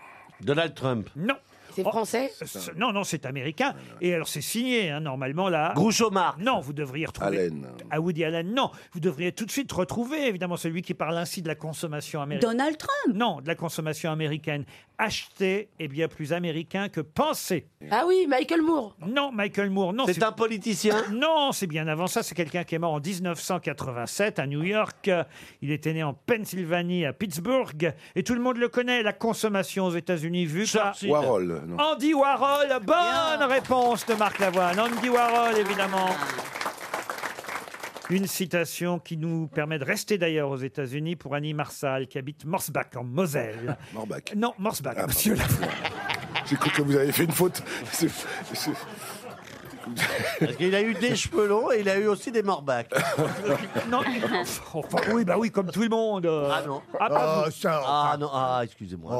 Speaker 8: Donald Trump.
Speaker 2: Non. C'est français Non, non, c'est américain. Et alors, c'est signé, hein, normalement, là.
Speaker 8: Groucho
Speaker 2: Non, vous devriez retrouver.
Speaker 8: Allen.
Speaker 2: À Ah, Woody Allen, non. Vous devriez tout de suite retrouver, évidemment, celui qui parle ainsi de la consommation américaine.
Speaker 12: Donald
Speaker 2: Trump Non, de la consommation américaine. Acheter est bien plus américain que penser.
Speaker 12: Ah oui, Michael Moore.
Speaker 2: Non, Michael Moore, non.
Speaker 8: C'est un politicien
Speaker 2: Non, c'est bien avant ça. C'est quelqu'un qui est mort en 1987 à New York. Il était né en Pennsylvanie, à Pittsburgh. Et tout le monde le connaît, la consommation aux États-Unis, vu ça.
Speaker 8: Warhol, non.
Speaker 2: Andy Warhol, bonne réponse de Marc Lavoine. Andy Warhol, évidemment. Une citation qui nous permet de rester d'ailleurs aux États-Unis pour Annie Marsal, qui habite Morsbach, en Moselle.
Speaker 6: Morbac.
Speaker 2: Non, Morsbach.
Speaker 6: monsieur Lafont. J'ai cru que vous avez fait une faute. C'est- c'est-
Speaker 8: Parce qu'il a eu des cheveux longs et il a eu aussi des morbacs.
Speaker 2: non. Enfin, oui, bah oui, comme tout le monde.
Speaker 8: Ah non.
Speaker 2: Ah, pas vous.
Speaker 8: Ah non, ah, excusez-moi.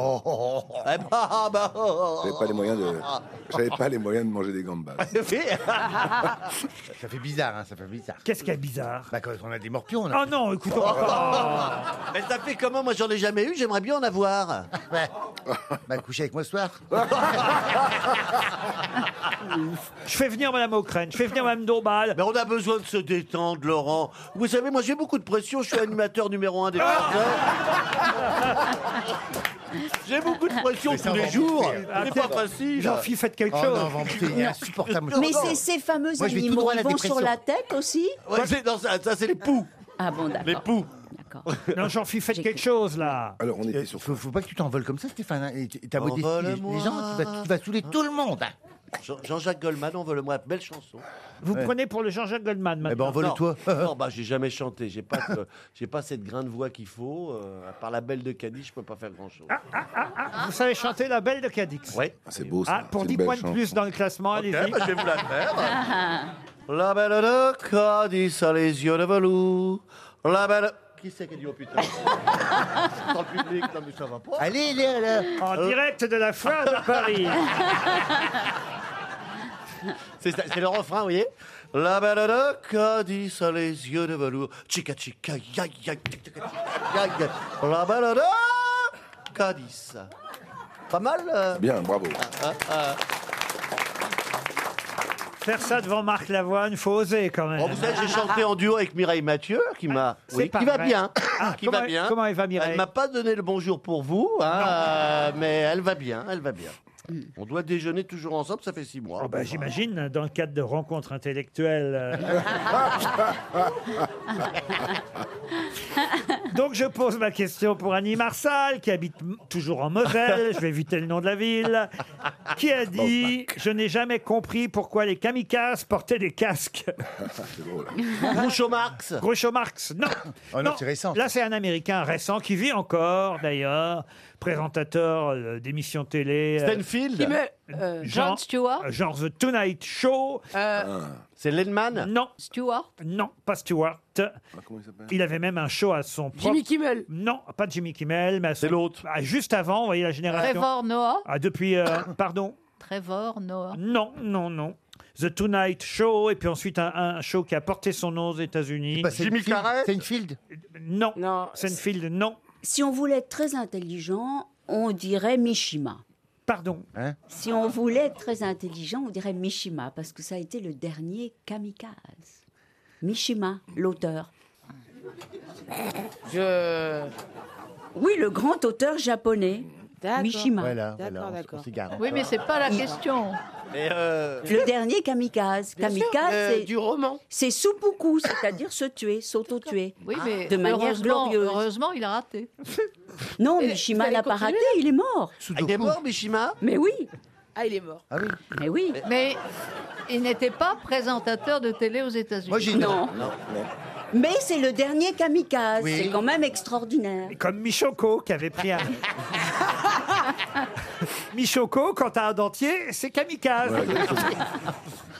Speaker 8: Eh ben, ah, bah, oh,
Speaker 6: J'avais Oh. pas les moyens de. J'avais pas les moyens de manger des gambas.
Speaker 32: Ça fait bizarre, hein, ça fait bizarre.
Speaker 2: Qu'est-ce qui est bizarre
Speaker 32: Bah, quand on a des morpions, on a...
Speaker 2: Ah non, écoute, on
Speaker 8: oh.
Speaker 2: va pas.
Speaker 8: Mais ça fait comment Moi, j'en ai jamais eu, j'aimerais bien en avoir.
Speaker 32: Bah, coucher avec moi ce soir.
Speaker 2: Je fais venir Madame O'Crane, je fais venir Madame Dombal.
Speaker 8: Mais on a besoin de se détendre, Laurent. Vous savez, moi, j'ai beaucoup de pression. Je suis animateur numéro un des
Speaker 2: Ah
Speaker 8: J'ai beaucoup de pression
Speaker 32: Mais ça,
Speaker 8: tous
Speaker 32: on va
Speaker 8: les
Speaker 10: en
Speaker 8: jours.
Speaker 32: bouffer.
Speaker 8: C'est pas facile.
Speaker 2: Jean-Philippe, faites quelque
Speaker 32: Oh
Speaker 2: chose.
Speaker 32: non, Vampire, il est insupportable.
Speaker 12: Mais c'est ces fameux
Speaker 32: Moi, je vais tout
Speaker 12: animaux
Speaker 32: droit à
Speaker 12: qui
Speaker 32: la
Speaker 12: vont sur
Speaker 32: dépression.
Speaker 12: la tête aussi
Speaker 8: Ouais, c'est- non, ça, ça, c'est les poux.
Speaker 12: Ah bon, d'accord.
Speaker 8: Les poux.
Speaker 2: Non, j'en suis faites quelque chose là.
Speaker 6: Alors, on était
Speaker 32: Il Euh, faut, faut pas que tu t'envoles comme ça, Stéphane. hein, et t- et Ta modestie, les,
Speaker 8: Envole-moi.
Speaker 32: les gens, tu vas, tu vas saouler tout le monde. hein.
Speaker 8: Jean- Jean-Jacques Goldman, envole-moi. Ah, Belle chanson.
Speaker 2: Vous
Speaker 8: Ouais.
Speaker 2: prenez pour le Jean-Jacques Goldman maintenant.
Speaker 8: Eh ben, envole-toi.
Speaker 2: Non.
Speaker 8: Non, bah, j'ai jamais chanté. J'ai pas, ce- j'ai pas cette grain de voix qu'il faut. Euh, à part la belle de Cadix, je peux pas faire grand-chose.
Speaker 2: Vous savez chanter La Belle de Cadix.
Speaker 8: Oui.
Speaker 6: C'est beau ça.
Speaker 2: Ah, pour
Speaker 6: C'est une
Speaker 2: 10
Speaker 6: belle
Speaker 2: points de plus
Speaker 6: chanson.
Speaker 2: dans le classement, allez-y.
Speaker 8: bah, je vais vous la faire. La belle de Cadix a les yeux de velours. La belle. Qui c'est qui a dit oh putain C'est Dans le public, non mais ça va pas.
Speaker 32: Allez, allez, allez.
Speaker 2: Ah. En
Speaker 8: Euh.
Speaker 2: direct de la foire de Paris.
Speaker 8: C'est ça, c'est le refrain, vous voyez La belle de Cadix a les yeux de velours. Chica chica, ya ya, tic, tic, tic, tic, ya ya. La belle de Cadix. Pas mal euh
Speaker 6: Bien, bravo.
Speaker 8: Ah, ah.
Speaker 2: Faire ça devant Marc Lavoine, faut oser quand même. Ah,
Speaker 8: Oh, vous savez, j'ai chanté en duo avec Mireille Mathieu, qui m'a,
Speaker 2: C'est
Speaker 8: oui,
Speaker 2: pas
Speaker 8: qui va
Speaker 2: vrai.
Speaker 8: bien,
Speaker 2: Ah,
Speaker 8: qui
Speaker 2: comment-
Speaker 8: va bien.
Speaker 2: comment elle va, Mireille
Speaker 8: Elle m'a pas donné le bonjour pour vous, hein, euh, mais elle va bien, elle va bien. On doit déjeuner toujours ensemble, ça fait six mois.
Speaker 2: Oh, bah, J'imagine, dans le cadre de rencontres intellectuelles. euh, Donc je pose ma question pour Annie Marsal, qui habite m- toujours en Moselle, je vais éviter le nom de la ville, qui a dit
Speaker 8: bah.
Speaker 2: « Je n'ai jamais compris pourquoi les kamikazes portaient des casques ».
Speaker 10: Ah,
Speaker 8: Groucho Marx
Speaker 2: Groucho Marx, non
Speaker 6: Oh non, c'est récent.
Speaker 2: Là, c'est un Américain récent qui vit encore, d'ailleurs, présentateur euh, d'émissions télé. euh,
Speaker 8: Stanfield Qui me- euh, Jon Stewart
Speaker 2: euh, Genre The Tonight Show.
Speaker 8: Ah. C'est Lenman
Speaker 2: Non. Stewart Non, pas Stewart. Il avait même un show à son propre...
Speaker 18: Jimmy Kimmel
Speaker 2: Non, pas Jimmy Kimmel, mais c'est l'autre. juste avant, vous voyez la génération.
Speaker 18: Trevor Noah
Speaker 2: Ah, depuis, euh, pardon.
Speaker 18: Trevor Noah.
Speaker 2: Non, non, non. The Tonight Show et puis ensuite un, un show qui a porté son nom aux États-Unis.
Speaker 6: pas Jimmy Seinfeld Carrey Seinfeld
Speaker 2: Non. non. Seinfeld, non.
Speaker 12: Si on voulait être très intelligent, on dirait Mishima.
Speaker 2: Pardon
Speaker 8: Hein?
Speaker 12: Si on voulait être très intelligent, on dirait Mishima, parce que ça a été le dernier kamikaze. Mishima, l'auteur. Je... Oui, le grand auteur japonais. Mishima.
Speaker 6: Voilà, voilà, on- on s'égare.
Speaker 18: Oui, mais c'est pas la
Speaker 8: Euh,
Speaker 12: Il-
Speaker 18: question.
Speaker 6: euh,
Speaker 12: Le dernier kamikaze.
Speaker 18: Bien sûr,
Speaker 12: kamikaze,
Speaker 18: euh,
Speaker 12: c'est
Speaker 18: du roman.
Speaker 12: C'est seppuku, c'est-à-dire se tuer, s'auto-tuer.
Speaker 3: Ah.
Speaker 18: Oui, mais
Speaker 12: de manière
Speaker 18: heureusement,
Speaker 12: glorieuse.
Speaker 18: heureusement, il a raté.
Speaker 12: Non,
Speaker 18: Et Eh, vous
Speaker 12: Mishima
Speaker 18: allez
Speaker 12: l'a pas
Speaker 18: continuer,
Speaker 12: raté,
Speaker 18: là
Speaker 12: il est mort.
Speaker 8: il est mort, Mishima
Speaker 12: Mais oui,
Speaker 18: Ah, il est mort.
Speaker 6: Ah oui.
Speaker 12: mais oui.
Speaker 18: Mais il n'était pas présentateur de télé aux États-Unis.
Speaker 12: Moi, j'ai- Non. Mais c'est le dernier kamikaze.
Speaker 2: Oui.
Speaker 12: C'est quand même extraordinaire.
Speaker 2: Comme Michoko qui avait pris un. Michoko, quand t'as un dentier, c'est kamikaze.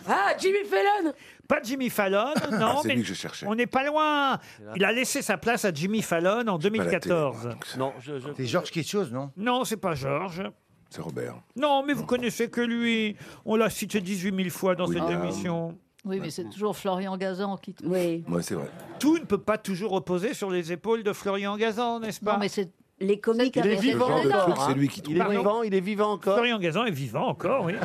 Speaker 18: Ah, Jimmy Fallon
Speaker 2: Pas Jimmy Fallon, non,
Speaker 10: Ah, c'est
Speaker 2: mais
Speaker 10: lui que je cherchais.
Speaker 2: on n'est pas loin. Il a laissé sa place à Jimmy Fallon en
Speaker 10: la télé,
Speaker 2: 2014.
Speaker 8: Non,
Speaker 6: C'est Georges quelque chose, non
Speaker 2: Non, c'est pas Georges.
Speaker 10: C'est Robert.
Speaker 2: Non, mais vous connaissez que lui. On l'a cité 18 000 fois dans
Speaker 10: Oui,
Speaker 2: cette
Speaker 10: bah,
Speaker 2: émission.
Speaker 18: Oui, mais c'est toujours Florian Gazan qui.
Speaker 12: Oui.
Speaker 10: Moi, c'est vrai.
Speaker 2: Tout ne peut pas toujours reposer sur les épaules de Florian Gazan, n'est-ce pas
Speaker 18: Non, mais c'est.
Speaker 12: Les comiques
Speaker 8: Il est
Speaker 12: avaient raison.
Speaker 8: vivant
Speaker 10: genre de
Speaker 8: encore.
Speaker 10: truc, c'est
Speaker 8: hein.
Speaker 10: lui qui trouve.
Speaker 8: Il est
Speaker 10: Pardon
Speaker 8: vivant, il est vivant encore.
Speaker 2: Florian Gazan est vivant encore, oui.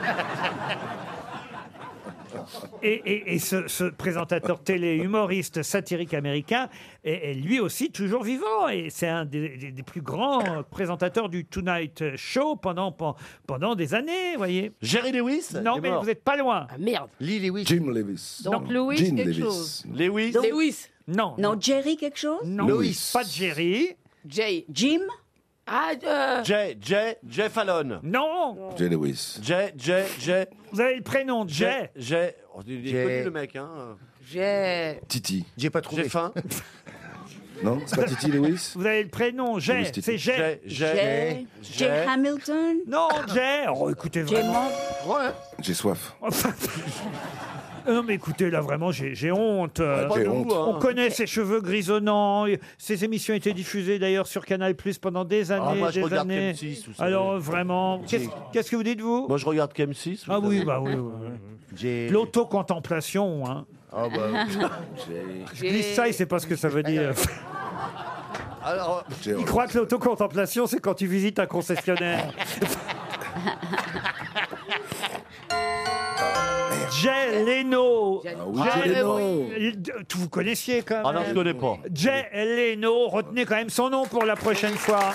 Speaker 2: Et, et- et ce, ce présentateur télé, humoriste, satirique américain, est, est lui aussi toujours vivant. Et c'est un des, des- des plus grands euh, présentateurs du Tonight Show pendant, pen- pendant des années, voyez.
Speaker 8: Jerry Lewis
Speaker 2: Non,
Speaker 8: Il est
Speaker 2: mais
Speaker 8: mort.
Speaker 2: vous n'êtes pas loin.
Speaker 18: Merde.
Speaker 6: Lee Lewis.
Speaker 10: Jim Lewis.
Speaker 18: Donc, Lewis,
Speaker 10: Jim
Speaker 18: quelque
Speaker 10: Lewis.
Speaker 18: chose.
Speaker 8: Lewis
Speaker 18: Lewis.
Speaker 2: Non.
Speaker 12: Non, Jerry quelque chose
Speaker 2: Non, pas de Jerry.
Speaker 18: Jay.
Speaker 12: Jim
Speaker 18: Ah, euh,
Speaker 8: Jay, Jay, Jay Fallon.
Speaker 2: Non.
Speaker 10: Jay Lewis.
Speaker 8: Jay, Jay, Jay.
Speaker 2: Vous avez le prénom de Jay.
Speaker 8: Jay, Jay. Oh, il est
Speaker 6: Jay.
Speaker 8: connu le mec, hein.
Speaker 18: Jay.
Speaker 10: Titi.
Speaker 6: J'ai pas
Speaker 8: J'ai
Speaker 6: trouvé.
Speaker 8: faim.
Speaker 10: Non C'est pas Titi Lewis
Speaker 2: Vous avez le prénom Jay.
Speaker 10: Lewis Titi.
Speaker 2: C'est Jay.
Speaker 12: Jay. Jay Hamilton
Speaker 2: Non, Jay. Oh, écoutez
Speaker 12: Jay
Speaker 2: vraiment.
Speaker 12: Mon-
Speaker 8: Ouais.
Speaker 10: J'ai soif.
Speaker 2: Euh, Non, mais écoutez, là, vraiment, j'ai j'ai honte. euh.
Speaker 10: Ah, j'ai honte.
Speaker 2: On connaît ses cheveux grisonnants. Ses émissions étaient diffusées d'ailleurs sur Canal Plus pendant des années.
Speaker 8: Ah, moi, je
Speaker 2: des
Speaker 8: regarde
Speaker 2: années.
Speaker 8: M6, vous savez.
Speaker 2: Alors, vraiment. Qu'est-ce qu'est-ce que vous dites, vous
Speaker 8: Moi, je regarde KM6. vous
Speaker 2: Ah oui,
Speaker 8: savez.
Speaker 2: bah oui. oui, oui. L'autocontemplation, hein.
Speaker 6: Ah bah.
Speaker 2: Je dis ça, il sait pas ce que ça veut dire.
Speaker 8: Alors,
Speaker 10: J'ai
Speaker 2: Il croit que l'autocontemplation, c'est quand tu visites un concessionnaire. Jay Leno.
Speaker 10: Ah oui,
Speaker 2: Jay
Speaker 10: Jay Leno.
Speaker 2: Leno. Tout Vous connaissiez quand même.
Speaker 8: Ah non, je connais pas.
Speaker 2: Jay Leno, retenez quand même son nom pour la prochaine fois.